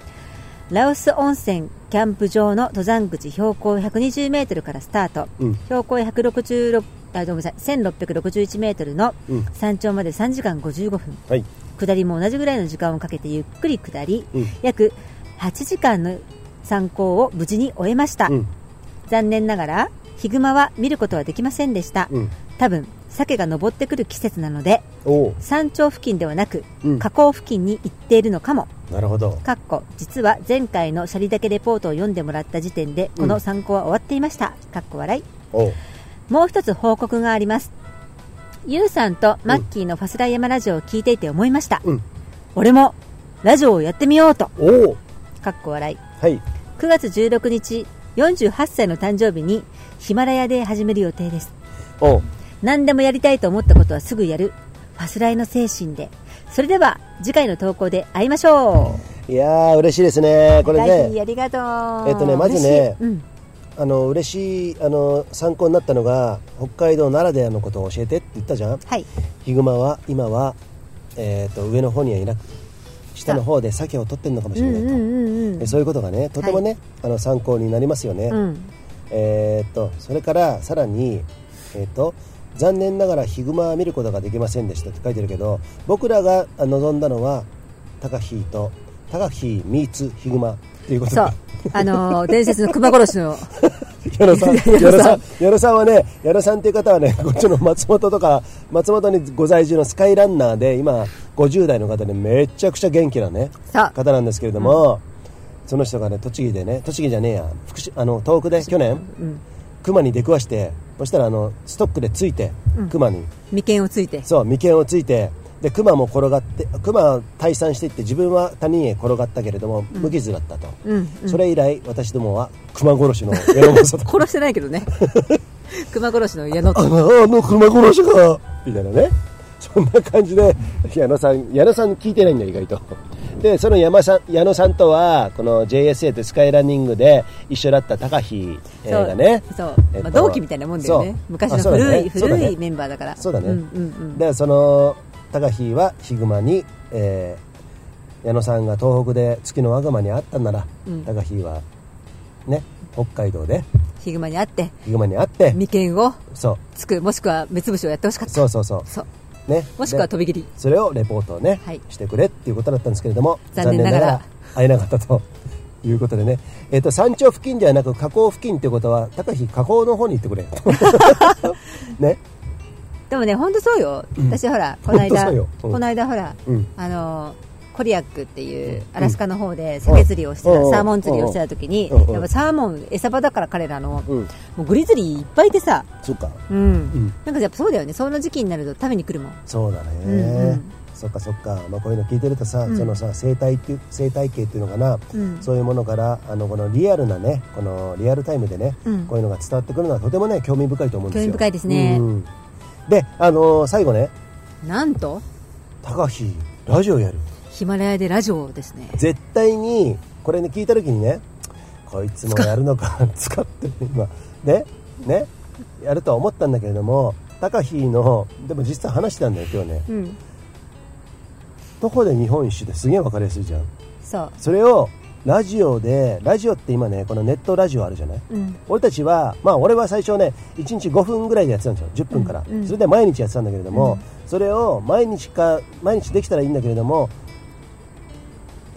Speaker 1: ラオス温泉キャンプ場の登山口標高120メートルからスタート、
Speaker 2: うん
Speaker 1: 標高166あごめんなさい1661メートルの
Speaker 2: うん
Speaker 1: 山頂まで3時間55分、
Speaker 2: はい
Speaker 1: 下りも同じぐらいの時間をかけてゆっくり下り、
Speaker 2: うん
Speaker 1: 約8時間の参考を無事に終えました、
Speaker 2: うん
Speaker 1: 残念ながらヒグマは見ることはできませんでした、
Speaker 2: うん
Speaker 1: 多分鮭が登ってくる季節なので
Speaker 2: おう
Speaker 1: 山頂付近ではなく
Speaker 2: うん
Speaker 1: 河口付近に行っているのかも
Speaker 2: なるほど
Speaker 1: かっこ実は前回のシャリだけレポートを読んでもらった時点でこの参考は終わっていました、かっこ笑い
Speaker 2: おう
Speaker 1: もう一つ報告がありますゆうさんとマッキーのファスライヤマラジオを聞いていて思いました、
Speaker 2: うん
Speaker 1: 俺もラジオをやってみようと
Speaker 2: おう
Speaker 1: かっこ笑い
Speaker 2: はい
Speaker 1: 9月16日48歳の誕生日にヒマラヤで始める予定です
Speaker 2: おう
Speaker 1: 何でもやりたいと思ったことはすぐやるファスライの精神でそれでは次回の投稿で会いましょう
Speaker 2: いやー嬉しいですねこれ
Speaker 1: 大輝
Speaker 2: ね
Speaker 1: ありがとう
Speaker 2: えっとねまずね
Speaker 1: 嬉しいうん
Speaker 2: あの嬉しいあの参考になったのが北海道ならではのことを教えてって言ったじゃん
Speaker 1: はい
Speaker 2: ヒグマは今は、えー、と上の方にはいなく下の方で鮭を取ってるのかもしれないと、
Speaker 1: うん
Speaker 2: えそういうことがねとてもね、あの参考になりますよね、
Speaker 1: うん
Speaker 2: えーっとそれからさらに、えーっと残念ながらヒグマは見ることができませんでしたって書いてるけど僕らがあ望んだのはタカヒーとタカヒーミーツヒグマっていうこと
Speaker 1: そう
Speaker 2: で
Speaker 1: あのー伝説の熊殺しの
Speaker 2: 矢野さん
Speaker 1: いや
Speaker 2: 矢
Speaker 1: 矢野
Speaker 2: 野さ
Speaker 1: さ
Speaker 2: ん矢野さんはね矢野さんっていう方はね こっちの松本とか松本にご在住のスカイランナーで今50代の方でめちゃくちゃ元気なね
Speaker 1: そう
Speaker 2: 方なんですけれども、その人がね栃木でね栃木じゃねえや福島あの東北で去年、熊に出くわしてそしたらあのストックでついて、熊に
Speaker 1: 眉間をついて
Speaker 2: そう眉間をついてで熊も転がって熊は退散していって自分は他人へ転がったけれども、無傷だったと、
Speaker 1: うん
Speaker 2: それ以来私どもは熊殺しの矢野正と
Speaker 7: 殺してないけどね 熊殺しの矢野
Speaker 2: あのあの熊殺しがみたいなねそんな感じで矢野さん矢野さん聞いてないんだ意外とでその山さん矢野さんとはこの JSA ってスカイランニングで一緒だった高飛えーがね
Speaker 1: そう
Speaker 2: えっ
Speaker 1: ま
Speaker 2: と
Speaker 1: あ、同期みたいなもんだよね
Speaker 2: そう
Speaker 1: 昔
Speaker 2: あ
Speaker 1: の
Speaker 2: そうだ
Speaker 1: 古い、
Speaker 2: ねそうだ
Speaker 1: 古
Speaker 2: ね
Speaker 1: いメンバーだから
Speaker 2: そうだね
Speaker 1: んうんうん、
Speaker 2: でその高飛はヒグマに、えー矢野さんが東北で月のワグマに会ったんなら、
Speaker 1: うん
Speaker 2: 高飛はね北海道で
Speaker 1: ヒグマに会って
Speaker 2: ヒグマに会って
Speaker 1: 眉間を
Speaker 2: そう
Speaker 1: つくもしくは目つぶしをやってほしかった
Speaker 2: そうそうそう
Speaker 1: そう
Speaker 2: ね
Speaker 1: もしくは
Speaker 2: で
Speaker 1: 飛び切り
Speaker 2: それをレポートをね、
Speaker 1: はい
Speaker 2: してくれっていうことだったんですけれども
Speaker 1: 残念ながら
Speaker 2: 会えなかったということで ね、えっと山頂付近ではなく河口付近ってことは高飛河口の方に行ってくれ ね
Speaker 1: でもね本当そうよ、私ほらこの
Speaker 2: ほんと
Speaker 1: 間
Speaker 2: そうようん
Speaker 1: この間ほら、
Speaker 2: うん
Speaker 1: あのーコリアックっていうアラスカの方でサケ釣りをしてた、
Speaker 2: うん
Speaker 1: サーモン釣りをしてた時に、
Speaker 2: うん
Speaker 1: やっぱサーモン餌場だから彼らの、
Speaker 2: うん
Speaker 1: もうグリズリーいっぱいいてさ、
Speaker 2: そっか
Speaker 1: うん
Speaker 2: ん
Speaker 1: なんかやっぱそうだよねその時期になると食べに来るもん
Speaker 2: そうだね、
Speaker 1: うんうん
Speaker 2: そっかそっか、まあ、こういうの聞いてるとさ、
Speaker 1: うん
Speaker 2: そのさ生態っていう生態系っていうのかな、
Speaker 1: うん
Speaker 2: そういうものからあのこのリアルなねこのリアルタイムでね、
Speaker 1: うん
Speaker 2: こういうのが伝わってくるのはとてもね興味深いと思うんです
Speaker 1: 興
Speaker 2: よ
Speaker 1: 味深いですね
Speaker 2: うんであのー最後ね
Speaker 1: なんと
Speaker 2: 高橋ラジオやる
Speaker 1: ヒマラヤでラジオをですね
Speaker 2: 絶対にこれね聞いた時にねこいつもやるのか 使ってる今ねねやるとは思ったんだけれども高飛のでも実際話したんだよ今日ね
Speaker 1: うん
Speaker 2: どこで日本一周ってすげえ分かりやすいじゃん
Speaker 1: そう
Speaker 2: それをラジオでラジオって今ねこのネットラジオあるじゃない
Speaker 1: うん
Speaker 2: 俺たちはまあ俺は最初ね1日5分ぐらいでやってたんですよ10分から、
Speaker 1: うんうん
Speaker 2: それで毎日やってたんだけれども、それを毎日か毎日できたらいいんだけれども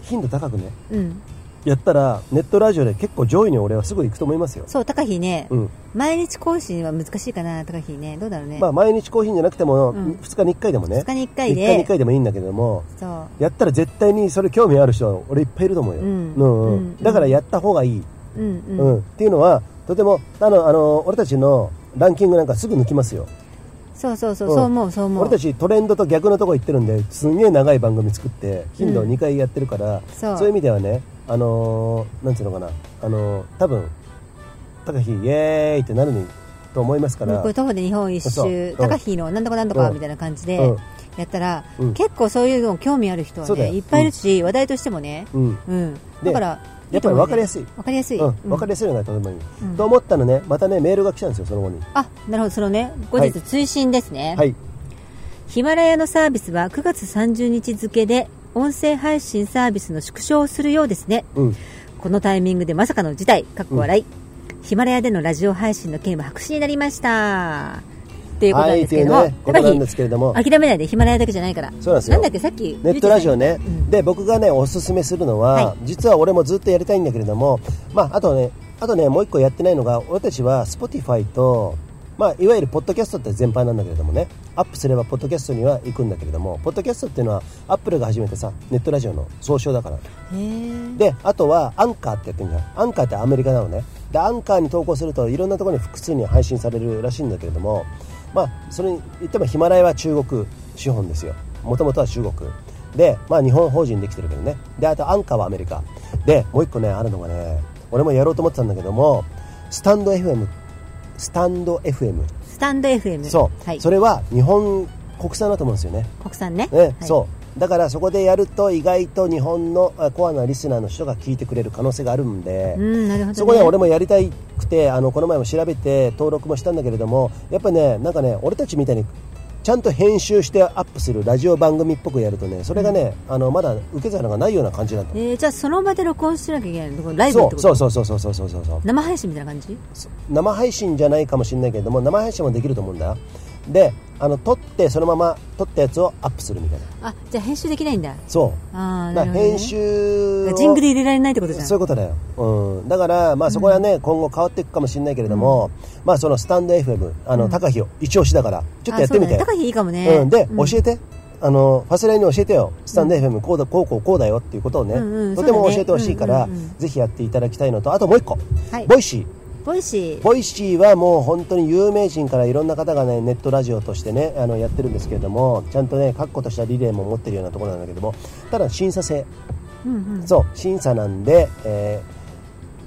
Speaker 2: 頻度高くね
Speaker 1: うん
Speaker 2: やったらネットラジオで結構上位に俺はすぐ行くと思いますよ、
Speaker 1: そう高飛ね、
Speaker 2: うん
Speaker 1: 毎日更新は難しいかな高飛ねどうだろうね、
Speaker 2: まあ、毎日更新じゃなくても
Speaker 1: うん
Speaker 2: 2日に1回でもね
Speaker 1: 2日に1回で
Speaker 2: 1に1回でもいいんだけれども
Speaker 1: そ
Speaker 2: やったら絶対にそれ興味ある人俺いっぱいいると思うよ、
Speaker 1: うん
Speaker 2: うん
Speaker 1: うん
Speaker 2: だからやった方がいい、
Speaker 1: ううんうん、
Speaker 2: うんっていうのはとてもあのあの俺たちのランキングなんかすぐ抜きますよ
Speaker 1: そうそうそう、
Speaker 2: うん
Speaker 1: そう思うそう思う
Speaker 2: 俺たちトレンドと逆のとこ行ってるんですんげえ長い番組作って頻度を2回やってるから、
Speaker 1: そう
Speaker 2: いう意味ではねあのーなんていうのかなあのー多分高飛イエーイってなるのにと思いますから
Speaker 1: これ徒歩で日本一
Speaker 2: そうう
Speaker 1: 周
Speaker 2: ん
Speaker 1: 高飛のなんとかなんとか
Speaker 2: うん
Speaker 1: みたいな感じで
Speaker 2: うん
Speaker 1: やったら、
Speaker 2: うん
Speaker 1: 結構そういうの興味ある人は
Speaker 2: そうだ
Speaker 1: ね
Speaker 2: よ
Speaker 1: いっぱいいるし、話題としてもね、
Speaker 2: うん
Speaker 1: うん、
Speaker 2: で
Speaker 1: だから
Speaker 2: やっぱり分かりやすい
Speaker 1: 分かりやすい、
Speaker 2: うん
Speaker 1: うん
Speaker 2: 分かりやすいのがとてもいい、
Speaker 1: うん
Speaker 2: と思ったらねまたねメールが来たんですよその後に
Speaker 1: あなるほどそのね後
Speaker 2: はい
Speaker 1: 日追伸ですね、
Speaker 2: はい
Speaker 1: ヒマラヤのサービスは9月30日付で音声配信サービスの縮小をするようですね
Speaker 2: うん
Speaker 1: このタイミングでまさかの事態かっこ笑い、ヒマラヤでのラジオ配信の件は白紙になりましたっていうことなんですけれども、
Speaker 2: はいっていうねことなんですけれども
Speaker 1: やっぱり諦めないでヒマラヤだけじゃないから
Speaker 2: そうなんですよ
Speaker 1: だっけさっき
Speaker 2: ネットラジオね、
Speaker 1: うん
Speaker 2: で僕がねおすすめするのは、
Speaker 1: はい
Speaker 2: 実は俺もずっとやりたいんだけれども、まあ、あとねあとねもう一個やってないのが俺たちは Spotify と、まあ、いわゆるポッドキャストって全般なんだけれどもねアップすればポッドキャストには行くんだけれどもポッドキャストっていうのはアップルが始めてさネットラジオの総称だからであとはアンカーってやってるじゃんアンカーってアメリカなのねでアンカーに投稿するといろんなところに複数に配信されるらしいんだけれどもまあそれに言ってもヒマラヤは中国資本ですよもともとは中国でまあ日本法人できてるけどねであとアンカーはアメリカでもう一個ねあるのがね俺もやろうと思ってたんだけどもスタンド FM スタンド FM
Speaker 1: スタンド FM
Speaker 2: そう、
Speaker 1: はい、
Speaker 2: それは日本国産だと思うんですよね
Speaker 1: 国産ね
Speaker 2: ね
Speaker 1: はい、
Speaker 2: そうだからそこでやると意外と日本のあコアなリスナーの人が聞いてくれる可能性があるんで、
Speaker 1: うんなるほど、ね、
Speaker 2: そこね俺もやりたいくてあのこの前も調べて登録もしたんだけれどもやっぱねなんかね俺たちみたいにちゃんと編集してアップするラジオ番組っぽくやるとねそれがね、あのまだ受け皿がないような感じなんだ
Speaker 1: えーじゃあその場で録音しなきゃいけないのこれライブって
Speaker 2: そ
Speaker 1: こと
Speaker 2: うそうそうそうそうそうそうそう
Speaker 1: 生配信みたいな感じ
Speaker 2: 生配信じゃないかもしれないけれども生配信もできると思うんだであの撮ってそのまま撮ったやつをアップするみたいな
Speaker 1: あじゃあ編集できないんだ
Speaker 2: そう
Speaker 1: あーな
Speaker 2: だ
Speaker 1: る
Speaker 2: か
Speaker 1: ほ
Speaker 2: ら
Speaker 1: どね、
Speaker 2: 編集を
Speaker 1: ジングル入れられないってことじゃん
Speaker 2: そういうことだよ、うん、だから、まあ、そこはね、今後変わっていくかもしれないけれども、まあ、そのスタンド FM あの、高飛を一押しだからちょっとやってみて
Speaker 1: あそうだね高飛いいかもね
Speaker 2: うん、で、
Speaker 1: うん
Speaker 2: 教えてあのファスラインに教えてよスタンド FM こうだこうこうこうだよっていうことをね、
Speaker 1: うんうん
Speaker 2: とても
Speaker 1: そうだね
Speaker 2: 教えてほしいから、
Speaker 1: うんうんうん
Speaker 2: ぜひやっていただきたいのとあともう一個、
Speaker 1: はい
Speaker 2: ボイシー
Speaker 1: ボイシー
Speaker 2: ボイシーはもう本当に有名人からいろんな方がねネットラジオとしてねあのやってるんですけれどもちゃんとね確固としたリレーも持ってるようなところなんだけどもただ審査制、そう審査なんで、え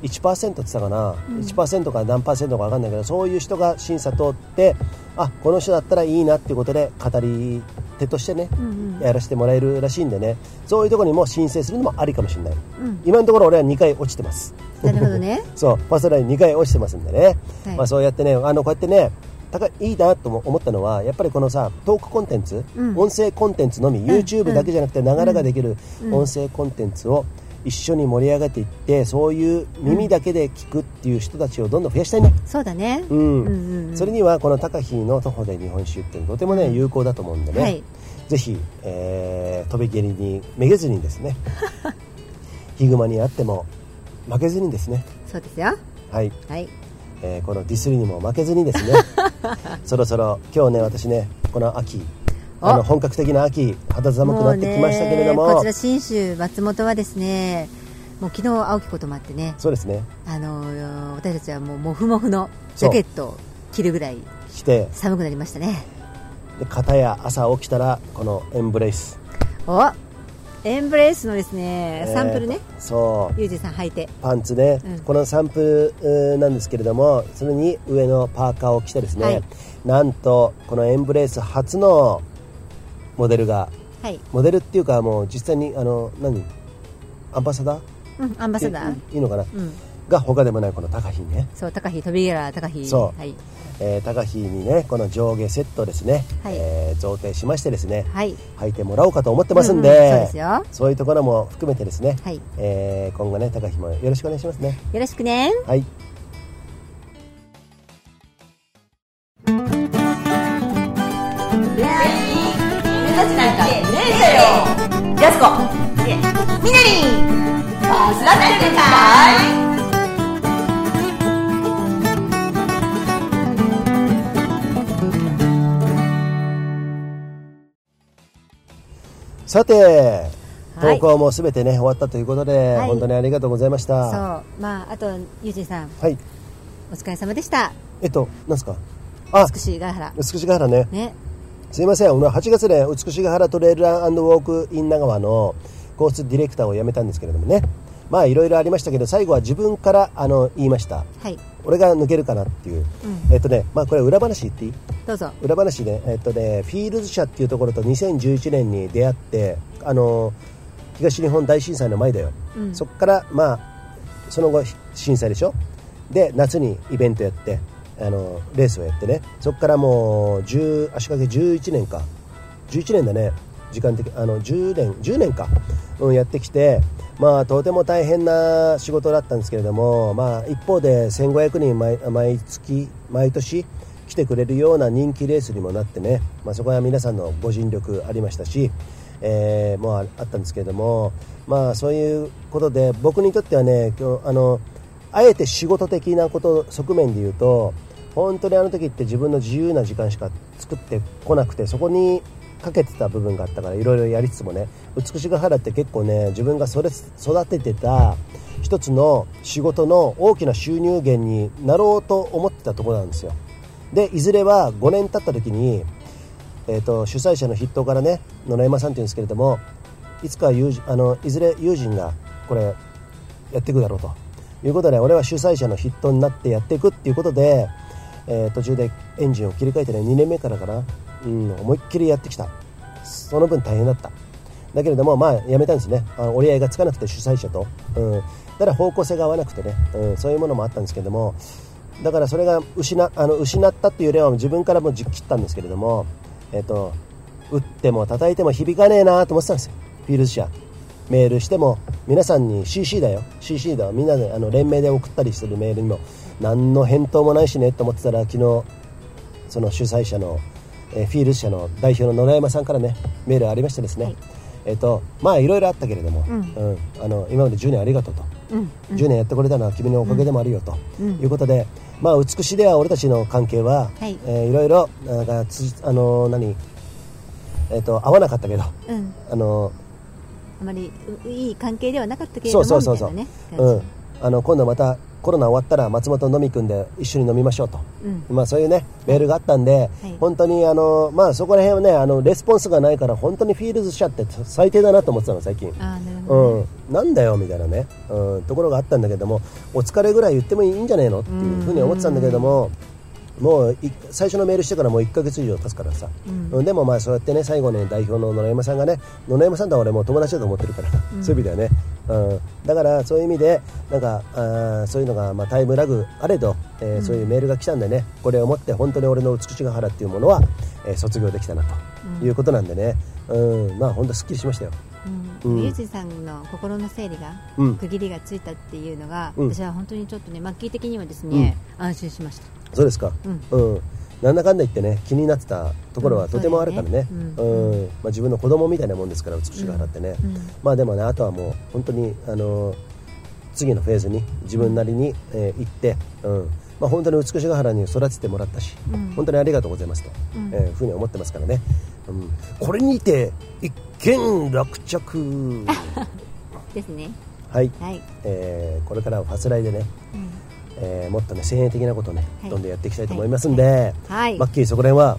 Speaker 2: ー、1%って言ってたかな、1%か何パーセントか分かんないけどそういう人が審査通ってあこの人だったらいいなっていうことで語り手としてね、
Speaker 7: ん
Speaker 2: やらせてもらえるらしいんでねそういうところにも申請するのもありかもしれない、
Speaker 1: うん
Speaker 2: 今のところ俺は2回落ちてます
Speaker 1: なるほどね
Speaker 2: そうファーストライン2回落ちてますんでね、
Speaker 1: はい
Speaker 2: まあ、そうやってねあのこうやってね高いいいなとも思ったのはやっぱりこのさトークコンテンツ、
Speaker 1: うん
Speaker 2: 音声コンテンツのみ、YouTube だけじゃなくてながらができる音声コンテンツを一緒に盛り上がっていってそういう耳だけで聞くっていう人たちをどんどん増やしたいね、
Speaker 1: そうだね
Speaker 2: うん
Speaker 7: うんうんうん
Speaker 2: それにはこの「タカヒの徒歩で日本酒」っていうのとてもね有効だと思うんでね、
Speaker 1: はい
Speaker 2: ぜひ、えー、飛び蹴りにめげずにですねヒグマにあっても負けずにですね
Speaker 1: そうですよ
Speaker 2: はい
Speaker 1: はい
Speaker 2: えーこのディスりにも負けず にですねそろそろ今日ね私ねこの秋
Speaker 1: お
Speaker 2: あの本格的な秋肌寒くなってきましたけれども
Speaker 1: うねこちら信州松本はですねもう昨日青木こともあってね
Speaker 2: そうですね
Speaker 1: あの私たちはもうモフモフのジャケットを着るぐらい
Speaker 2: 来て
Speaker 1: 寒くなりましたね
Speaker 2: で片や朝起きたらこのエンブレイス、
Speaker 1: おエンブレースのですねサンプルね、
Speaker 2: えーそう
Speaker 1: ユージさん履いて
Speaker 2: パンツね、
Speaker 1: うん
Speaker 2: このサンプルうーなんですけれどもそれに上のパーカーを着てですね、
Speaker 1: はい
Speaker 2: なんとこのエンブレイス初のモデルが
Speaker 1: はい、
Speaker 2: モデルっていうかもう実際にあの何アンバサダー
Speaker 1: うん、アンバサダー
Speaker 2: いいいのかな、
Speaker 1: うん
Speaker 2: が他でもないこの高飛ね、
Speaker 1: そう高飛びゲラ高飛
Speaker 2: そう
Speaker 1: はい
Speaker 2: えー、高飛にねこの上下セットですね、
Speaker 1: はい
Speaker 2: えー贈呈しましてですね、
Speaker 1: はい
Speaker 2: 履いてもらおうかと思ってますんで、
Speaker 1: うんうんそうですよ
Speaker 2: そういうところも含めてですね、
Speaker 1: はい
Speaker 2: えー今後ね高飛もよろしくお願いしますね
Speaker 1: よろしくね
Speaker 2: はいさて
Speaker 1: は
Speaker 2: 投
Speaker 1: い
Speaker 2: 稿もすべてね終わったということで、
Speaker 1: はい
Speaker 2: 本当にありがとうございまし
Speaker 1: そう
Speaker 2: た
Speaker 1: まああとユージさん
Speaker 2: はい
Speaker 1: お疲れ様でした
Speaker 2: えっと何すかあ
Speaker 1: 美しいヶ原
Speaker 2: 美しが原ね
Speaker 1: ね
Speaker 2: すいません俺は8月で美しが原トレイルランウォークイン長川のコースディレクターを辞めたんですけれどもねまあいろいろありましたけど最後は自分からあの言いました
Speaker 1: はい
Speaker 2: 俺が抜けるかなっていう、えっとねまあこれ裏話言っていい
Speaker 1: どうぞ
Speaker 2: 裏話ねえっとねフィールズ社っていうところと2011年に出会ってあの東日本大震災の前だよ、
Speaker 1: うん
Speaker 2: そこからまあその後震災でしょで夏にイベントやってあのレースをやってねそこからもう10足掛け11年か11年だね時間的あの10年10年か、うん、やってきてまあとても大変な仕事だったんですけれどもまあ一方で1500人毎毎月毎年来てくれるような人気レースにもなってね、まあ、そこは皆さんのご尽力ありましたし、えーもうあったんですけれどもまあそういうことで僕にとってはね今日あのあえて仕事的なこと側面で言うと本当にあの時って自分の自由な時間しか作ってこなくてそこにかけてた部分があったからいろいろやりつつもね美しが原って結構ね自分がそれ育ててた一つの仕事の大きな収入源になろうと思ってたところなんですよでいずれは5年経った時に、えー、と主催者の筆頭からね野々山さんっていうんですけれどもいつかは友人あのいずれ友人がこれやっていくだろうということで俺は主催者の筆頭になってやっていくっていうことで、えー途中でエンジンを切り替えてね2年目からかな、うん、思いっきりやってきたその分大変だっただけれどもまあやめたんですねあの折り合いがつかなくて主催者と、うん、ただ方向性が合わなくてね、うん、そういうものもあったんですけれどもだからそれが失あの失ったっていう例は自分からもじ切ったんですけれども、えっと打っても叩いても響かねえなと思ってたんですよフィールズ社メールしても皆さんに CC だよ CC だよみんなであの連名で送ったりするメールにも何の返答もないしねと思ってたら昨日その主催者の、えーフィールズ社の代表の野良山さんからねメールありましてですね、えっとまあいろいろあったけれども、うんあの今まで10年ありがとうと、10年やってこれたのは君のおかげでもあるよと、いうことで、まあ、美しでは俺たちの関係は、
Speaker 1: はい
Speaker 2: えーいろいろなんかつあの何、えっと合わなかったけど、
Speaker 1: うん
Speaker 2: あの
Speaker 1: あまりういい関係ではなかったけれど
Speaker 2: そ
Speaker 1: も
Speaker 2: うそうそうそう、
Speaker 1: みたいな
Speaker 2: う
Speaker 1: ね
Speaker 2: ん、あの今度またコロナ終わったら松本飲み組んで一緒に飲みましょうと、
Speaker 1: う
Speaker 2: まあ、そういうねメールがあったんで、
Speaker 1: はい
Speaker 2: 本当にあの、まあ、そこら辺はねあのレスポンスがないから本当にフィールズ社って最低だなと思ってたの最近
Speaker 1: あーなるほど、
Speaker 2: うん、なんだよみたいなね、うん、ところがあったんだけどもお疲れぐらい言ってもいいんじゃねえのっていうふうに思ってたんだけども、もうい最初のメールしてからもう1ヶ月以上経つからさ、うんでもまあそうやってね最後ね代表の野良山さんがね野良山さんとは俺もう友達だと思ってるから、そういう意味ではね、うん、だからそういう意味でなんかあーそういうのがまあタイムラグあれど、えーそういうメールが来たんでねこれをもって本当に俺の美しが原っていうものは、えー卒業できたなということなんでね、うんまあ本当すっきりしましたよ。
Speaker 1: うん
Speaker 2: うん
Speaker 1: ゆうじさんの心の整理が、
Speaker 2: うん
Speaker 1: 区切りがついたっていうのが、
Speaker 2: うん
Speaker 1: 私は本当にちょっとね末期的にはですね、安心しました
Speaker 2: そうですか、
Speaker 1: う
Speaker 2: うんなんだかんだ言ってね気になってたところはとてもあるからね,、
Speaker 1: う
Speaker 2: うんん
Speaker 1: そうだよね
Speaker 2: まあ、自分の子供みたいなもんですから美しが払ってね、
Speaker 1: うんうん
Speaker 2: まあでもねあとはもう本当にあのー次のフェーズに自分なりに、えー行って、うんまあ、本当に美しが原に育ててもらったし、
Speaker 1: うん
Speaker 2: 本当にありがとうございますと、
Speaker 1: うん
Speaker 2: えーふうに思ってますからね、うん、これにて一件落着
Speaker 1: ですね
Speaker 2: はい、
Speaker 1: はい、
Speaker 2: えーこれからはファスライでね、
Speaker 1: うん
Speaker 2: えーもっとね先鋭的なことをね、
Speaker 1: はい
Speaker 2: どんどんやっていきたいと思いますんで、
Speaker 1: はい
Speaker 2: マッキーそこら辺は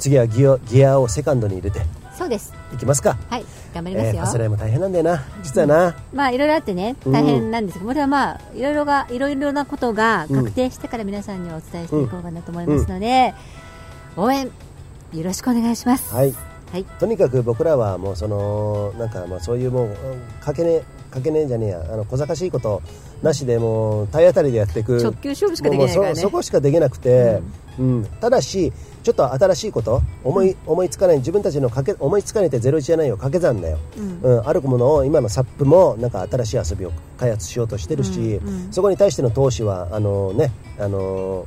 Speaker 2: 次はギアギアをセカンドに入れて
Speaker 1: そうです
Speaker 2: いきますか
Speaker 1: はい頑張り
Speaker 2: え
Speaker 1: ま
Speaker 2: ーファ
Speaker 1: す
Speaker 2: ス
Speaker 1: よ、
Speaker 2: ライも大変なんだよな実はな、
Speaker 1: まあいろいろあってね
Speaker 2: うん
Speaker 1: 大変なんですけど、これはまあいろいろがいろいろなことが確定してから皆さんにお伝えしていこうかなと思いますので、応援よろしくお願いします
Speaker 2: はい
Speaker 1: はい
Speaker 2: とにかく僕らはもうそのなんかまあそういうもううんかけねかけねえじゃねえやあの小賢しいことなしでもう体当たりでやっていく
Speaker 1: 直球勝負しかできないからね
Speaker 2: もうもうそそこしかできなくて、うんただしちょっと新しいこと思い,、思いつかない自分たちのかけ思いつかないって01じゃないよ掛け算だよ、
Speaker 1: うん
Speaker 2: うん、あるものを今のサップもなんか新しい遊びを開発しようとしてるし、
Speaker 1: うんうん
Speaker 2: そこに対しての投資はあのねあの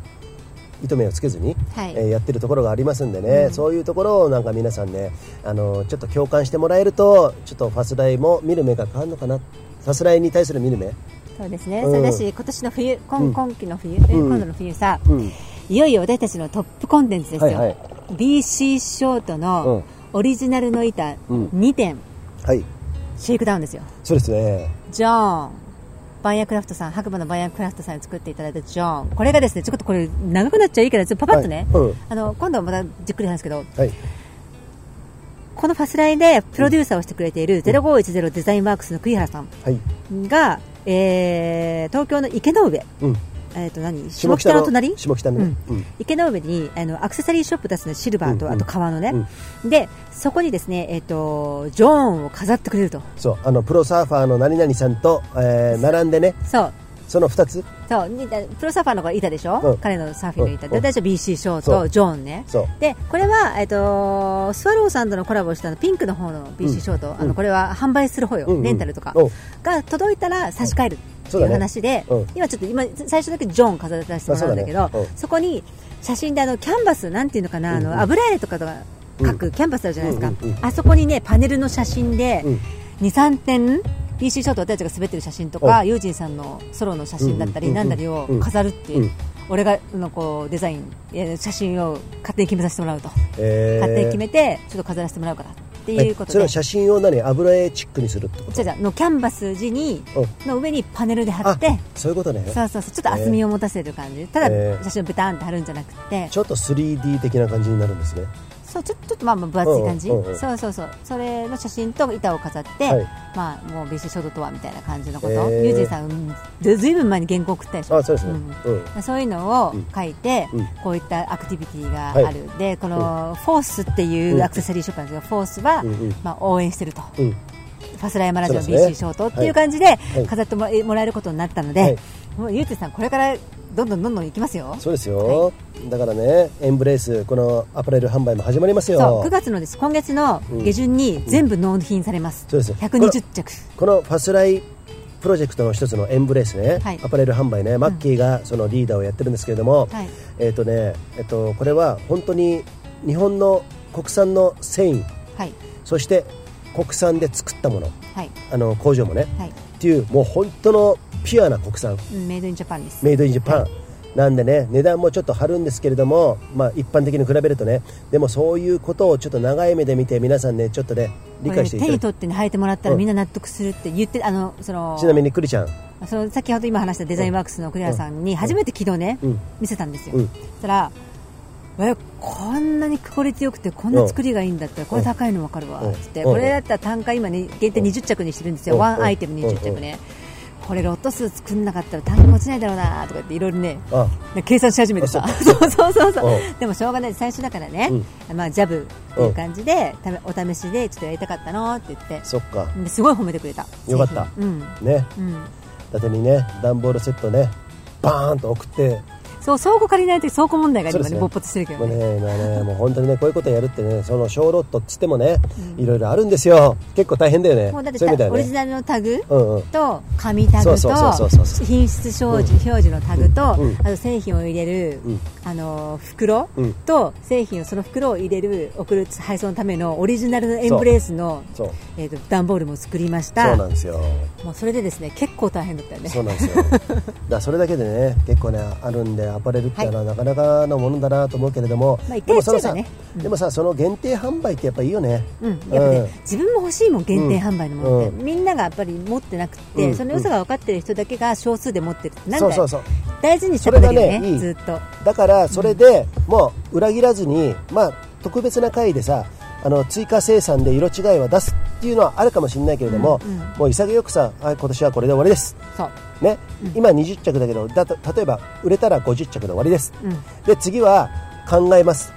Speaker 2: 糸目をつけずに、
Speaker 1: はい
Speaker 2: えーやってるところがありますんでね、そういうところをなんか皆さんねあのちょっと共感してもらえるとちょっとファスライも見る目が変わるのかなファスライに対する見る目、
Speaker 1: そうですね、
Speaker 2: うん
Speaker 1: それだし今年の冬今今期の冬、え
Speaker 2: ん
Speaker 1: 今度の冬さ、
Speaker 2: うん
Speaker 1: いよいよ私たちのトップコンテンツですよ、
Speaker 2: はいはい
Speaker 1: BC ショートのオリジナルの板
Speaker 2: うん
Speaker 1: 2点、
Speaker 2: はい
Speaker 1: シェイクダウンですよ
Speaker 2: そうですね
Speaker 1: ジョーンバイアクラフトさん白馬のバイアクラフトさんに作っていただいたジョーンこれがですねちょっとこれ長くなっちゃいいからちょっとパパッとね、
Speaker 2: はいうん
Speaker 1: あの今度はまたじっくり話すけど
Speaker 2: はい
Speaker 1: このファスライでプロデューサーをしてくれている0510デザインワークスの栗原さん
Speaker 2: はい
Speaker 1: が、えー東京の池の上、
Speaker 2: うん
Speaker 1: えー、と何下北の隣
Speaker 2: 下北のね、
Speaker 1: う
Speaker 2: うんん
Speaker 1: 池の上にあのアクセサリーショップ出すのシルバーと、
Speaker 2: うんうん
Speaker 1: あと革のね、でそこにですね、えっとジョーンを飾ってくれると
Speaker 2: そうあのプロサーファーの何々さんと、えー並んでね
Speaker 1: そう
Speaker 2: その2つ
Speaker 1: そうにプロサーファーの子がいたでしょ、
Speaker 2: うん
Speaker 1: 彼のサーフィンの板、
Speaker 2: うん
Speaker 1: で私は BC ショー
Speaker 2: そ
Speaker 1: と
Speaker 2: う
Speaker 1: ジョーンね
Speaker 2: そう
Speaker 1: でこれは、えっとスワローさんとのコラボしたのピンクの方の BC ショート、あのこれは販売する方よ、
Speaker 2: うんうん
Speaker 1: レンタルとか
Speaker 2: うん
Speaker 1: が届いたら差し替えるって
Speaker 2: そう
Speaker 1: い
Speaker 2: だ
Speaker 1: う
Speaker 2: ね
Speaker 1: 話で、
Speaker 2: うん
Speaker 1: 今ちょっと今最初だけジョーン飾らせてもらうんだけど、
Speaker 2: まあ
Speaker 1: そ
Speaker 2: そうだねうん
Speaker 1: こに写真であのキャンバスなんていうのかな、あの油絵とかとか書くキャンバスあるじゃないですか、
Speaker 2: うんうんうん
Speaker 1: あそこにねパネルの写真で
Speaker 2: うん
Speaker 1: 23点 BC ショート私たちが滑ってる写真とか、
Speaker 2: う
Speaker 1: ユージンさんのソロの写真だったり、
Speaker 2: うんうん
Speaker 1: な
Speaker 2: うんん
Speaker 1: だりを飾るっていう、
Speaker 2: うん
Speaker 1: 俺があのこうデザインいや写真を勝手に決めさせてもらうと、
Speaker 2: えー
Speaker 1: 勝手に決めてちょっと飾らせてもらうからって
Speaker 2: え
Speaker 1: いうこと
Speaker 2: そ
Speaker 1: で
Speaker 2: れは写真を何油絵チックにするってこ
Speaker 1: じゃじゃのキャンバス地に
Speaker 2: う
Speaker 1: の上にパネルで貼
Speaker 2: と
Speaker 1: って
Speaker 2: そういうことね
Speaker 1: そうそうそうちょっと厚みを持たせる感じ、た
Speaker 2: え
Speaker 1: だ
Speaker 2: ー
Speaker 1: 写真をベタンって貼るんじゃなくて、
Speaker 2: ちょっと 3D 的な感じになるんですね
Speaker 1: そうちょちょっとまあまあ分厚い感じ、
Speaker 2: うんうんうん
Speaker 1: そうそうそうそれの写真と板を飾って、
Speaker 2: はい
Speaker 1: まあもう BC ショートとはみたいな感じのこと、
Speaker 2: えー
Speaker 1: ユージンさんうんずずいぶん前に原稿送ったでしょ
Speaker 2: あそうですね
Speaker 1: ん
Speaker 2: うん
Speaker 1: そういうのを書いて、
Speaker 2: うん
Speaker 1: こういったアクティビティが
Speaker 2: はい
Speaker 1: ある、でこのフォースっていうアクセサリーショップなんですけど、フォースは、
Speaker 2: うんうん
Speaker 1: まあ、応援してると、
Speaker 2: うん
Speaker 1: ファスライマラジオ
Speaker 2: そうですね
Speaker 1: BC ショートっていう感じで
Speaker 2: い
Speaker 1: 飾ってももらえることになったので、
Speaker 2: はい
Speaker 1: もうゆうてさんこれからどんどんどんどん行きますよ
Speaker 2: そうですよ、だからねエンブレイスこのアパレル販売も始まりますよ
Speaker 1: そう9月のです今月の下旬に全部納品されます、
Speaker 2: そうです
Speaker 1: 120着
Speaker 2: このファスライプロジェクトの一つのエンブレイスね、
Speaker 1: はい
Speaker 2: アパレル販売ねマッキーがそのリーダーをやってるんですけれども、
Speaker 1: はい
Speaker 2: えっ、とね、えっとこれは本当に日本の国産の繊維
Speaker 1: はい
Speaker 2: そして国産で作ったもの
Speaker 1: はい
Speaker 2: あの工場もね、
Speaker 1: はい
Speaker 2: っていうもう本当のピュアな国産
Speaker 1: うんメイドインジャパンです
Speaker 2: メイドインジャパンなんでね値段もちょっと張るんですけれども、まあ、一般的に比べるとねでもそういうことをちょっと長い目で見て皆さんねちょっとね理
Speaker 1: これ
Speaker 2: 解
Speaker 1: ね
Speaker 2: し
Speaker 1: 手
Speaker 2: ていただ
Speaker 1: に
Speaker 2: き
Speaker 1: 取ってね履いてもらったら
Speaker 2: うん
Speaker 1: みんな納得するって言ってあのその
Speaker 2: ちなみにクリちゃん
Speaker 1: その先ほど今話したデザインワークスの栗原さんに初めて昨日ね、
Speaker 2: うん
Speaker 1: 見せたんですよ、
Speaker 2: うん
Speaker 1: そしたらえこんなにクオリティよくてこんな作りがいいんだったらこれ高いの分かるわ
Speaker 2: うん
Speaker 1: つって
Speaker 2: うん
Speaker 1: これだったら単価今ね限定20着にしてるんですよ
Speaker 2: うん
Speaker 1: ワンアイテム20着ねこれロット数作んなかったら単価落ちないだろうなとか言っていろいろね
Speaker 2: あ
Speaker 1: ね計算し始めてさ
Speaker 2: あ
Speaker 1: そう そうそうそう
Speaker 2: う
Speaker 1: でもしょうがない最初だからね、まあ、ジャブっていう感じでためお試しでちょっとやりたかったのって言って
Speaker 2: そっか
Speaker 1: ですごい褒めてくれた
Speaker 2: よかった
Speaker 1: 製品うん
Speaker 2: ね
Speaker 1: うん
Speaker 2: 伊達にね段ボールセットねバーンと送って
Speaker 1: そう倉庫借りないという倉庫問題が
Speaker 2: そう
Speaker 1: 今
Speaker 2: です
Speaker 1: ね
Speaker 2: ね
Speaker 1: 勃発してるけ
Speaker 2: も
Speaker 1: ど
Speaker 2: う
Speaker 1: ね
Speaker 2: ね今ねもう本当にねこういうことやるってねその小ロットっつってもねいろいろあるんですよ結構大変だよね
Speaker 1: もうだって
Speaker 2: そういう意味で
Speaker 1: た
Speaker 2: は
Speaker 1: オリジ
Speaker 2: ね
Speaker 1: ナルのタグ
Speaker 2: うんうん
Speaker 1: と紙タグ
Speaker 2: そうそうそう
Speaker 1: と
Speaker 2: そうそう
Speaker 1: 品質表示,、表示のタグと、
Speaker 2: うんうん
Speaker 1: あと製品を入れる、
Speaker 2: うん
Speaker 1: あのー袋
Speaker 2: うん
Speaker 1: と製品をその袋を入れる送る配送のためのオリジナルのエンブレースの
Speaker 2: そう
Speaker 1: えー、と段ボールも作りまし
Speaker 2: そう
Speaker 1: た
Speaker 2: なんですよ
Speaker 1: もうそれでですね結構大変だったよね
Speaker 2: そうなんです よだからそれだけでね結構ねあるんでアパレルってのはなかなかのものだなと思うけれども、
Speaker 1: まあ一定
Speaker 2: でもその
Speaker 1: 数
Speaker 2: さ、
Speaker 1: はねうん
Speaker 2: でもさその限定販売ってやっぱいいよね
Speaker 1: うん、やっぱね、自分も欲しいもん限定販売のものって、
Speaker 2: う
Speaker 1: みんながやっぱり持ってなくて、
Speaker 2: うん
Speaker 1: その良さが分かってる人だけが少数で持ってるってなん
Speaker 2: そう
Speaker 1: か
Speaker 2: そうそう
Speaker 1: 大事にしたことだよ
Speaker 2: それがねいい
Speaker 1: ねずっと
Speaker 2: だからそれでもう裏切らずに、まあ、特別な回でさあの追加生産で色違いは出すっていうのはあるかもしれないけれども、
Speaker 1: うんうん
Speaker 2: もう潔くさ、はい、今年はこれで終わりです、
Speaker 1: そう
Speaker 2: ね今20着だけどだと例えば売れたら50着で終わりです、
Speaker 1: うん
Speaker 2: で次は考えます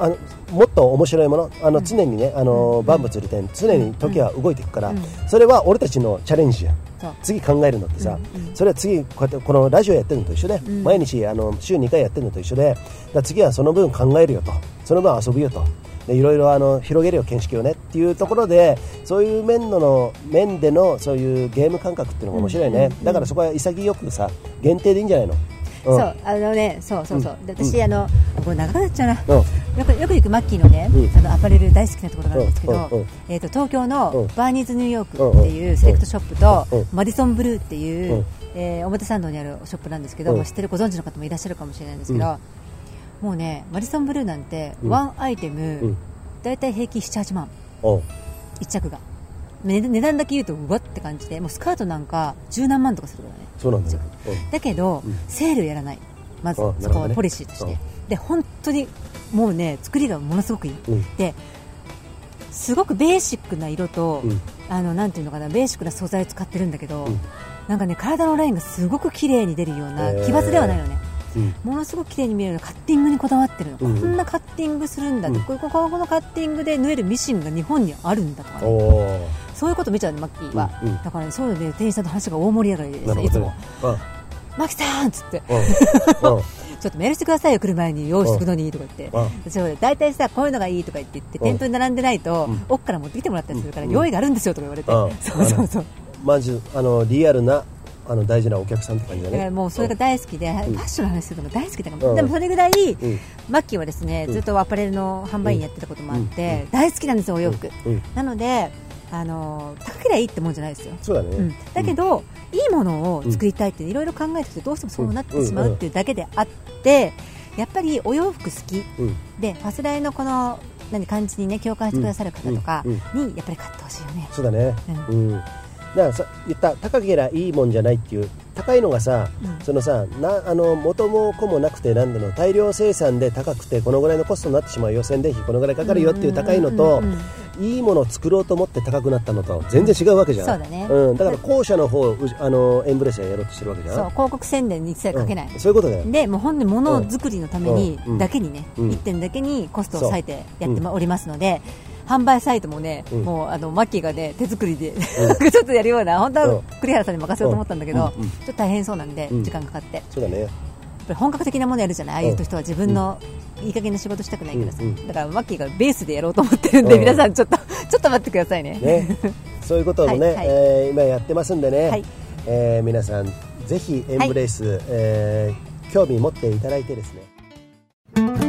Speaker 2: あのもっと面白いものあの常にね、あの万物売り店常に時は動いていくから、それは俺たちのチャレンジや
Speaker 1: そう
Speaker 2: 次考えるのってさ、それは次こうやってこのラジオやってるのと一緒で、毎日あの週2回やってるのと一緒でだから次はその分考えるよとその分遊ぶよとでいろいろあの広げるよ見識をねっていうところでそういう面のの面でのそういうゲーム感覚っていうのが面白いね、だからそこは潔くさ限定でいいんじゃないの、
Speaker 1: そ
Speaker 2: ん
Speaker 1: うあのねそうそうそう、で
Speaker 2: うん
Speaker 1: 私あのこれ長くなっちゃうな、
Speaker 2: うん
Speaker 1: よくよく行くマッキーのね、
Speaker 2: うん
Speaker 1: あのアパレル大好きなところがあるんですけど、
Speaker 2: うんうん
Speaker 1: えー、と東京
Speaker 2: うん
Speaker 1: のバーニーズニューヨークっていうセレクトショップと、
Speaker 2: うんうん
Speaker 1: マディソンブルーっていう、
Speaker 2: うん
Speaker 1: えー表参道にあるショップなんですけど、
Speaker 2: うん
Speaker 1: まあ知ってるご存知の方もいらっしゃるかもしれないんですけど、もうねマディソンブルーなんて、
Speaker 2: うん
Speaker 1: ワンアイテム、
Speaker 2: ん
Speaker 1: だいたい平均78万
Speaker 2: おう
Speaker 1: 1着が、ね、値段だけ言うとうわって感じでもうスカートなんか十何万とかするからね
Speaker 2: そうなんだよ、
Speaker 1: だけど、セールやらないまず
Speaker 2: あなるほどね
Speaker 1: そこはポリシーとして、
Speaker 2: うん
Speaker 1: で本当にもうね作りがものすごくいい、
Speaker 2: うん
Speaker 1: ですごくベーシックな色と、
Speaker 2: うん
Speaker 1: あのなんていうのかなベーシックな素材を使ってるんだけど、
Speaker 2: ん
Speaker 1: なんかね体のラインがすごく綺麗に出るような
Speaker 2: へー
Speaker 1: 奇抜ではないのね、
Speaker 2: うん
Speaker 1: ものすごく綺麗に見えるようなカッティングにこだわってるの、
Speaker 2: うん
Speaker 1: こんなカッティングするんだって、
Speaker 2: うん
Speaker 1: ここここのカッティングで縫えるミシンが日本にあるんだとかね
Speaker 2: うん、お
Speaker 1: そういうこと見ちゃうねマッキーは、
Speaker 2: うんうん
Speaker 1: だから、ね、そういうので店員さんと話が大盛り上がりで
Speaker 2: ー
Speaker 1: す
Speaker 2: なる
Speaker 1: ね
Speaker 2: ほ
Speaker 1: いつ
Speaker 2: ど
Speaker 1: も
Speaker 2: ねうん
Speaker 1: マキさんっつって
Speaker 2: うんうん
Speaker 1: ちょっとメールしてくださいよ、来る前に用意してくのにとか言って
Speaker 2: うん、
Speaker 1: そうだ大体さ、こういうのがいいとか言って言って、
Speaker 2: うん
Speaker 1: 店頭に並んでないと
Speaker 2: ん、
Speaker 1: 奥から持ってきてもらったりするから、
Speaker 2: うん
Speaker 1: 用意があるんですよとか言われて、
Speaker 2: うん
Speaker 1: そうそうそう、
Speaker 2: まずあのリアルなあの大事なお客さんって感じだ
Speaker 1: だから
Speaker 2: ね
Speaker 1: もうそれが大好きで、ファッションの話するのが大好きだから、
Speaker 2: うん
Speaker 1: でもそれぐらい
Speaker 2: ん、
Speaker 1: マッキーはですねずっとアパレルの販売員やってたこともあって、大好きなんですよ、お洋服。
Speaker 2: うんうん
Speaker 1: なので、あの高ければいいってもんじゃないですよ。
Speaker 2: そうだね、
Speaker 1: うん、だけど、いいものを作りたいっていろいろ考えててどうしてもそうなってしまうっていうだけであってやっぱりお洋服好き
Speaker 2: うん
Speaker 1: でファスライのこの何感じにね共感してくださる方とか
Speaker 2: うん
Speaker 1: にやっぱり買ってほしいよね。
Speaker 2: そうだね
Speaker 1: う
Speaker 2: うん、だからさ言った高けりゃいいもんじゃないっていう高いのがさ、
Speaker 1: うん
Speaker 2: そのさなあの元も子もなくてなんだろう大量生産で高くてこのぐらいのコストになってしまう予選で費このぐらいかかるよっていう高いのと、
Speaker 1: うんうんうん
Speaker 2: いいものを作ろうと思って高くなったのと全然違うわけじゃん
Speaker 1: そうだね
Speaker 2: うん、だから後者の方をうあのエンブレスでやろうとしてるわけじゃん
Speaker 1: そう広告宣伝に一切かけない、
Speaker 2: うんそういうことだよ
Speaker 1: でもう本当にものづくりのために
Speaker 2: うん
Speaker 1: だけにね、
Speaker 2: うん
Speaker 1: 一点だけにコストを割いてやっておりますので、販売サイトもね、
Speaker 2: うん
Speaker 1: もうあのマッキーがね手作りで、なん かちょっとやるような本当
Speaker 2: う
Speaker 1: は
Speaker 2: ん
Speaker 1: 栗原さんに任せようと思ったんだけど、
Speaker 2: うんうん
Speaker 1: ちょっと大変そうなんで、
Speaker 2: うん
Speaker 1: 時間かかってやっ
Speaker 2: そうだね
Speaker 1: ぱり本格的なものやるじゃないああいう人は自分の、いい加減な仕事したくないからさ、
Speaker 2: うんうん
Speaker 1: だからマッキーがベースでやろうと思ってるんで、
Speaker 2: うん
Speaker 1: 皆さんちょっとちょっと待ってくださいね
Speaker 2: ね、そういうこともね、
Speaker 1: はいはい
Speaker 2: えー今やってますんでね、
Speaker 1: はい
Speaker 2: えー皆さんぜひエンブレイス、えー興味持っていただいてですね。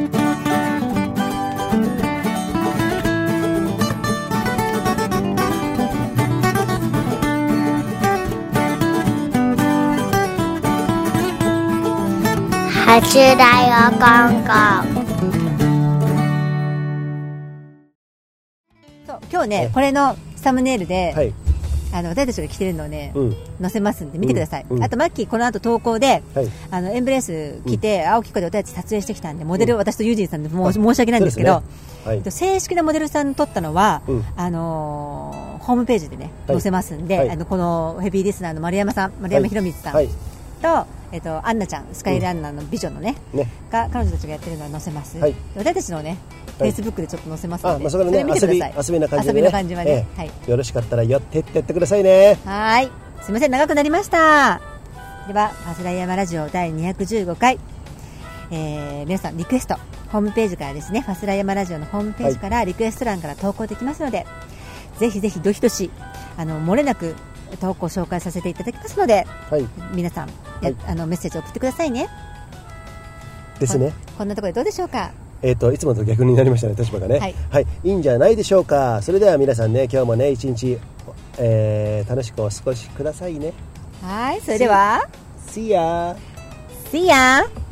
Speaker 11: 还是大家刚刚。
Speaker 1: そう今日ねこれのサムネイルで、
Speaker 2: はい、
Speaker 1: あの私たちが着てるのをね、
Speaker 2: うん、
Speaker 1: 載せますんで見てください、
Speaker 2: うんうん
Speaker 1: あとマッキーこの後投稿で、
Speaker 2: はい
Speaker 1: あのエンブレス着て、青木子でお手ち撮影してきたんでモデル、私とユージンさんでもう申し訳ないんですけど
Speaker 2: そうですねは
Speaker 1: 正
Speaker 2: い
Speaker 1: 式なモデルさん撮ったのは、
Speaker 2: うん
Speaker 1: あのーホームページでね、
Speaker 12: はい
Speaker 1: 載せますんで、
Speaker 12: はい
Speaker 1: あのこのヘビーリスナーの丸山さん丸山宏光さんと、
Speaker 12: はい
Speaker 1: えっと、アンナちゃんスカイランナーの美女のね、
Speaker 2: ね
Speaker 1: が彼女たちがやってるのは載せます、
Speaker 2: はい
Speaker 1: 私たちのねフェ
Speaker 2: はい
Speaker 1: イスブックでちょっと載せますの
Speaker 2: あ、
Speaker 1: で、
Speaker 2: まあ、それね、
Speaker 1: 見て
Speaker 2: 遊
Speaker 1: く
Speaker 2: び、
Speaker 1: ださい
Speaker 2: 遊びな感じで、ね。
Speaker 1: 遊びの感じはね、
Speaker 2: ええ
Speaker 1: はい
Speaker 2: よろしかったら、寄ってってってくださいね。
Speaker 1: はーい。すみません、長くなりました。では、パスダイヤマラジオ第215回。えー皆さん、リクエスト、ホームページからですね、ファスライヤマラジオのホームページから、リクエスト欄から投稿できますので、ぜひぜひ、どひどし、あの、漏れなく投稿紹介させていただきますので、
Speaker 2: はい。
Speaker 1: 皆さん、やあの、メッセージ送ってくださいね。
Speaker 2: ですね。
Speaker 1: こんなところでどうでしょうか
Speaker 2: えっ、と、いつもと逆になりましたね、立場がね。
Speaker 1: は
Speaker 2: はいい、い、いんじゃないでしょうか。それでは、皆さんね、今日もね、一日、えー楽しくお過ごしくださいね。
Speaker 1: はーい、それでは、
Speaker 2: See ya.
Speaker 1: See ya!